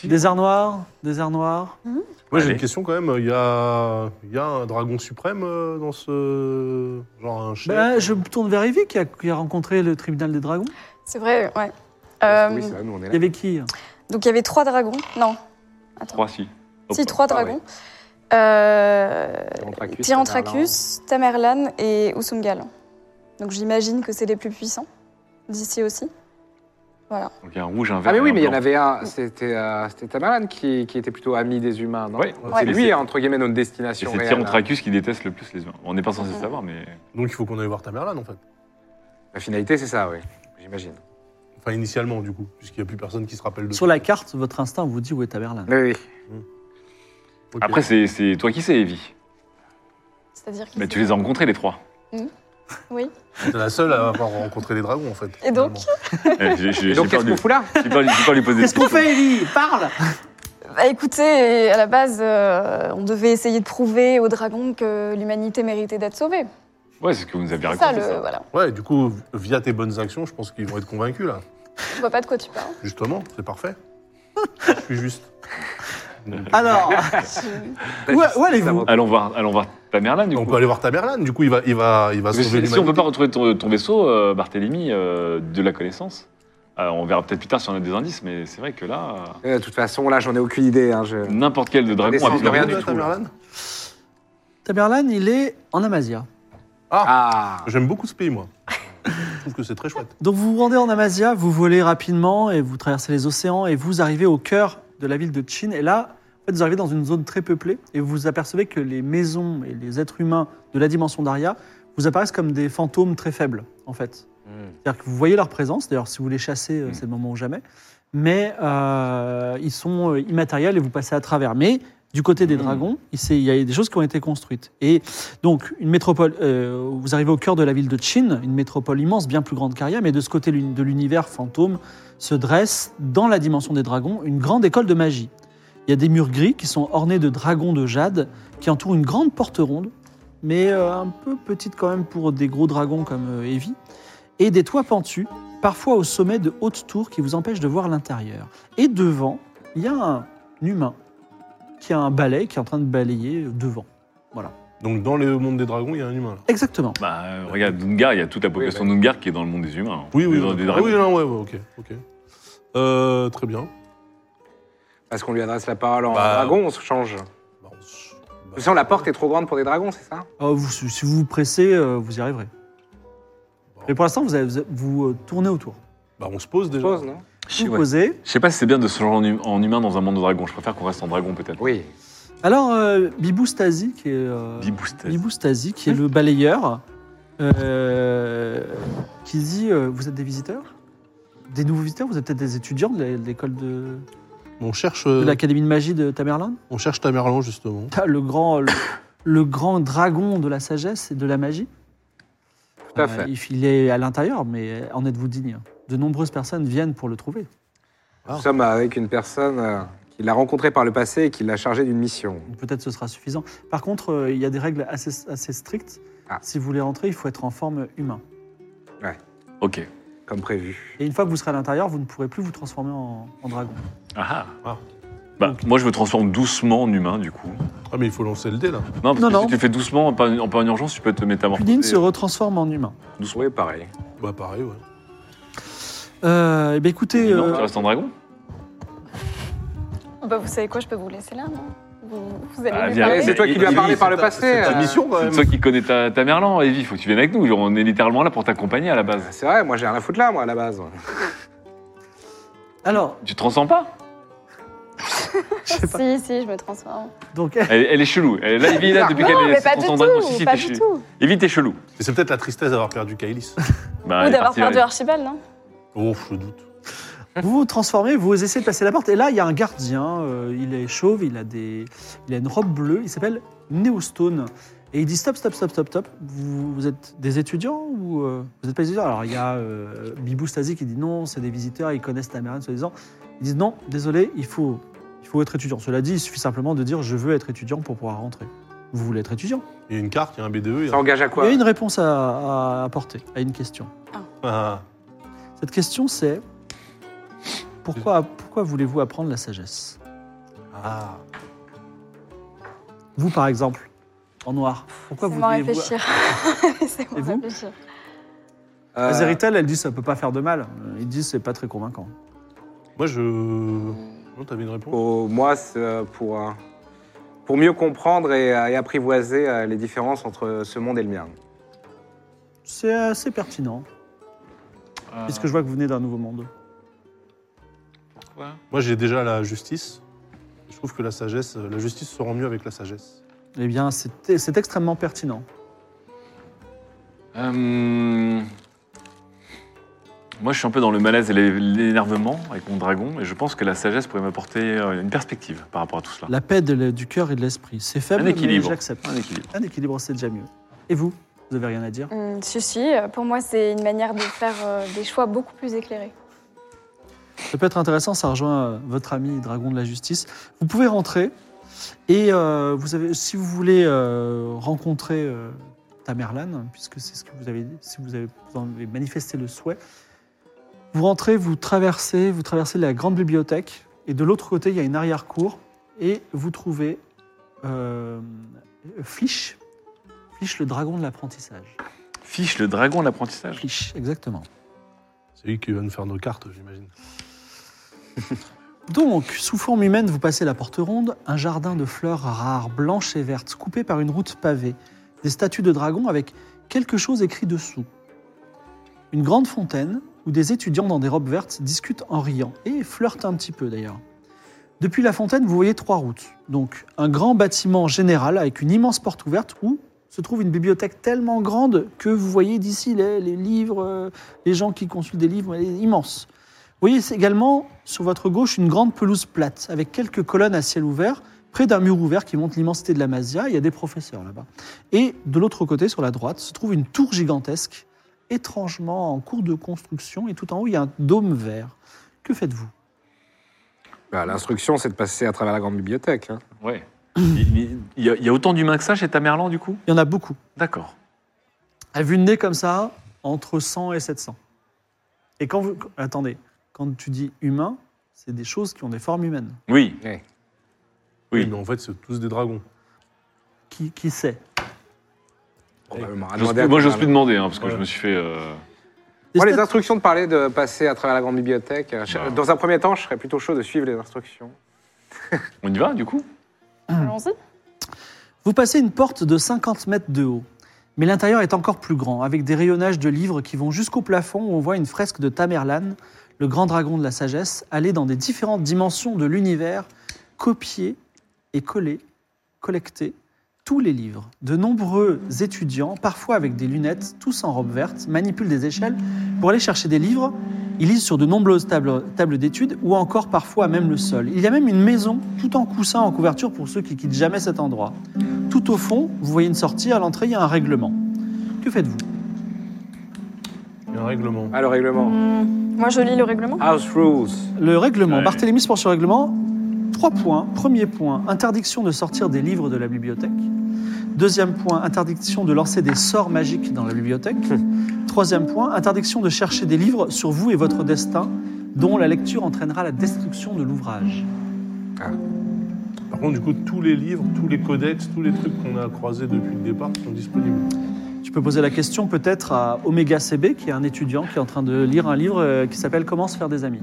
[SPEAKER 1] Désert noir, désert noir.
[SPEAKER 4] Moi j'ai
[SPEAKER 2] Allez.
[SPEAKER 4] une question quand même. Il y a, il y a un dragon suprême euh, dans ce. Genre un
[SPEAKER 2] Bah,
[SPEAKER 4] chef
[SPEAKER 2] euh,
[SPEAKER 1] Ben, je me tourne vers Evie qui a, qui a rencontré le tribunal des dragons.
[SPEAKER 3] C'est vrai, ouais. Euh,
[SPEAKER 5] Oui, c'est vrai, nous on est
[SPEAKER 1] Il
[SPEAKER 5] là.
[SPEAKER 1] y avait qui hein
[SPEAKER 3] donc il y avait trois dragons. Non,
[SPEAKER 2] Trois, si.
[SPEAKER 3] si, trois
[SPEAKER 5] Ah,
[SPEAKER 3] dragons. Euh,
[SPEAKER 5] Tyrantracus,
[SPEAKER 3] Tyrantracus, Tamerlan et Usungal. Donc j'imagine que c'est les plus puissants d'ici aussi. Voilà.
[SPEAKER 2] Donc il y a un rouge, un vert.
[SPEAKER 5] Ah mais
[SPEAKER 2] et
[SPEAKER 5] oui,
[SPEAKER 2] un
[SPEAKER 5] mais il y en
[SPEAKER 2] blanc.
[SPEAKER 5] avait un, c'était euh, c'était Tamerlan qui, qui était plutôt ami des humains, non
[SPEAKER 2] Ouais.
[SPEAKER 5] C'est
[SPEAKER 2] Ouais.
[SPEAKER 5] lui,
[SPEAKER 2] Et
[SPEAKER 5] entre guillemets, notre
[SPEAKER 2] Et
[SPEAKER 5] destination
[SPEAKER 2] c'est
[SPEAKER 5] réelle. hein.
[SPEAKER 2] Tyrantracus qui déteste le plus les humains. On n'est pas censé le savoir, mais.
[SPEAKER 4] Donc il faut qu'on aille voir Tamerlan en fait.
[SPEAKER 5] La finalité, c'est ça, oui, j'imagine.
[SPEAKER 4] Enfin initialement du coup, puisqu'il n'y a plus personne qui se rappelle de
[SPEAKER 1] Sur la carte, votre instinct vous dit où est Tamerlan.
[SPEAKER 5] Oui, oui.
[SPEAKER 4] Ok.
[SPEAKER 2] Après, c'est c'est toi qui sais, Evie.
[SPEAKER 3] C'est-à-dire qu'ils
[SPEAKER 2] Mais tu les as rencontrés, les trois.
[SPEAKER 3] Oui.
[SPEAKER 4] T'es la seule à avoir rencontré les dragons en fait.
[SPEAKER 3] Et donc
[SPEAKER 2] Eh, j'ai- j'ai-
[SPEAKER 5] Et donc,
[SPEAKER 2] j'ai pas
[SPEAKER 5] qu'est-ce qu'on
[SPEAKER 2] lu-
[SPEAKER 5] fout là
[SPEAKER 2] j'ai pas- j'ai pas lui poser
[SPEAKER 1] Qu'est-ce qu'on fait, Evie Parle
[SPEAKER 3] Bah écoutez, à la base, euh, on devait essayer de prouver aux dragons que l'humanité méritait d'être sauvée.
[SPEAKER 2] Ouais, c'est ce que vous nous aviez
[SPEAKER 3] C'est ça,
[SPEAKER 2] raconté.
[SPEAKER 3] le,
[SPEAKER 2] ça.
[SPEAKER 3] voilà.
[SPEAKER 4] Ouais, du coup, via tes bonnes actions, je pense qu'ils vont être convaincus là.
[SPEAKER 3] Je vois pas de quoi tu parles.
[SPEAKER 4] Justement, c'est parfait. je suis juste.
[SPEAKER 1] Alors,
[SPEAKER 2] Ah,
[SPEAKER 1] où, où allez-vous
[SPEAKER 2] Allons voir, allons voir Tamerlan, du
[SPEAKER 4] On
[SPEAKER 2] coup.
[SPEAKER 4] peut aller voir Tamerlan, du coup il va, il va, il va
[SPEAKER 2] Mais
[SPEAKER 4] sauver
[SPEAKER 2] si, si on
[SPEAKER 4] l'humanité.
[SPEAKER 2] peut pas retrouver ton, ton vaisseau, euh, Barthélemy, euh, de la connaissance, euh, on verra peut-être plus tard si on a des indices, mais c'est vrai que là,
[SPEAKER 5] Euh, De toute façon, là, j'en ai aucune idée. hein, je-
[SPEAKER 2] euh, n'importe quel de dragon
[SPEAKER 5] connaissance
[SPEAKER 2] a
[SPEAKER 5] de rien
[SPEAKER 4] Tamerlan,
[SPEAKER 5] du tout, là.
[SPEAKER 4] Tamerlan
[SPEAKER 1] Tamerlan, il est en Amazia.
[SPEAKER 5] Ah
[SPEAKER 4] J'aime beaucoup ce pays moi. je trouve que c'est très chouette.
[SPEAKER 1] Donc vous vous rendez en Amazia, vous volez rapidement et vous traversez les océans et vous arrivez au cœur de la ville de Chin. Et là, en fait, vous arrivez dans une zone très peuplée et vous vous apercevez que les maisons et les êtres humains de la dimension d'Aria vous apparaissent comme des fantômes très faibles, en fait.
[SPEAKER 2] Hmm.
[SPEAKER 1] C'est-à-dire que vous voyez leur présence, d'ailleurs si vous les chassez, euh, c'est le moment ou jamais, mais euh, ils sont euh, immatériels et vous passez à travers. Mais du côté des dragons, il s'est- il y a des choses qui ont été construites. Et donc, une métropole, euh, vous arrivez au cœur de la ville de Chin, une métropole immense, bien plus grande qu'Aria, mais de ce côté l'uni- de l'univers fantôme se dresse, dans la dimension des dragons, une grande école de magie. Il y a des murs gris qui sont ornés de dragons de jade qui entourent une grande porte ronde, mais euh, un peu petite quand même pour des gros dragons comme euh, Evie et des toits pentus, parfois au sommet de hautes tours qui vous empêchent de voir l'intérieur. Et devant, il y a un humain qui a un balai qui est en train de balayer devant.
[SPEAKER 4] Donc dans le monde des dragons, il y a un humain là.
[SPEAKER 1] Exactement.
[SPEAKER 2] Bah, euh, regarde, Dungar, il y a toute la population
[SPEAKER 5] Oui,
[SPEAKER 2] Dungar qui est dans le monde des humains. hein.
[SPEAKER 4] Oui, oui,
[SPEAKER 2] Des-
[SPEAKER 4] oui.
[SPEAKER 2] des
[SPEAKER 4] Ah
[SPEAKER 2] dragons.
[SPEAKER 4] oui, non, ouais, ouais, ok. ok. Euh, très bien.
[SPEAKER 5] Parce qu'on lui adresse la parole en
[SPEAKER 4] Bah,
[SPEAKER 5] dragon, on se change.
[SPEAKER 4] Bah, on se-
[SPEAKER 5] De toute façon, la porte est trop grande pour des dragons, c'est ça
[SPEAKER 1] Euh, vous- si vous vous pressez, euh, vous y arriverez. Mais pour l'instant, vous, avez- vous, euh, tournez autour.
[SPEAKER 4] bah, on se pose
[SPEAKER 5] Je
[SPEAKER 4] déjà.
[SPEAKER 5] suppose, non
[SPEAKER 1] vous posez.
[SPEAKER 2] Je sais pas si c'est bien de se changer en, en humain dans un monde de dragon. Je préfère qu'on reste en dragon peut-être.
[SPEAKER 5] Oui.
[SPEAKER 1] Alors, euh, Bibou Stasi, qui est, euh, Bibou Stasi, qui est le balayeur, euh, qui dit euh, Vous êtes des visiteurs Des nouveaux visiteurs Vous êtes peut-être des étudiants de l'é- de l'école de,
[SPEAKER 4] On cherche.
[SPEAKER 1] de
[SPEAKER 4] euh,
[SPEAKER 1] l'Académie de magie de Tamerlan
[SPEAKER 4] On cherche Tamerlan, justement.
[SPEAKER 1] Ah, le grand, le, le grand dragon de la sagesse et de la magie.
[SPEAKER 5] Tout à
[SPEAKER 1] Euh,
[SPEAKER 5] fait.
[SPEAKER 1] il- il est à l'intérieur, mais en êtes-vous digne De nombreuses personnes viennent pour le trouver.
[SPEAKER 2] Ah.
[SPEAKER 5] Nous sommes avec une personne euh, qui l'a rencontrée par le passé et qui l'a chargée d'une mission.
[SPEAKER 1] Peut-être ce sera suffisant. Par contre, euh, il y a des règles assez, assez strictes.
[SPEAKER 5] Ah.
[SPEAKER 1] Si vous voulez rentrer, il faut être en forme humain.
[SPEAKER 5] Ouais.
[SPEAKER 2] Ok.
[SPEAKER 5] Comme prévu.
[SPEAKER 1] Et une fois que vous serez à l'intérieur, vous ne pourrez plus vous transformer en, en dragon.
[SPEAKER 2] Ah ah. Bah, moi je me transforme doucement en humain du coup.
[SPEAKER 4] Ah, mais il faut lancer le dé là.
[SPEAKER 2] Non, parce
[SPEAKER 1] Non,
[SPEAKER 2] que
[SPEAKER 1] non.
[SPEAKER 2] si tu le fais doucement, en pas en, pas en urgence, tu peux te métamorphoser.
[SPEAKER 1] Pudine se retransforme en humain.
[SPEAKER 2] Doucement. Oui, pareil.
[SPEAKER 4] Bah, pareil, ouais.
[SPEAKER 1] Euh, eh bien, écoutez,
[SPEAKER 2] Non,
[SPEAKER 1] euh,
[SPEAKER 2] tu restes en dragon
[SPEAKER 3] Bah, vous savez quoi, je peux vous laisser là, non vous, vous allez
[SPEAKER 2] Ah,
[SPEAKER 3] lui
[SPEAKER 2] viens.
[SPEAKER 3] parler.
[SPEAKER 2] C'est toi qui lui as
[SPEAKER 5] Il parlé par le passé. euh,
[SPEAKER 2] C'est toi qui connais ta, ta Merlan, Evie, il faut que tu viennes avec nous. Genre, on est littéralement là pour t'accompagner à la base.
[SPEAKER 5] Bah, C'est vrai, moi j'ai rien à foutre là, moi, à la base.
[SPEAKER 1] Alors.
[SPEAKER 2] Tu te transformes pas
[SPEAKER 3] Si, si, je me transforme.
[SPEAKER 1] Donc,
[SPEAKER 2] elle, elle est chelou. Elle, là, Evie, là, depuis
[SPEAKER 3] Non,
[SPEAKER 2] qu'elle
[SPEAKER 3] mais
[SPEAKER 2] est
[SPEAKER 3] pas
[SPEAKER 2] on
[SPEAKER 3] du
[SPEAKER 2] s'en drague.
[SPEAKER 3] tout,
[SPEAKER 2] Si, si,
[SPEAKER 3] pas
[SPEAKER 2] t'es
[SPEAKER 3] du
[SPEAKER 2] chelou.
[SPEAKER 3] tout.
[SPEAKER 2] Evie, t'es chelou.
[SPEAKER 4] Et c'est peut-être la tristesse d'avoir perdu Kaelis.
[SPEAKER 2] Bah,
[SPEAKER 3] Ou d'avoir perdu Archibald, non
[SPEAKER 4] Ouf, je doute.
[SPEAKER 1] vous vous transformez, vous essayez de passer la porte. Et là, il y a un gardien. euh, il est chauve, il a, des, il a une robe bleue. Il s'appelle Neostone. Et il dit stop, stop, stop, stop, stop. Vous, vous êtes des étudiants ou euh, vous n'êtes pas des étudiants Alors, il y a euh, Bibou Stasi qui dit non, c'est des visiteurs, ils connaissent Tamerlan, soi-disant. Ils disent non, désolé, il faut, il faut être étudiant. Cela dit, il suffit simplement de dire je veux être étudiant pour pouvoir rentrer. Vous voulez être étudiant
[SPEAKER 4] Il y a une carte, il y a un BDE. il y a-
[SPEAKER 5] Ça engage à
[SPEAKER 1] Il y
[SPEAKER 5] quoi
[SPEAKER 1] a une réponse à, à apporter à une question.
[SPEAKER 4] Ah,
[SPEAKER 1] Cette question, c'est pourquoi, pourquoi voulez-vous apprendre la sagesse
[SPEAKER 4] ah.
[SPEAKER 1] Vous, par exemple, en noir, pourquoi
[SPEAKER 3] Laissez-moi
[SPEAKER 1] voulez-vous...
[SPEAKER 3] réfléchir. Laissez-moi réfléchir.
[SPEAKER 5] Euh,
[SPEAKER 1] Azerital, elle dit ça peut pas faire de mal. Euh, Ils disent c'est pas très convaincant.
[SPEAKER 4] Moi, je. Non, t'avais une réponse
[SPEAKER 5] Pour moi, c'est euh, pour, euh, pour mieux comprendre et, euh, et apprivoiser euh, les différences entre ce monde et le mien.
[SPEAKER 1] C'est assez pertinent,
[SPEAKER 2] Euh.
[SPEAKER 1] puisque je vois que vous venez d'un nouveau monde.
[SPEAKER 4] Moi, j'ai déjà la justice. Je trouve que la sagesse, euh, la justice se rend mieux avec la sagesse.
[SPEAKER 1] Eh bien, c'est c'est extrêmement pertinent.
[SPEAKER 2] Euh, Moi, je suis un peu dans le malaise et l'é- l'énervement avec mon dragon, et je pense que la sagesse pourrait m'apporter euh, une perspective par rapport à tout cela.
[SPEAKER 1] La paix de le- du cœur et de l'esprit, c'est faible,
[SPEAKER 2] Un
[SPEAKER 1] mais
[SPEAKER 2] équilibre.
[SPEAKER 1] j'accepte.
[SPEAKER 2] Un équilibre.
[SPEAKER 1] Un équilibre, c'est déjà mieux. Et vous Vous avez rien à dire
[SPEAKER 3] Hum, si, si, euh, pour moi, c'est une manière de faire euh, des choix beaucoup plus éclairés.
[SPEAKER 1] Ça peut être intéressant, ça rejoint euh, votre ami Dragon de la Justice. Vous pouvez rentrer et euh, vous avez, si vous voulez euh, rencontrer euh, Tamerlan, puisque c'est ce que vous avez dit, si vous avez, vous en avez manifesté le souhait, vous rentrez, vous traversez, vous traversez la grande bibliothèque et de l'autre côté, il y a une arrière-cour et vous trouvez euh, Flish, Flish le dragon de l'apprentissage.
[SPEAKER 2] Fiche le dragon de l'apprentissage.
[SPEAKER 1] Flish, exactement.
[SPEAKER 4] C'est lui qui va nous faire nos cartes, j'imagine.
[SPEAKER 1] Donc, sous forme humaine, vous passez la porte ronde, un jardin de fleurs rares, blanches et vertes, coupé par une route pavée, des statues de dragons avec quelque chose écrit dessous. Une grande fontaine où des étudiants dans des robes vertes discutent en riant et flirtent un petit peu d'ailleurs. Depuis la fontaine, vous voyez trois routes. Donc, un grand bâtiment général avec une immense porte ouverte où se trouve une bibliothèque tellement grande que vous voyez d'ici les, les livres, euh, les gens qui consultent des livres, elle est immense. Vous voyez c'est également sur votre gauche une grande pelouse plate avec quelques colonnes à ciel ouvert, près d'un mur ouvert qui montre l'immensité de la Masia. Il y a des professeurs là-bas. Et de l'autre côté, sur la droite, se trouve une tour gigantesque, étrangement en cours de construction, et tout en haut, il y a un dôme vert. Que faites-vous
[SPEAKER 5] Bah, L'instruction, c'est de passer à travers la grande bibliothèque. hein.
[SPEAKER 2] Ouais. Il il- il y, a- il y a autant d'humains que ça chez Tamerlan, du coup
[SPEAKER 1] Il y en a beaucoup.
[SPEAKER 2] D'accord.
[SPEAKER 1] À vue de nez comme ça, entre 100 et 700. Et quand vous... Attendez, quand tu dis humain, c'est des choses qui ont des formes humaines.
[SPEAKER 2] Oui.
[SPEAKER 4] Oui, mais en fait, c'est tous des dragons.
[SPEAKER 1] Qui, qui sait
[SPEAKER 5] Probablement. À
[SPEAKER 2] J'ose
[SPEAKER 5] demander
[SPEAKER 2] plus-
[SPEAKER 5] à
[SPEAKER 2] moi,
[SPEAKER 5] quelqu'un
[SPEAKER 2] j'ose plus
[SPEAKER 5] d'autre.
[SPEAKER 2] demander, hein, parce que
[SPEAKER 5] Ouais.
[SPEAKER 2] je me suis fait. euh,
[SPEAKER 5] Moi, les instructions de parler de passer à travers la grande bibliothèque. euh, je- Dans un premier temps, je serais plutôt chaud de suivre les instructions.
[SPEAKER 2] On y va, du coup Hum.
[SPEAKER 3] Allons-y.
[SPEAKER 1] Vous passez une porte de 50 mètres de haut, mais l'intérieur est encore plus grand, avec des rayonnages de livres qui vont jusqu'au plafond où on voit une fresque de Tamerlan, le grand dragon de la sagesse, aller dans des différentes dimensions de l'univers, copier et coller, collecter tous les livres. De nombreux étudiants, parfois avec des lunettes, tous en robe verte, manipulent des échelles pour aller chercher des livres. Ils lisent sur de nombreuses tables, tables d'études ou encore parfois même le sol. Il y a même une maison tout en coussin en couverture pour ceux qui quittent jamais cet endroit. Tout au fond, vous voyez une sortie, à l'entrée, il y a un règlement. Que faites-vous
[SPEAKER 4] Il y a un règlement.
[SPEAKER 5] Ah, le règlement.
[SPEAKER 3] Hum, Moi, je lis le règlement.
[SPEAKER 5] House rules.
[SPEAKER 1] Le règlement. Barthélemy se penche sur le règlement. Trois points. Premier point, interdiction de sortir des livres de la bibliothèque. Deuxième point, interdiction de lancer des sorts magiques dans la bibliothèque. Troisième point, interdiction de chercher des livres sur vous et votre destin, dont la lecture entraînera la destruction de l'ouvrage.
[SPEAKER 4] Par contre, du coup, tous les livres, tous les codex, tous les trucs qu'on a croisés depuis le départ sont disponibles.
[SPEAKER 1] Tu peux poser la question peut-être à Omega CB, qui est un étudiant qui est en train de lire un livre euh, qui s'appelle Comment se faire des amis.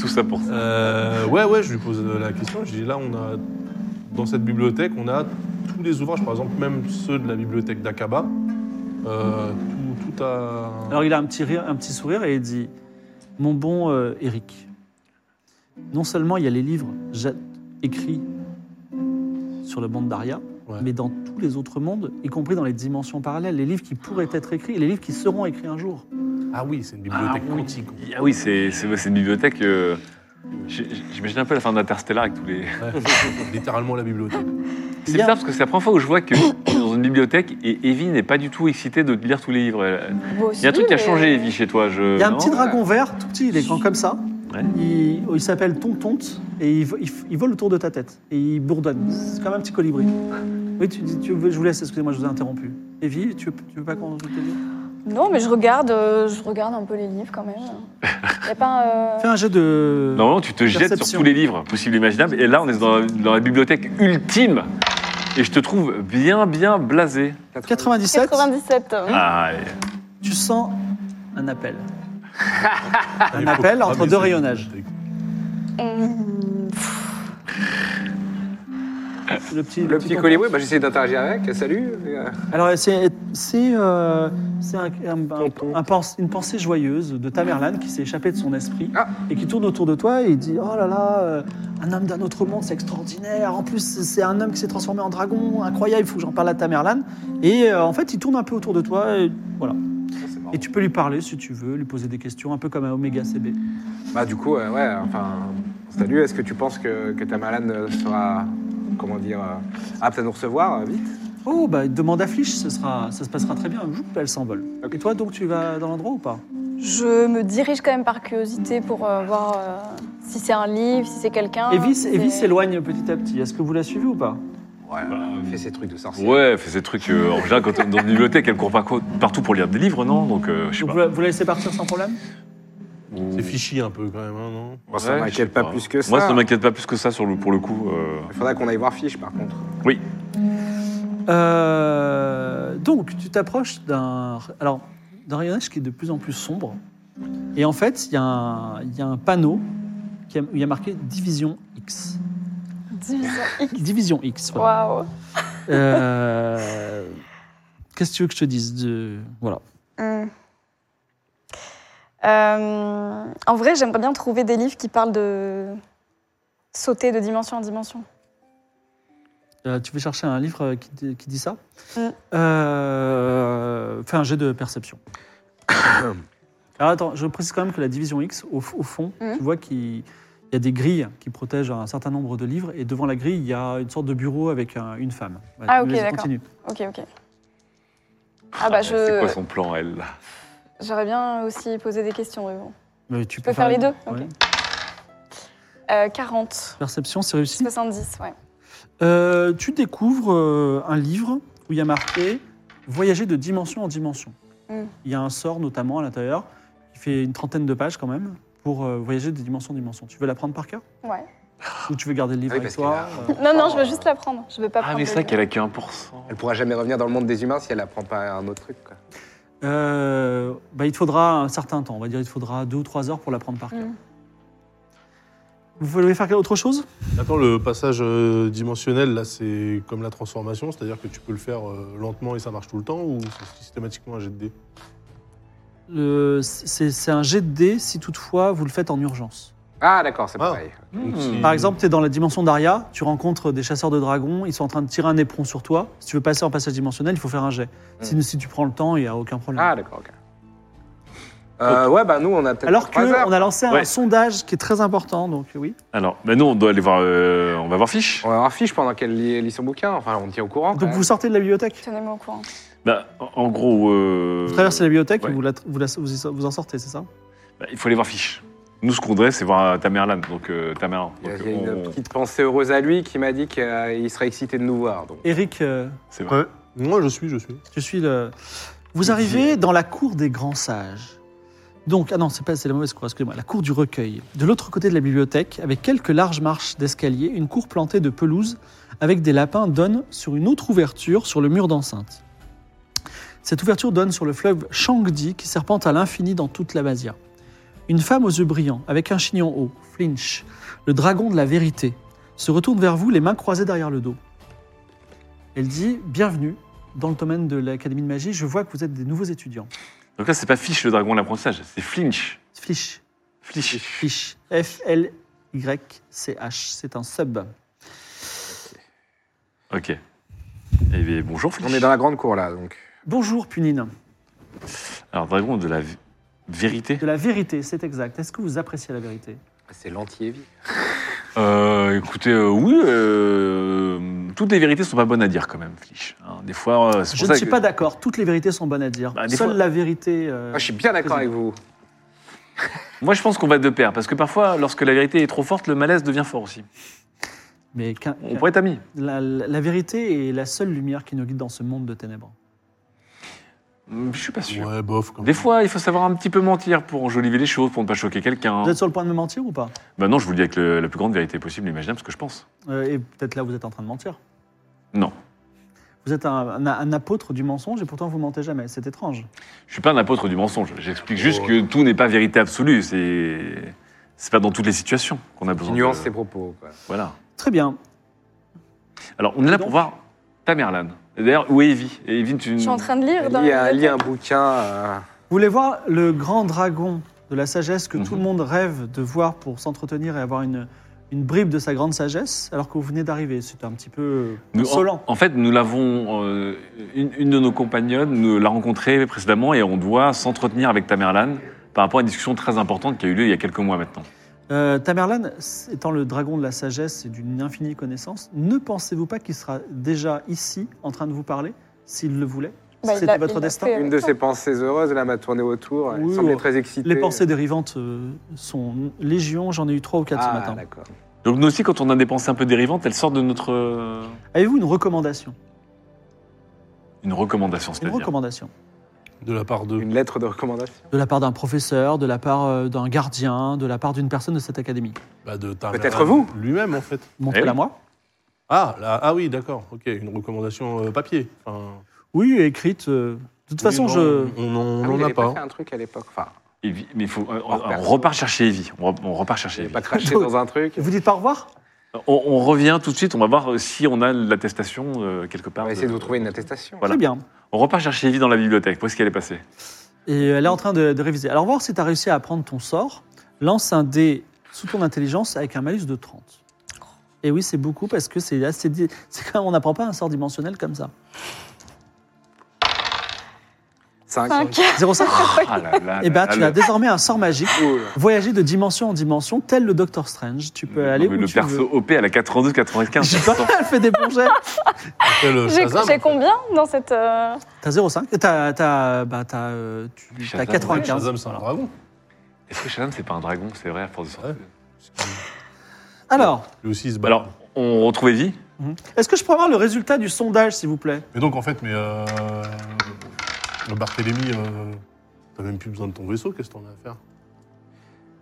[SPEAKER 2] Tout ça pour ça.
[SPEAKER 4] Euh, ouais, ouais, je lui pose la question. Je dis là, on a dans cette bibliothèque, on a tous les ouvrages, par exemple, même ceux de la bibliothèque d'Akaba. Euh, tout, tout a.
[SPEAKER 1] Alors il a un petit, rire, un petit sourire et il dit Mon bon euh, Eric, non seulement il y a les livres ja- écrits sur le monde d'Aria, mais dans tous les autres mondes, y compris dans les dimensions parallèles, les livres qui pourraient être écrits et les livres qui seront écrits un jour.
[SPEAKER 4] Ah oui, c'est une bibliothèque quantique.
[SPEAKER 2] Ah oui, c'est c'est- c'est une bibliothèque. euh, j'ai- j'ai- J'imagine un peu la fin d'Interstellar avec tous les.
[SPEAKER 4] Littéralement la bibliothèque.
[SPEAKER 2] C'est bizarre parce que c'est la première fois où je vois que dans une bibliothèque et Evie n'est pas du tout excitée de lire tous les livres. Elle-
[SPEAKER 3] Moi
[SPEAKER 2] Ah. Il y a un
[SPEAKER 3] aussi,
[SPEAKER 2] truc qui a
[SPEAKER 3] mais-
[SPEAKER 2] changé, Evie, chez toi. Je...
[SPEAKER 1] Il y a un
[SPEAKER 2] non
[SPEAKER 1] petit dragon vert, tout petit, il est grand comme ça.
[SPEAKER 2] Ouais.
[SPEAKER 1] Il, il s'appelle Tontonte et il, vo- il f- il vole autour de ta tête et il bourdonne. C'est comme un petit colibri. Oui, tu, tu- je vous laisse, excusez-moi, je vous ai interrompu. Evie, tu, veux- tu veux pas qu'on je t'aide
[SPEAKER 3] Non, mais je regarde, euh, je regarde un peu les livres quand même. Il a pas. euh,
[SPEAKER 1] Fais un jet de.
[SPEAKER 2] Normalement, tu te jettes sur
[SPEAKER 1] Perception.
[SPEAKER 2] tous les livres possibles et imaginables. Et là, on est dans la, dans la bibliothèque ultime. Et je te trouve bien, bien blasé.
[SPEAKER 1] 97,
[SPEAKER 3] 97.
[SPEAKER 1] Hein
[SPEAKER 3] euh,
[SPEAKER 2] Ah,
[SPEAKER 1] tu sens un appel.
[SPEAKER 4] Ah,
[SPEAKER 1] un appel entre deux rayonnages.
[SPEAKER 3] hum, pff,
[SPEAKER 1] Le petit,
[SPEAKER 5] Le petit colibri, bah, j'essaie d'interagir avec. Salut. euh,
[SPEAKER 1] Alors, c'est c'est, euh, c'est un- un- un- un pense- une pensée joyeuse de Tamerlan qui s'est échappée de son esprit
[SPEAKER 5] Ah.
[SPEAKER 1] et qui tourne autour de toi et il dit Oh là là, euh, un homme d'un autre monde, c'est extraordinaire. En plus, c'est c'est un homme qui s'est transformé en dragon, incroyable, il faut que j'en parle à Tamerlan. Et euh, en fait, il tourne un peu autour de toi et voilà. Et tu peux lui parler si tu veux, lui poser des questions, un peu comme à Omega CB.
[SPEAKER 5] Bah du coup, euh, ouais, enfin, salut, est-ce que tu penses que, que ta malade euh, sera, comment dire, euh, apte à nous recevoir euh, vite
[SPEAKER 1] Oh, bah, demande à Fliche, ce sera, ça se passera très bien. Joup, Elle s'envole. Et toi, donc, tu vas dans l'endroit ou pas
[SPEAKER 3] je me dirige quand même par curiosité pour euh, voir euh, si c'est un livre, si c'est quelqu'un.
[SPEAKER 1] Evie
[SPEAKER 3] si
[SPEAKER 1] Evie
[SPEAKER 3] Ah, c'est-
[SPEAKER 1] s'éloigne petit à petit. Est-ce que vous la suivez ou pas
[SPEAKER 5] Ouais, fais ces trucs de sorcier.
[SPEAKER 2] ouais, fait ces trucs. euh, en général, quand on est dans une bibliothèque, elle court pas co- partout pour lire des livres, non Donc, euh, je sais
[SPEAKER 1] Donc,
[SPEAKER 2] pas.
[SPEAKER 1] vous, la- vous la laissez partir sans problème
[SPEAKER 4] C'est fichi un peu quand même, hein, non
[SPEAKER 5] Moi, ça
[SPEAKER 2] Ouais, je sais
[SPEAKER 5] m'inquiète pas, plus que ça. hein.
[SPEAKER 2] Moi, ça m'inquiète pas plus que ça sur le, pour le coup. euh.
[SPEAKER 5] Il faudra qu'on aille voir Fiche, par contre.
[SPEAKER 2] Oui.
[SPEAKER 1] Euh, donc, tu t'approches d'un alors d'un rayonnage qui est de plus en plus sombre. Et en fait, il y, a un- il y a un panneau qui a- où il y a marqué Division X.
[SPEAKER 3] Division X.
[SPEAKER 1] Division X. voilà.
[SPEAKER 3] Waouh.
[SPEAKER 1] Euh, Qu'est-ce que tu veux que je te dise de... Voilà.
[SPEAKER 3] Hum. Euh, en vrai, j'aimerais bien trouver des livres qui parlent de sauter de dimension en dimension.
[SPEAKER 1] Euh, tu veux chercher un livre euh, qui, dit- qui dit ça
[SPEAKER 3] Mm.
[SPEAKER 1] Euh, Fais un jet de perception. Alors attends, je précise quand même que la division X, au, f- au fond,
[SPEAKER 3] Mm.
[SPEAKER 1] tu vois qu'il il y a des grilles qui protègent un certain nombre de livres et devant la grille, il y a une sorte de bureau avec un- une femme. Ouais,
[SPEAKER 3] Ah, ok,
[SPEAKER 1] vas-y,
[SPEAKER 3] d'accord.
[SPEAKER 1] continue.
[SPEAKER 3] Ok, ok. Ah bah
[SPEAKER 2] C'est quoi
[SPEAKER 3] je
[SPEAKER 2] son plan, elle là
[SPEAKER 3] j'aurais bien aussi posé des questions. mais bon.
[SPEAKER 1] Mais tu
[SPEAKER 3] Je peux faire les deux. Ok.
[SPEAKER 1] Ouais.
[SPEAKER 3] Euh, 40,
[SPEAKER 1] Perception, c'est réussi.
[SPEAKER 3] 70, ouais.
[SPEAKER 1] Euh, tu découvres euh, un livre où il y a marqué Voyager de dimension en dimension.
[SPEAKER 3] Mm.
[SPEAKER 1] Il y a un sort notamment à l'intérieur qui fait une trentaine de pages quand même pour euh, voyager de dimension en dimension. Tu veux l'apprendre par cœur
[SPEAKER 3] Ouais.
[SPEAKER 1] Ou tu veux garder le livre
[SPEAKER 5] Ah oui,
[SPEAKER 1] avec
[SPEAKER 5] parce
[SPEAKER 1] toi euh,
[SPEAKER 3] Non, non, je veux juste la prendre. Je veux pas
[SPEAKER 2] Ah,
[SPEAKER 3] prendre.
[SPEAKER 2] mais
[SPEAKER 3] de
[SPEAKER 2] c'est vrai
[SPEAKER 3] livre.
[SPEAKER 2] qu'elle a que 1%.
[SPEAKER 5] Elle pourra jamais revenir dans le monde des humains si elle apprend pas un autre truc. Quoi.
[SPEAKER 1] euh, bah, Il te faudra un certain temps. On va dire il te faudra deux ou trois heures pour l'apprendre par cœur.
[SPEAKER 3] Mm.
[SPEAKER 1] Vous voulez faire autre chose
[SPEAKER 4] Attends, le passage euh, dimensionnel, là, c'est comme la transformation, c'est-à-dire que tu peux le faire euh, lentement et ça marche tout le temps, ou c'est systématiquement un jet de dés
[SPEAKER 1] le- c'est c'est un jet de dés si toutefois vous le faites en urgence.
[SPEAKER 5] Ah, d'accord, c'est pareil.
[SPEAKER 4] Hmm.
[SPEAKER 2] Mhm.
[SPEAKER 1] Par exemple, tu es dans la dimension d'Aria, tu rencontres des chasseurs de dragons, ils sont en train de tirer un éperon sur toi. Si tu veux passer en passage dimensionnel, il faut faire un jet.
[SPEAKER 2] Mhm.
[SPEAKER 1] Sinon, si tu prends le temps, il n'y a aucun problème.
[SPEAKER 5] Ah, d'accord, ok. Euh, ouais, bah nous, on a peut-être.
[SPEAKER 1] Alors
[SPEAKER 5] trois heures.
[SPEAKER 1] qu'on a lancé un
[SPEAKER 2] Ouais.
[SPEAKER 1] sondage qui est très important, donc oui.
[SPEAKER 2] Alors, ben nous, on doit aller voir. euh, on va voir Fiche.
[SPEAKER 5] On va voir Fiche pendant qu'elle lit, lit son bouquin. Enfin, on tient au courant.
[SPEAKER 1] Donc vous sortez de la bibliothèque
[SPEAKER 3] Tenez-moi au courant.
[SPEAKER 2] Bah, en- en gros. euh,
[SPEAKER 1] Vous traversez la bibliothèque
[SPEAKER 2] ouais.
[SPEAKER 1] et vous, la- vous la- vous y- vous en sortez, c'est ça
[SPEAKER 2] bah, il faut aller voir Fiche. Nous, ce qu'on voudrait, c'est voir Tamerlan. Donc, euh, Tamerlan.
[SPEAKER 5] Il y a-
[SPEAKER 2] Donc,
[SPEAKER 5] il y a
[SPEAKER 2] on-
[SPEAKER 5] une petite pensée heureuse à lui qui m'a dit qu'il serait excité de nous voir. donc.
[SPEAKER 1] Eric, euh,
[SPEAKER 2] C'est vrai.
[SPEAKER 4] Moi, je suis, je suis.
[SPEAKER 1] je suis le. Vous arrivez dans la cour des grands sages. Donc, ah non, c'est pas, c'est la mauvaise cour, excusez-moi, la cour du recueil. De l'autre côté de la bibliothèque, avec quelques larges marches d'escalier, une cour plantée de pelouse avec des lapins donne sur une autre ouverture sur le mur d'enceinte. Cette ouverture donne sur le fleuve Shangdi qui serpente à l'infini dans toute la Basia. Une femme aux yeux brillants, avec un chignon haut, Flinch, le dragon de la vérité, se retourne vers vous, les mains croisées derrière le dos. Elle dit Bienvenue dans le domaine de l'Académie de magie, je vois que vous êtes des nouveaux étudiants.
[SPEAKER 2] Donc là, c'est pas Fiche le dragon de l'apprentissage, c'est Flinch.
[SPEAKER 1] Flish.
[SPEAKER 2] Flish.
[SPEAKER 1] Flish. F-L-Y-C-H. C'est un sub.
[SPEAKER 2] Ok. Eh bien, bonjour Flish.
[SPEAKER 5] On est dans la grande cour là, donc.
[SPEAKER 1] Bonjour, Punine.
[SPEAKER 2] Alors, dragon de la v- vérité.
[SPEAKER 1] De la vérité, c'est exact. Est-ce que vous appréciez la vérité
[SPEAKER 5] C'est l'anti-Evie.
[SPEAKER 2] Euh, écoutez, euh, oui, euh, toutes les vérités sont pas bonnes à dire quand même, Flish. Hein, des fois, euh, c'est
[SPEAKER 1] Je
[SPEAKER 2] pour
[SPEAKER 1] ne
[SPEAKER 2] ça
[SPEAKER 1] suis
[SPEAKER 2] que-
[SPEAKER 1] pas d'accord. Toutes les vérités sont bonnes à dire.
[SPEAKER 2] Bah, des
[SPEAKER 1] Seule
[SPEAKER 2] fois-
[SPEAKER 1] la vérité. euh,
[SPEAKER 5] Moi, je suis bien d'accord avec vous.
[SPEAKER 2] Moi, je pense qu'on va de pair, parce que parfois, lorsque la vérité est trop forte, le malaise devient fort aussi.
[SPEAKER 1] Mais qu'un-
[SPEAKER 2] On pourrait être amis.
[SPEAKER 1] la, la- la vérité est la seule lumière qui nous guide dans ce monde de ténèbres.
[SPEAKER 2] Hum, Je suis pas sûr.
[SPEAKER 4] Ouais, bof. Comme...
[SPEAKER 2] Des fois, il faut savoir un petit peu mentir pour enjoliver les choses, pour ne pas choquer quelqu'un.
[SPEAKER 1] Vous êtes sur le point de me mentir ou pas
[SPEAKER 2] Bah non, je vous le dis avec le- la plus grande vérité possible, imaginable, ce que je pense.
[SPEAKER 1] Euh, Et peut-être là, vous êtes en train de mentir.
[SPEAKER 2] Non.
[SPEAKER 1] Vous êtes un, un- un apôtre du mensonge et pourtant vous mentez jamais. C'est étrange.
[SPEAKER 2] Je suis pas un apôtre du mensonge. J'explique juste que tout n'est pas vérité absolue. C'est c'est pas dans toutes les situations qu'on a
[SPEAKER 5] Qui
[SPEAKER 2] besoin.
[SPEAKER 5] nuance
[SPEAKER 2] de-
[SPEAKER 5] ses propos. Quoi.
[SPEAKER 2] Voilà.
[SPEAKER 1] Très bien.
[SPEAKER 2] Alors, on est là pour voir Tamerlan. Et D'ailleurs, où est Evie Et Evie, tu...
[SPEAKER 3] Je suis en train de lire.
[SPEAKER 5] Elle
[SPEAKER 3] Dans
[SPEAKER 5] lit, un-
[SPEAKER 3] la
[SPEAKER 5] elle lit un
[SPEAKER 3] bibliothèque.
[SPEAKER 5] bouquin. euh,
[SPEAKER 1] Vous voulez voir le grand dragon de la sagesse que tout le monde rêve de voir pour s'entretenir et avoir une, une bribe de sa grande sagesse alors que vous venez d'arriver C'est un petit peu
[SPEAKER 2] Nous,
[SPEAKER 1] insolent.
[SPEAKER 2] en, en fait, nous l'avons. euh, une, une de nos compagnonnes nous l'a rencontrée précédemment et on doit s'entretenir avec Tamerlan par rapport à une discussion très importante qui a eu lieu il y a quelques mois maintenant.
[SPEAKER 1] Euh, Tamerlan, étant le dragon de la sagesse et d'une infinie connaissance, ne pensez-vous pas qu'il sera déjà ici en train de vous parler s'il le voulait
[SPEAKER 3] Bah, il
[SPEAKER 1] C'était
[SPEAKER 3] a- il
[SPEAKER 1] votre
[SPEAKER 3] a
[SPEAKER 1] destin
[SPEAKER 3] fait-
[SPEAKER 5] Une de ses pensées heureuses, là, m'a tourné autour. Elle
[SPEAKER 1] Oui,
[SPEAKER 5] semblait
[SPEAKER 1] oh,
[SPEAKER 5] très excitée.
[SPEAKER 1] Les pensées dérivantes euh, sont légion, j'en ai eu trois ou quatre ce
[SPEAKER 5] Ah,
[SPEAKER 1] matin.
[SPEAKER 5] d'accord.
[SPEAKER 2] Donc, nous aussi, quand on a des pensées un peu dérivantes, elles sortent de notre. euh,
[SPEAKER 1] Avez-vous une recommandation
[SPEAKER 2] Une recommandation,
[SPEAKER 1] Une
[SPEAKER 2] c'est-à-dire.
[SPEAKER 1] recommandation
[SPEAKER 4] De la part de.
[SPEAKER 5] Une lettre de recommandation.
[SPEAKER 1] De la part d'un professeur, de la part euh, d'un gardien, de la part d'une personne de cette académie
[SPEAKER 4] Bah, de ta-
[SPEAKER 5] Peut-être vous
[SPEAKER 4] Lui-même, en fait.
[SPEAKER 1] Montrez-la
[SPEAKER 2] Eh oui.
[SPEAKER 1] moi.
[SPEAKER 4] Ah, là, ah oui, d'accord. Ok, une recommandation euh, papier. Enfin,
[SPEAKER 1] Oui, écrite. euh, De toute façon,
[SPEAKER 4] oui,
[SPEAKER 1] je.
[SPEAKER 4] non, On on
[SPEAKER 5] Ah,
[SPEAKER 4] n'en
[SPEAKER 5] oui, il
[SPEAKER 4] a
[SPEAKER 5] avait pas
[SPEAKER 4] pas. hein.
[SPEAKER 5] fait un truc à l'époque. Enfin,
[SPEAKER 2] Evie- mais faut, euh,
[SPEAKER 1] Oh,
[SPEAKER 5] Hors
[SPEAKER 2] on,
[SPEAKER 5] perso.
[SPEAKER 2] repart chercher Evie. On, re- on repart chercher
[SPEAKER 5] il
[SPEAKER 2] Evie.
[SPEAKER 5] pas craché
[SPEAKER 1] Donc-
[SPEAKER 5] dans un truc.
[SPEAKER 1] Vous dites pas au revoir
[SPEAKER 2] On, on revient tout de suite, on va voir euh, si on a l'attestation euh, quelque part.
[SPEAKER 5] On va essayer de vous trouver une attestation.
[SPEAKER 2] Voilà.
[SPEAKER 1] Très bien.
[SPEAKER 2] On repart chercher Evie dans la bibliothèque. Où est-ce qu'elle est passée
[SPEAKER 1] Et elle est en train de, de réviser. Alors, voir si tu as réussi à apprendre ton sort. Lance un dé sous ton intelligence avec un malus de 30. Et oui, c'est beaucoup parce que c'est assez. di- C'est quand même, on n'apprend pas un sort dimensionnel comme ça.
[SPEAKER 5] 5.
[SPEAKER 3] Cinq.
[SPEAKER 1] 0,5
[SPEAKER 2] Ah là là.
[SPEAKER 1] Eh bien,
[SPEAKER 2] là
[SPEAKER 1] tu
[SPEAKER 2] là,
[SPEAKER 1] as désormais un sort magique.
[SPEAKER 5] Cool.
[SPEAKER 1] Voyager de dimension en dimension, tel le Docteur Strange. Tu peux
[SPEAKER 2] le-
[SPEAKER 1] aller où
[SPEAKER 2] mais Le
[SPEAKER 1] tu
[SPEAKER 2] perso
[SPEAKER 1] veux.
[SPEAKER 2] OP, elle a 92-95.
[SPEAKER 1] Je sais pas, elle fait des bons jets.
[SPEAKER 4] Après, le
[SPEAKER 3] J'ai
[SPEAKER 4] Shazam,
[SPEAKER 3] j'ai combien dans cette. euh,
[SPEAKER 1] T'as 0,5. T'as t'as- bah, t'as, euh, tu- t'as
[SPEAKER 2] Shazam,
[SPEAKER 4] Ouais,
[SPEAKER 1] 95.
[SPEAKER 4] Shazam, c'est un dragon.
[SPEAKER 2] Est-ce que Shazam, c'est pas un dragon C'est vrai, à force de sortir.
[SPEAKER 1] Alors,
[SPEAKER 4] Lui aussi, il se bat.
[SPEAKER 2] Bah Alors, on retrouve Evie
[SPEAKER 1] Mhm. est-ce que je pourrais avoir le résultat du sondage, s'il vous plaît
[SPEAKER 4] Mais donc, en fait, mais. Euh, le Barthélémy, euh, t'as même plus besoin de ton vaisseau, qu'est-ce que t'en as à faire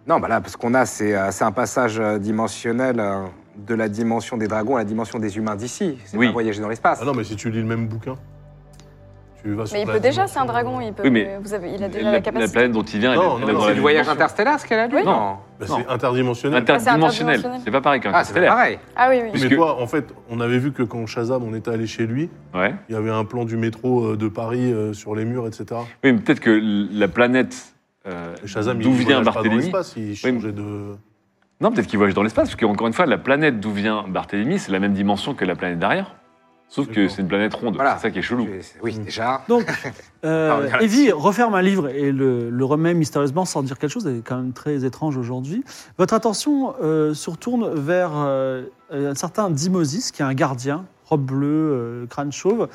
[SPEAKER 5] Non, bah là, parce qu'on a, c'est euh, c'est un passage euh, dimensionnel euh, de la dimension des dragons à la dimension des humains d'ici. C'est
[SPEAKER 2] Oui. Ah
[SPEAKER 5] pas voyager dans l'espace.
[SPEAKER 4] Ah non, mais si tu lis le même bouquin. Tu vas sur
[SPEAKER 2] bah,
[SPEAKER 3] Mais il
[SPEAKER 4] la
[SPEAKER 3] peut déjà,
[SPEAKER 4] dimension-
[SPEAKER 3] c'est un dragon, il peut.
[SPEAKER 4] Oui, mais
[SPEAKER 3] vous avez, il a déjà
[SPEAKER 2] La,
[SPEAKER 3] la,
[SPEAKER 2] la
[SPEAKER 3] capacité.
[SPEAKER 2] planète dont il vient, elle,
[SPEAKER 4] Non, non,
[SPEAKER 2] elle est
[SPEAKER 4] non,
[SPEAKER 2] dans
[SPEAKER 4] c'est
[SPEAKER 2] la
[SPEAKER 4] le voyage
[SPEAKER 2] dimension.
[SPEAKER 5] interstellaire ce qu'elle a lui
[SPEAKER 3] Oui.
[SPEAKER 2] Non,
[SPEAKER 4] Bah,
[SPEAKER 2] non.
[SPEAKER 4] c'est interdimensionnel.
[SPEAKER 2] Interdimensionnel,
[SPEAKER 3] interdimensionnel.
[SPEAKER 2] c'est pas pareil qu'un
[SPEAKER 5] Ah, c'est pas
[SPEAKER 2] interstellaire.
[SPEAKER 5] pareil.
[SPEAKER 3] Ah oui, oui.
[SPEAKER 4] Mais
[SPEAKER 2] Puisque-
[SPEAKER 4] toi, en fait, on avait vu que quand Shazam, on était allé chez lui,
[SPEAKER 2] Ouais.
[SPEAKER 4] il y avait un plan du métro euh, de Paris euh, sur les murs, etc.
[SPEAKER 2] Oui, mais peut-être que la planète euh,
[SPEAKER 4] Et Shazam,
[SPEAKER 2] d'où
[SPEAKER 4] il
[SPEAKER 2] vient
[SPEAKER 4] voyage pas dans
[SPEAKER 2] Barthélemy.
[SPEAKER 4] l'espace, il
[SPEAKER 2] Oui, mais-
[SPEAKER 4] changeait de...
[SPEAKER 2] Non, peut-être qu'il voyage dans l'espace, parce qu'encore une fois, la planète d'où vient Barthélemy, c'est la même dimension que la planète derrière. Sauf que c'est une planète ronde. C'est ça qui est chelou.
[SPEAKER 5] Oui, déjà.
[SPEAKER 1] Donc, euh,
[SPEAKER 2] Pardon, Alex.
[SPEAKER 1] Evie referme un livre et le, le remet mystérieusement sans dire quelque chose. Elle est quand même très étrange aujourd'hui. Votre attention euh, se retourne vers euh, un certain Dimosis, qui est un gardien, robe bleue, euh, crâne chauve,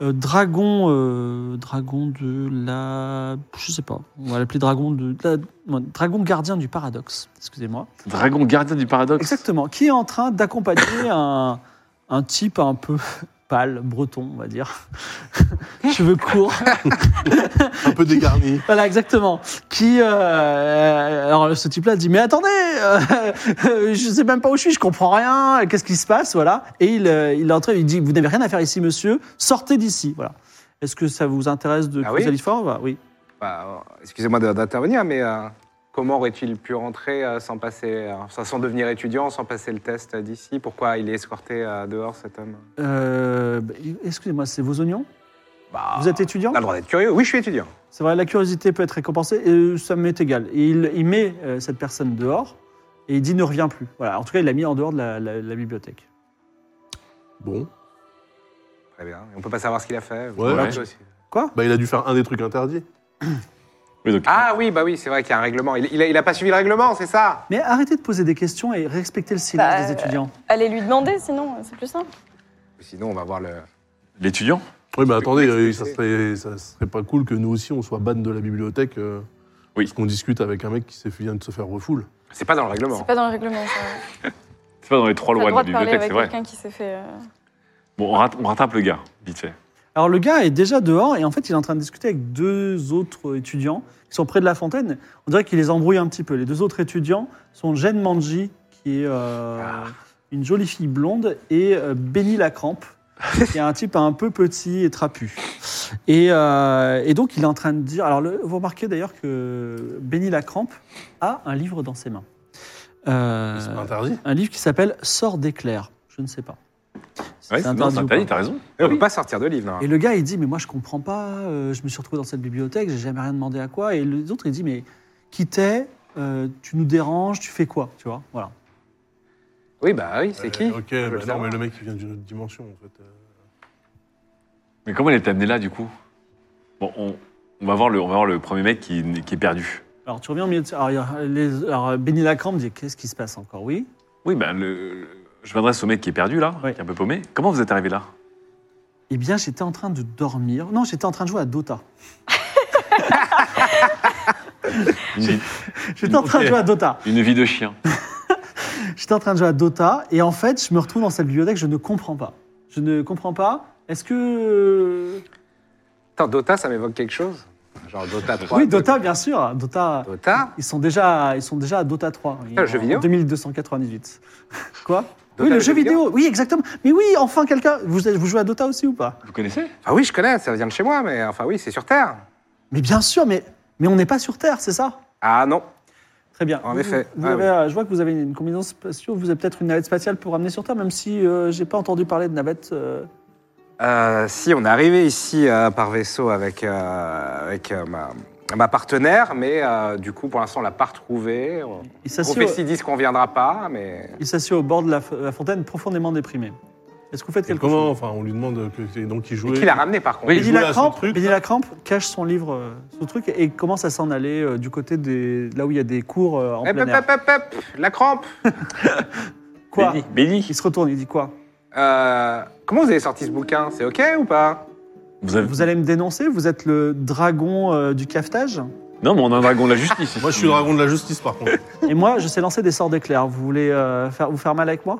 [SPEAKER 1] euh, dragon, euh, dragon de la, je sais pas, on va l'appeler dragon de, de la- non, dragon gardien du paradoxe. Excusez-moi.
[SPEAKER 2] Dragon gardien du paradoxe.
[SPEAKER 1] Exactement, qui est en train d'accompagner un, un type un peu pâle, breton, on va dire. Cheveux courts.
[SPEAKER 4] un peu dégarni.
[SPEAKER 1] Voilà, exactement. Qui, euh, alors ce type-là dit, mais attendez, euh, je sais même pas où je suis, je comprends rien, qu'est-ce qui se passe, voilà. Et il, euh, il entre, il dit, vous n'avez rien à faire ici, monsieur, sortez d'ici, voilà. Est-ce que ça vous intéresse de
[SPEAKER 5] Ah
[SPEAKER 1] creuser
[SPEAKER 5] oui
[SPEAKER 1] l'histoire Bah, Oui.
[SPEAKER 5] Bah, euh, Excusez-moi de- d'intervenir, mais euh, comment aurait-il pu rentrer euh, sans passer, euh, sans- sans devenir étudiant, sans passer le test euh, d'ici Pourquoi il est escorté euh, dehors cet homme
[SPEAKER 1] Euh, bah, Excusez-moi, c'est vos oignons
[SPEAKER 5] Bah,
[SPEAKER 1] Vous êtes étudiant
[SPEAKER 5] On a le droit d'être curieux. Oui, je suis étudiant.
[SPEAKER 1] C'est vrai, la curiosité peut être récompensée, et euh, ça m'est égal. Et il, il met euh, cette personne dehors, et il dit ne reviens plus. Voilà, en tout cas, il l'a mis en dehors de la, la- la bibliothèque.
[SPEAKER 4] Bon.
[SPEAKER 5] Très bien. Et On peut pas savoir ce qu'il a fait.
[SPEAKER 4] Ouais.
[SPEAKER 5] Vous aussi.
[SPEAKER 4] Bah, il a dû faire un des trucs interdits.
[SPEAKER 5] Ah oui, bah oui, c'est vrai qu'il y a un règlement. Il, il a, il a pas suivi le règlement, c'est ça
[SPEAKER 1] Mais arrêtez de poser des questions et respectez le silence
[SPEAKER 3] Bah,
[SPEAKER 1] des
[SPEAKER 3] euh,
[SPEAKER 1] étudiants.
[SPEAKER 3] Allez lui demander, sinon, euh, c'est plus simple.
[SPEAKER 5] Sinon, on va voir le.
[SPEAKER 2] L'étudiant
[SPEAKER 4] Oui, mais attendez, euh, ça serait, ça serait pas cool que nous aussi, on soit ban de la bibliothèque euh,
[SPEAKER 2] Oui.
[SPEAKER 4] parce qu'on discute avec un mec qui s'est- vient de se faire refoule.
[SPEAKER 5] C'est pas dans le règlement.
[SPEAKER 3] C'est pas dans le règlement, ça.
[SPEAKER 2] C'est pas dans les trois
[SPEAKER 3] T'as
[SPEAKER 2] lois
[SPEAKER 3] le
[SPEAKER 2] de la
[SPEAKER 3] droit de parler
[SPEAKER 2] bibliothèque, c'est
[SPEAKER 3] avec
[SPEAKER 2] vrai.
[SPEAKER 3] quelqu'un qui s'est fait. euh,
[SPEAKER 2] Bon, on, rat- on rattrape le gars, vite fait.
[SPEAKER 1] Alors le gars est déjà dehors et en fait il est en train de discuter avec deux autres étudiants qui sont près de la fontaine. On dirait qu'il les embrouille un petit peu. Les deux autres étudiants sont Jen Manji, qui est euh, une jolie fille blonde, et euh, Benny Lacrampe, qui est un type un peu petit et trapu. Et, euh, et donc il est en train de dire... Alors le- vous remarquez d'ailleurs que Benny Lacrampe a un livre dans ses mains. Euh,
[SPEAKER 4] C'est pas interdit.
[SPEAKER 1] un livre qui s'appelle Sort d'éclair. Je ne sais pas. Si
[SPEAKER 2] Ouais,
[SPEAKER 1] c'est
[SPEAKER 2] c'est non,
[SPEAKER 1] interdit
[SPEAKER 2] c'est
[SPEAKER 1] ou
[SPEAKER 2] interdit,
[SPEAKER 1] pas.
[SPEAKER 2] t'as raison.
[SPEAKER 5] Et on peut pas sortir de livre. hein.
[SPEAKER 1] Et le gars, il dit, mais moi, je comprends pas, euh, je me suis retrouvé dans cette bibliothèque, j'ai jamais rien demandé à quoi. Et les autres, il dit, mais qui t'es Euh, Tu nous déranges, tu fais quoi Tu vois, voilà.
[SPEAKER 5] Oui, bah oui, c'est
[SPEAKER 4] Euh,
[SPEAKER 5] qui
[SPEAKER 4] Ok,
[SPEAKER 5] Je veux
[SPEAKER 4] bah
[SPEAKER 5] le
[SPEAKER 4] non,
[SPEAKER 5] savoir.
[SPEAKER 4] mais le mec, il vient d'une autre dimension, en fait. Euh,
[SPEAKER 2] Mais comment elle est amenée là, du coup Bon, on, on va voir le, on va voir le premier mec qui, qui est perdu.
[SPEAKER 1] Alors, tu reviens au milieu de... Alors, il y a les- alors, Benny Lacrampe dit, qu'est-ce qui se passe encore Oui
[SPEAKER 2] Oui, ben, le, je m'adresse au mec qui est perdu, là, qui est un peu paumé. Comment vous êtes arrivé là
[SPEAKER 1] Eh bien, j'étais en train de dormir. Non, j'étais en train de jouer à Dota.
[SPEAKER 2] une vie,
[SPEAKER 1] J'étais en train de
[SPEAKER 2] Ok.
[SPEAKER 1] jouer à Dota.
[SPEAKER 2] une vie de chien.
[SPEAKER 1] J'étais en train de jouer à Dota et en fait, je me retrouve dans cette bibliothèque, je ne comprends pas. Je ne comprends pas. Est-ce que...
[SPEAKER 5] Attends, Dota, ça m'évoque quelque chose Genre Dota 3.
[SPEAKER 1] Oui, Dota, bien sûr. Dota.
[SPEAKER 5] Dota
[SPEAKER 1] Ils sont déjà, ils sont déjà à Dota 3.
[SPEAKER 5] Ah, le jeu
[SPEAKER 1] En
[SPEAKER 5] vidéo
[SPEAKER 1] 2298. Quoi
[SPEAKER 5] Dota,
[SPEAKER 1] Oui, le,
[SPEAKER 5] le
[SPEAKER 1] jeu
[SPEAKER 5] jeu
[SPEAKER 1] vidéo. Oui, exactement. Mais oui, enfin quelqu'un. Vous, vous jouez à Dota aussi ou pas
[SPEAKER 2] Vous connaissez
[SPEAKER 5] Ah oui, je connais, ça vient de chez moi, mais enfin oui, c'est sur Terre.
[SPEAKER 1] Mais bien sûr, mais, mais on n'est pas sur Terre, c'est ça
[SPEAKER 5] Ah non.
[SPEAKER 1] Très bien.
[SPEAKER 5] En
[SPEAKER 1] Vous-
[SPEAKER 5] effet.
[SPEAKER 1] vous
[SPEAKER 5] Ah
[SPEAKER 1] avez,
[SPEAKER 5] oui.
[SPEAKER 1] euh, Je vois que vous avez une combinaison spatiale. Vous avez peut-être une navette spatiale pour ramener sur Terre, même si euh, j'ai pas entendu parler de navette. euh,
[SPEAKER 5] Euh, si, on est arrivé ici euh, par vaisseau avec, euh, avec euh, ma, ma partenaire, mais euh, du coup, pour l'instant, on l'a pas retrouvée. On,
[SPEAKER 1] Il
[SPEAKER 5] on
[SPEAKER 1] s'assied.
[SPEAKER 5] fait
[SPEAKER 1] au-
[SPEAKER 5] si disent qu'on viendra pas, mais.
[SPEAKER 1] Il s'assied au bord de la, f- la fontaine, profondément déprimé. Est-ce que vous faites
[SPEAKER 4] et
[SPEAKER 1] quelque
[SPEAKER 4] comment
[SPEAKER 1] chose
[SPEAKER 4] Enfin, on lui demande que, et donc il jouait.
[SPEAKER 5] Et qui l'a ramené par contre
[SPEAKER 4] Oui, il
[SPEAKER 1] Benny
[SPEAKER 4] jouait à son
[SPEAKER 1] Lacrampe,
[SPEAKER 4] truc.
[SPEAKER 1] Benny Lacrampe cache son livre, euh, son truc, et commence à s'en aller euh, du côté des, là où il y a des cours euh, en
[SPEAKER 4] Eh,
[SPEAKER 5] Hep,
[SPEAKER 1] plein
[SPEAKER 5] hep,
[SPEAKER 1] air.
[SPEAKER 5] hep, hep, hep, La crampe
[SPEAKER 1] Quoi
[SPEAKER 2] Béni, béni.
[SPEAKER 1] Il se retourne, il dit quoi
[SPEAKER 5] Euh, Comment vous avez sorti ce bouquin C'est OK ou pas
[SPEAKER 2] Vous avez...
[SPEAKER 1] Vous allez me dénoncer Vous êtes le dragon euh, du cafetage
[SPEAKER 2] Non, mais on a un dragon de la justice.
[SPEAKER 4] Moi, je suis dragon de la justice, par contre.
[SPEAKER 1] Et moi, je sais lancer des sorts d'éclairs. Vous voulez euh, faire, vous faire mal avec moi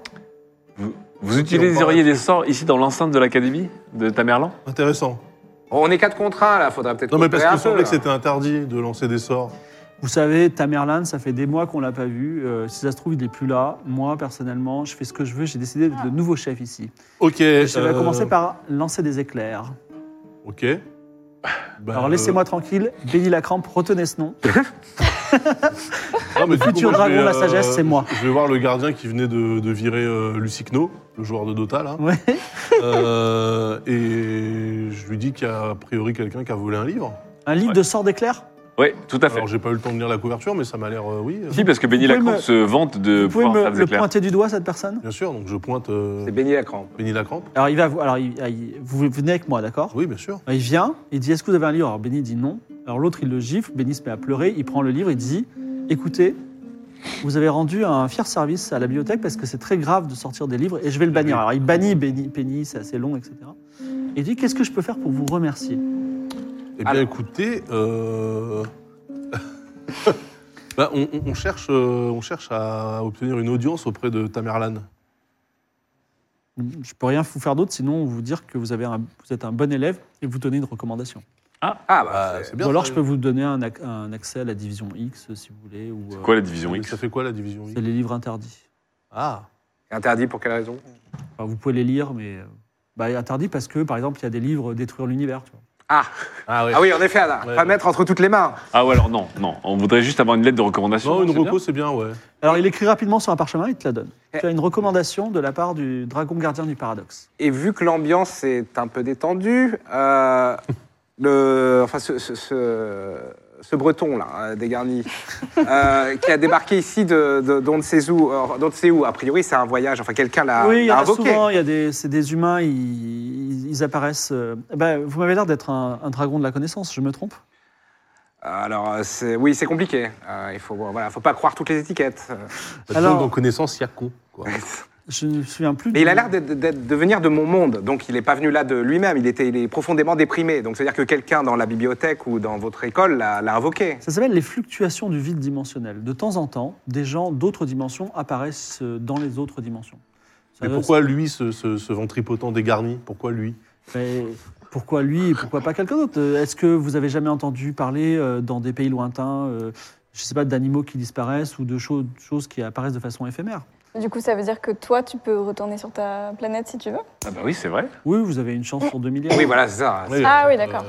[SPEAKER 2] Vous utiliseriez des sorts ici dans l'enceinte de l'académie de Tamerlan
[SPEAKER 4] Intéressant.
[SPEAKER 5] Bon, On est 4 contre 1 là, faudrait peut-être.
[SPEAKER 4] Non, mais parce
[SPEAKER 5] coopérer
[SPEAKER 4] qu'il
[SPEAKER 5] un peu,
[SPEAKER 4] semblait que
[SPEAKER 5] là.
[SPEAKER 4] c'était
[SPEAKER 1] hein.
[SPEAKER 4] interdit de lancer des sorts.
[SPEAKER 1] Vous savez, Tamerlan, ça fait des mois qu'on l'a pas vu. Euh, si ça se trouve, il n'est plus là. Moi, personnellement, je fais ce que je veux. J'ai décidé d'être le nouveau chef ici.
[SPEAKER 4] Ok.
[SPEAKER 1] Je vais
[SPEAKER 4] euh,
[SPEAKER 1] commencer par lancer des éclairs.
[SPEAKER 4] Ok. Bah,
[SPEAKER 1] Alors
[SPEAKER 4] euh,
[SPEAKER 1] laissez-moi tranquille, Béli la crampe, retenez ce nom.
[SPEAKER 4] Ah, mais du
[SPEAKER 1] Futur
[SPEAKER 4] je
[SPEAKER 1] dragon de la
[SPEAKER 4] euh,
[SPEAKER 1] sagesse, c'est moi.
[SPEAKER 4] Je vais voir le gardien qui venait de, de virer euh, Lucicno, le joueur de Dota, là.
[SPEAKER 1] Ouais.
[SPEAKER 4] Euh, et je lui dis qu'il y a a priori quelqu'un qui a volé un livre.
[SPEAKER 1] Un livre de sort d'éclair
[SPEAKER 2] Oui, tout à fait.
[SPEAKER 4] Alors, j'ai pas eu le temps de lire la couverture, mais ça m'a l'air, euh, oui. euh,
[SPEAKER 2] Si, parce que Benny
[SPEAKER 1] Vous pouvez
[SPEAKER 2] Lacroix
[SPEAKER 1] me-
[SPEAKER 2] se vante de
[SPEAKER 1] Vous pouvez
[SPEAKER 2] pouvoir
[SPEAKER 1] me
[SPEAKER 2] faire des
[SPEAKER 1] le
[SPEAKER 2] éclairs.
[SPEAKER 1] pointer du doigt, cette personne
[SPEAKER 4] Bien sûr, donc je pointe. euh,
[SPEAKER 5] C'est Béni la crampe.
[SPEAKER 4] Béni la crampe.
[SPEAKER 1] Alors, il va, vous- alors il- ah, il- vous venez avec moi, d'accord
[SPEAKER 4] Oui, bien sûr.
[SPEAKER 1] Il vient, il dit Est-ce que vous avez un livre Alors, Benny dit non. Alors, l'autre, il le gifle. Benny se met à pleurer. Il prend le livre et dit Écoutez, vous avez rendu un fier service à la bibliothèque parce que c'est très grave de sortir des livres et je vais
[SPEAKER 2] Ah
[SPEAKER 1] le bannir. Alors, il bannit Benny, Benny c'est assez long, etc. Et il dit Qu'est-ce que je peux faire pour vous remercier
[SPEAKER 4] Eh bien, écoutez, euh, bah, on, on- on cherche, euh, on cherche à obtenir une audience auprès de Tamerlan.
[SPEAKER 1] Je peux rien vous faire d'autre, sinon vous dire que vous, avez un- vous êtes un bon élève et vous donner une recommandation.
[SPEAKER 2] Ah,
[SPEAKER 5] bah,
[SPEAKER 4] c'est Eh bien.
[SPEAKER 1] Ou alors
[SPEAKER 4] ça.
[SPEAKER 1] je peux vous donner un, ac- un accès à la division X si vous voulez. Ou, euh,
[SPEAKER 2] Quoi la division
[SPEAKER 4] Mais
[SPEAKER 2] X
[SPEAKER 4] Ça fait quoi la division X
[SPEAKER 1] C'est les livres interdits.
[SPEAKER 4] Ah
[SPEAKER 5] Interdit pour quelle raison
[SPEAKER 1] Enfin, vous pouvez les lire, mais euh, bah, interdits parce que par exemple il y a des livres détruire l'univers. tu vois.
[SPEAKER 5] Ah
[SPEAKER 4] Ah,
[SPEAKER 5] Ah oui, en effet, Anna, pas mettre entre toutes les mains.
[SPEAKER 2] Ah ouais, alors non, non. On voudrait juste avoir une lettre de recommandation.
[SPEAKER 4] Non, une
[SPEAKER 2] Ah, c'est bien.
[SPEAKER 4] reco, c'est bien, ouais.
[SPEAKER 1] Alors il écrit rapidement sur un parchemin, il te la donne.
[SPEAKER 5] Eh.
[SPEAKER 1] Tu as une recommandation de la part du dragon gardien du paradoxe.
[SPEAKER 5] Et vu que l'ambiance est un peu détendue, euh, le, enfin, ce, ce- ce- ce breton là, euh, dégarni, euh, qui a débarqué ici de, de- d'on ne sait où, euh, d'on ne sait où, a priori c'est un voyage, enfin quelqu'un l'a,
[SPEAKER 1] oui, il y en a
[SPEAKER 5] l'a Ah, invoqué. Euh,
[SPEAKER 1] souvent, il y a des, c'est des humains, ils, ils apparaissent. euh, bah, vous m'avez l'air d'être un, un dragon de la connaissance, je me trompe
[SPEAKER 5] Euh, Alors euh, c'est, oui, c'est compliqué. Euh, il faut, bon, voilà, faut pas croire toutes les étiquettes. Euh,
[SPEAKER 4] Alors...
[SPEAKER 1] Alors-
[SPEAKER 4] Dans connaissance, il y a con. Quoi.
[SPEAKER 1] Je ne me souviens plus.
[SPEAKER 5] Mais
[SPEAKER 1] de-
[SPEAKER 5] il a l'air d'être- d'être- de venir de mon monde, donc il n'est pas venu là de lui-même, il, était, il est profondément déprimé. Donc c'est-à-dire que quelqu'un dans la bibliothèque ou dans votre école l'a, l'a invoqué.
[SPEAKER 1] Ça s'appelle les fluctuations du vide dimensionnel. De temps en temps, des gens d'autres dimensions apparaissent euh, dans les autres dimensions. Ça
[SPEAKER 4] Mais
[SPEAKER 1] doit-
[SPEAKER 4] pourquoi lui, ce, ce, ce ventripotent dégarni Pourquoi lui
[SPEAKER 1] Mais pourquoi lui et pourquoi pas quelqu'un d'autre Euh, Est-ce que vous avez jamais entendu parler euh, dans des pays lointains, euh, je sais pas, d'animaux qui disparaissent ou de cho- choses qui apparaissent de façon éphémère
[SPEAKER 3] euh, Du coup, ça veut dire que toi, tu peux retourner sur ta planète si tu veux.
[SPEAKER 2] Ah bah oui, c'est vrai.
[SPEAKER 1] Oui, vous avez une chance sur 2 milliards.
[SPEAKER 5] Oui, voilà, c'est ça.
[SPEAKER 3] Ah oui, d'accord.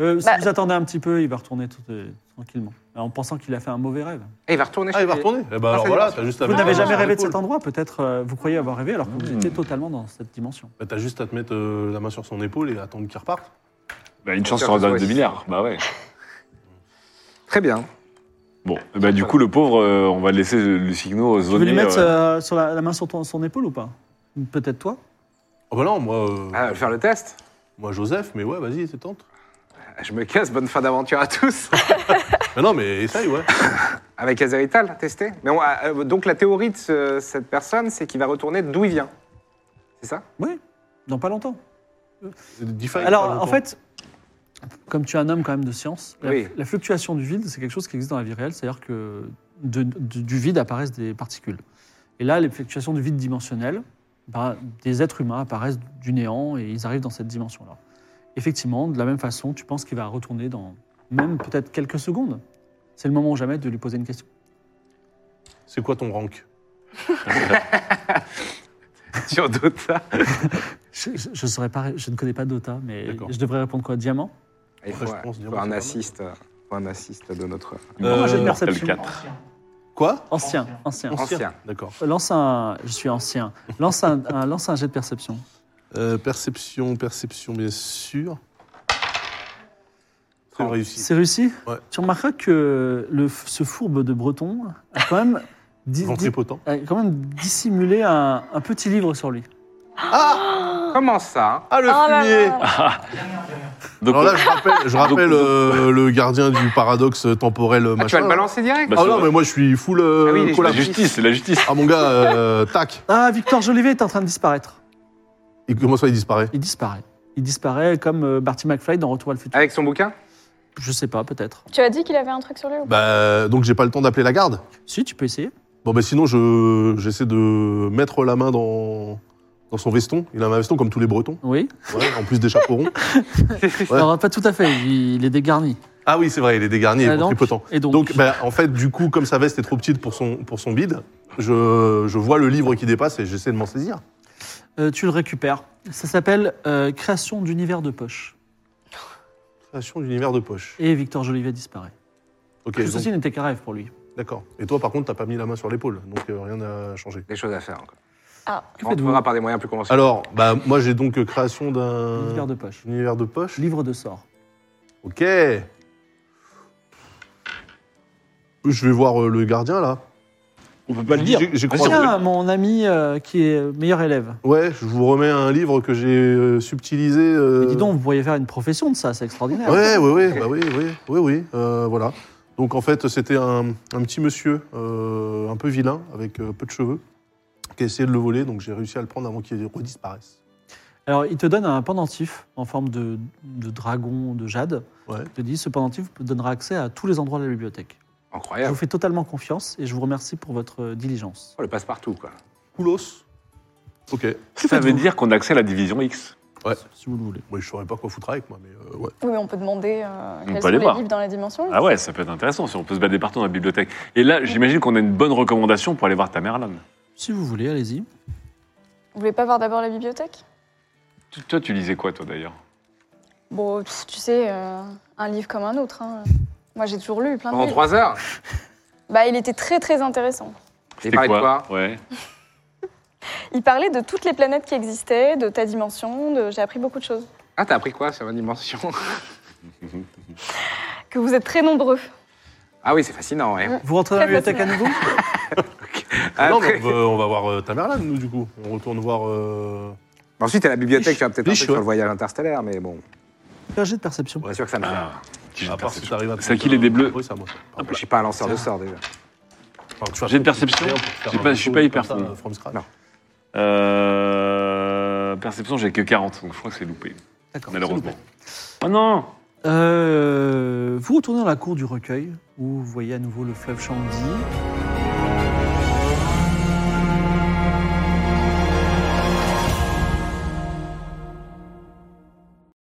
[SPEAKER 1] Euh, si
[SPEAKER 3] Bah-
[SPEAKER 1] vous attendez un petit peu, il va retourner tout, euh, tranquillement, en pensant qu'il a fait un mauvais rêve.
[SPEAKER 5] Et il va retourner
[SPEAKER 4] Ah, il va retourner Eh ben alors voilà, t'as juste à
[SPEAKER 1] Vous
[SPEAKER 4] mettre- euh,
[SPEAKER 1] n'avez jamais
[SPEAKER 4] sur
[SPEAKER 1] rêvé de
[SPEAKER 4] l'épaule.
[SPEAKER 1] cet endroit, peut-être euh, vous croyez avoir rêvé alors que
[SPEAKER 5] Hmm.
[SPEAKER 1] vous étiez totalement dans cette dimension.
[SPEAKER 4] Bah, T'as juste à te mettre euh, la main sur son épaule et attendre qu'il reparte.
[SPEAKER 2] Bah, une chance sur
[SPEAKER 5] Ouais.
[SPEAKER 2] 2 milliards. Bah ouais.
[SPEAKER 5] Très bien.
[SPEAKER 2] Bon, eh ben, du coup, le pauvre, euh, on va laisser le signo
[SPEAKER 1] Tu veux
[SPEAKER 2] zoner.
[SPEAKER 1] lui mettre
[SPEAKER 2] euh,
[SPEAKER 1] euh, sur la, la main sur ton- son épaule ou pas Peut-être toi
[SPEAKER 4] Ah bah non, moi, euh,
[SPEAKER 5] Ah, faire le test
[SPEAKER 4] moi Joseph, mais ouais, vas-y, c'est tente.
[SPEAKER 5] Je me casse, bonne fin d'aventure à tous
[SPEAKER 4] Mais non, mais essaye, ouais.
[SPEAKER 5] Avec Azerital, testé. Mais on a- euh, donc la théorie de ce- cette personne, c'est qu'il va retourner d'où il vient. C'est ça
[SPEAKER 1] Oui, dans pas longtemps.
[SPEAKER 4] Defy, pas
[SPEAKER 1] Alors, en
[SPEAKER 4] longtemps.
[SPEAKER 1] fait, comme tu es un homme quand même de science, la,
[SPEAKER 5] Oui.
[SPEAKER 1] la fluctuation du vide, c'est quelque chose qui existe dans la vie réelle, c'est-à-dire que de- de- du vide apparaissent des particules. Et là, les fluctuations du vide dimensionnel, bah, des êtres humains apparaissent du néant et ils arrivent dans cette dimension-là. Effectivement, de la même façon, tu penses qu'il va retourner dans même peut-être quelques secondes. C'est le moment ou jamais de lui poser une question.
[SPEAKER 4] C'est quoi ton rank
[SPEAKER 5] Sur Dota
[SPEAKER 1] Je, je- je saurais pas, je ne connais pas Dota, mais
[SPEAKER 4] D'accord.
[SPEAKER 1] je devrais répondre quoi Diamant
[SPEAKER 5] Il faut,
[SPEAKER 4] Après, je
[SPEAKER 5] un-
[SPEAKER 4] pense,
[SPEAKER 5] faut
[SPEAKER 4] Diamant, c'est
[SPEAKER 5] un
[SPEAKER 4] pas
[SPEAKER 5] assist. euh, faut un assist de notre
[SPEAKER 1] Moi, j'ai une
[SPEAKER 4] Euh,
[SPEAKER 1] perception.
[SPEAKER 2] L4.
[SPEAKER 4] Quoi
[SPEAKER 1] Ancien, ancien.
[SPEAKER 5] ancien.
[SPEAKER 4] D'accord.
[SPEAKER 1] Lance un. Je suis ancien. Lance un, un- lance un jet de perception.
[SPEAKER 4] Euh, perception, perception, bien sûr. Très réussi.
[SPEAKER 1] C'est réussi
[SPEAKER 4] Ouais.
[SPEAKER 1] Tu remarqueras que le, ce fourbe de Breton a quand même, di- di-
[SPEAKER 4] Ventripotent.
[SPEAKER 1] a quand même dissimulé un, un petit livre sur lui.
[SPEAKER 5] Comment ça
[SPEAKER 4] Ah, le
[SPEAKER 3] Oh là
[SPEAKER 4] fumier
[SPEAKER 3] là.
[SPEAKER 2] Donc, euh,
[SPEAKER 4] Alors là, je rappelle, je rappelle,
[SPEAKER 2] Donc-
[SPEAKER 4] euh, le gardien du paradoxe temporel
[SPEAKER 5] Ah, Tu
[SPEAKER 4] machin.
[SPEAKER 5] vas le balancer direct
[SPEAKER 2] Bah,
[SPEAKER 4] Ah non, mais moi, je suis full euh,
[SPEAKER 5] Ah oui, il est
[SPEAKER 2] la
[SPEAKER 4] collab.
[SPEAKER 2] justice, c'est la justice.
[SPEAKER 4] Ah, mon gars, euh, tac.
[SPEAKER 1] Ah, Victor Jolivet est en train de disparaître.
[SPEAKER 4] Et comment ça, il disparaît
[SPEAKER 1] Il disparaît. Il disparaît comme euh, Barty McFly dans Retour à le futur.
[SPEAKER 5] Avec son bouquin
[SPEAKER 1] Je sais pas, peut-être.
[SPEAKER 3] Tu as dit qu'il avait un truc sur lui ou pas
[SPEAKER 4] Bah, donc j'ai pas le temps d'appeler la garde.
[SPEAKER 1] Si, tu peux essayer.
[SPEAKER 4] Bon, bah sinon, je- j'essaie de mettre la main dans, dans son veston. Il a un veston comme tous les Bretons,
[SPEAKER 1] Oui.
[SPEAKER 4] Ouais, en plus des chapeaux ronds. Ouais.
[SPEAKER 1] Alors, pas tout à fait. Il, il est dégarni.
[SPEAKER 4] Ah oui, c'est vrai, il est dégarni et
[SPEAKER 3] Bah,
[SPEAKER 1] Ah, donc-
[SPEAKER 4] ventripotent.
[SPEAKER 1] Et donc,
[SPEAKER 4] Donc, bah, en fait, du coup, comme sa veste est trop petite pour son, pour son bide, je, je vois le livre qui dépasse et j'essaie de m'en saisir.
[SPEAKER 1] euh, tu le récupères. Ça s'appelle euh, Création d'univers de poche.
[SPEAKER 4] création d'univers de poche.
[SPEAKER 1] Et Victor Jolivet disparaît.
[SPEAKER 4] Ok,
[SPEAKER 1] Tout
[SPEAKER 4] donc-
[SPEAKER 1] ceci n'était qu'un rêve pour lui.
[SPEAKER 4] D'accord. Et toi, par contre, t'as pas mis la main sur l'épaule, donc euh, rien n'a changé.
[SPEAKER 5] Des choses à faire encore.
[SPEAKER 3] Ah.
[SPEAKER 5] On rentrera par des moyens plus conventionnels.
[SPEAKER 4] Alors, bah, moi, j'ai donc euh, création d'un.
[SPEAKER 1] Univers de poche.
[SPEAKER 4] Univers de poche.
[SPEAKER 1] Livre de sorts.
[SPEAKER 4] Ok. Je vais voir euh, le gardien, là.
[SPEAKER 2] On peut
[SPEAKER 4] pas le dire. J'ai croisé.
[SPEAKER 1] Tiens, mon ami euh, qui est meilleur élève.
[SPEAKER 4] Ouais, je vous remets un livre que j'ai euh, subtilisé. euh,
[SPEAKER 1] Mais dis donc, vous pourriez faire une profession de ça, c'est extraordinaire.
[SPEAKER 4] Ouais, ouais, ouais, bah oui, oui, oui, oui, euh, voilà. Donc en fait, c'était un, un petit monsieur, euh, un peu vilain, avec euh, peu de cheveux, qui a essayé de le voler, donc j'ai réussi à le prendre avant qu'il redisparaisse.
[SPEAKER 1] Alors, il te donne un pendentif en forme de, de dragon, de jade.
[SPEAKER 4] Ouais.
[SPEAKER 1] Il te dit, ce pendentif vous donnera accès à tous les endroits de la bibliothèque. Je
[SPEAKER 5] Incroyable.
[SPEAKER 1] vous fais totalement confiance et je vous remercie pour votre euh, diligence.
[SPEAKER 5] Oh, le passe-partout, quoi.
[SPEAKER 4] Koulos Ok.
[SPEAKER 2] Ça veut dire qu'on a accès à la division X.
[SPEAKER 4] Ouais.
[SPEAKER 1] Si vous le voulez.
[SPEAKER 4] Moi, je saurais pas quoi foutre avec moi, mais euh, ouais.
[SPEAKER 3] Oui, mais on peut demander euh,
[SPEAKER 2] On peut
[SPEAKER 3] quels sont
[SPEAKER 2] aller
[SPEAKER 3] les
[SPEAKER 2] voir.
[SPEAKER 3] livres dans la dimension.
[SPEAKER 2] Ah ouais, ça peut être intéressant si on peut se balader partout dans la bibliothèque. Et là, j'imagine qu'on a une bonne recommandation pour aller voir ta mère, Lan.
[SPEAKER 1] Si vous voulez, allez-y.
[SPEAKER 3] Vous voulez pas voir d'abord la bibliothèque
[SPEAKER 2] Tu- Toi, tu lisais quoi, toi, d'ailleurs
[SPEAKER 3] Bon, tu tu sais, euh, un livre comme un autre. hein. Moi, j'ai toujours lu plein de
[SPEAKER 5] Pendant
[SPEAKER 3] livres.
[SPEAKER 5] trois heures.
[SPEAKER 3] Bah, il était très très intéressant.
[SPEAKER 5] Il parlait de quoi
[SPEAKER 2] Ouais.
[SPEAKER 3] Il parlait de toutes les planètes qui existaient, de ta dimension, de... j'ai appris beaucoup de choses.
[SPEAKER 5] Ah, t'as appris quoi sur ma dimension
[SPEAKER 3] Que vous êtes très nombreux.
[SPEAKER 5] Ah oui, c'est fascinant, ouais.
[SPEAKER 1] Vous rentrez dans la bibliothèque à nouveau
[SPEAKER 4] Ah non, mais
[SPEAKER 5] Après-
[SPEAKER 4] on, va, on va voir euh, Tamerlan, nous, du coup. On retourne voir. euh,
[SPEAKER 5] Ensuite, à la bibliothèque, tu vas peut-être un peu
[SPEAKER 4] Liche,
[SPEAKER 5] sur
[SPEAKER 4] ouais.
[SPEAKER 5] le voyage interstellaire, mais bon,
[SPEAKER 1] Fais un jet de perception.
[SPEAKER 5] c'est sûr que ça me
[SPEAKER 4] Ah.
[SPEAKER 2] Ah.
[SPEAKER 5] gêne.
[SPEAKER 2] J'ai
[SPEAKER 4] À
[SPEAKER 2] une
[SPEAKER 4] part si
[SPEAKER 2] perception.
[SPEAKER 4] t'arrives à.
[SPEAKER 2] C'est à qui les dés bleus Ah,
[SPEAKER 4] Oui, c'est à moi.
[SPEAKER 5] Je suis pas un lanceur de sorts, déjà.
[SPEAKER 4] Enfin, tu vois,
[SPEAKER 2] J'ai une perception.
[SPEAKER 4] pour faire
[SPEAKER 2] J'ai
[SPEAKER 4] un
[SPEAKER 2] pas- je suis pas
[SPEAKER 4] comme
[SPEAKER 2] hyper
[SPEAKER 4] ça,
[SPEAKER 2] fou.
[SPEAKER 4] euh, from scratch.
[SPEAKER 5] Non.
[SPEAKER 2] Euh, Perception, j'ai que 40, donc je crois que c'est loupé.
[SPEAKER 1] D'accord.
[SPEAKER 2] Malheureusement. Oh non
[SPEAKER 1] Euh, vous retournez dans la cour du recueil où vous voyez à nouveau le fleuve Chandi.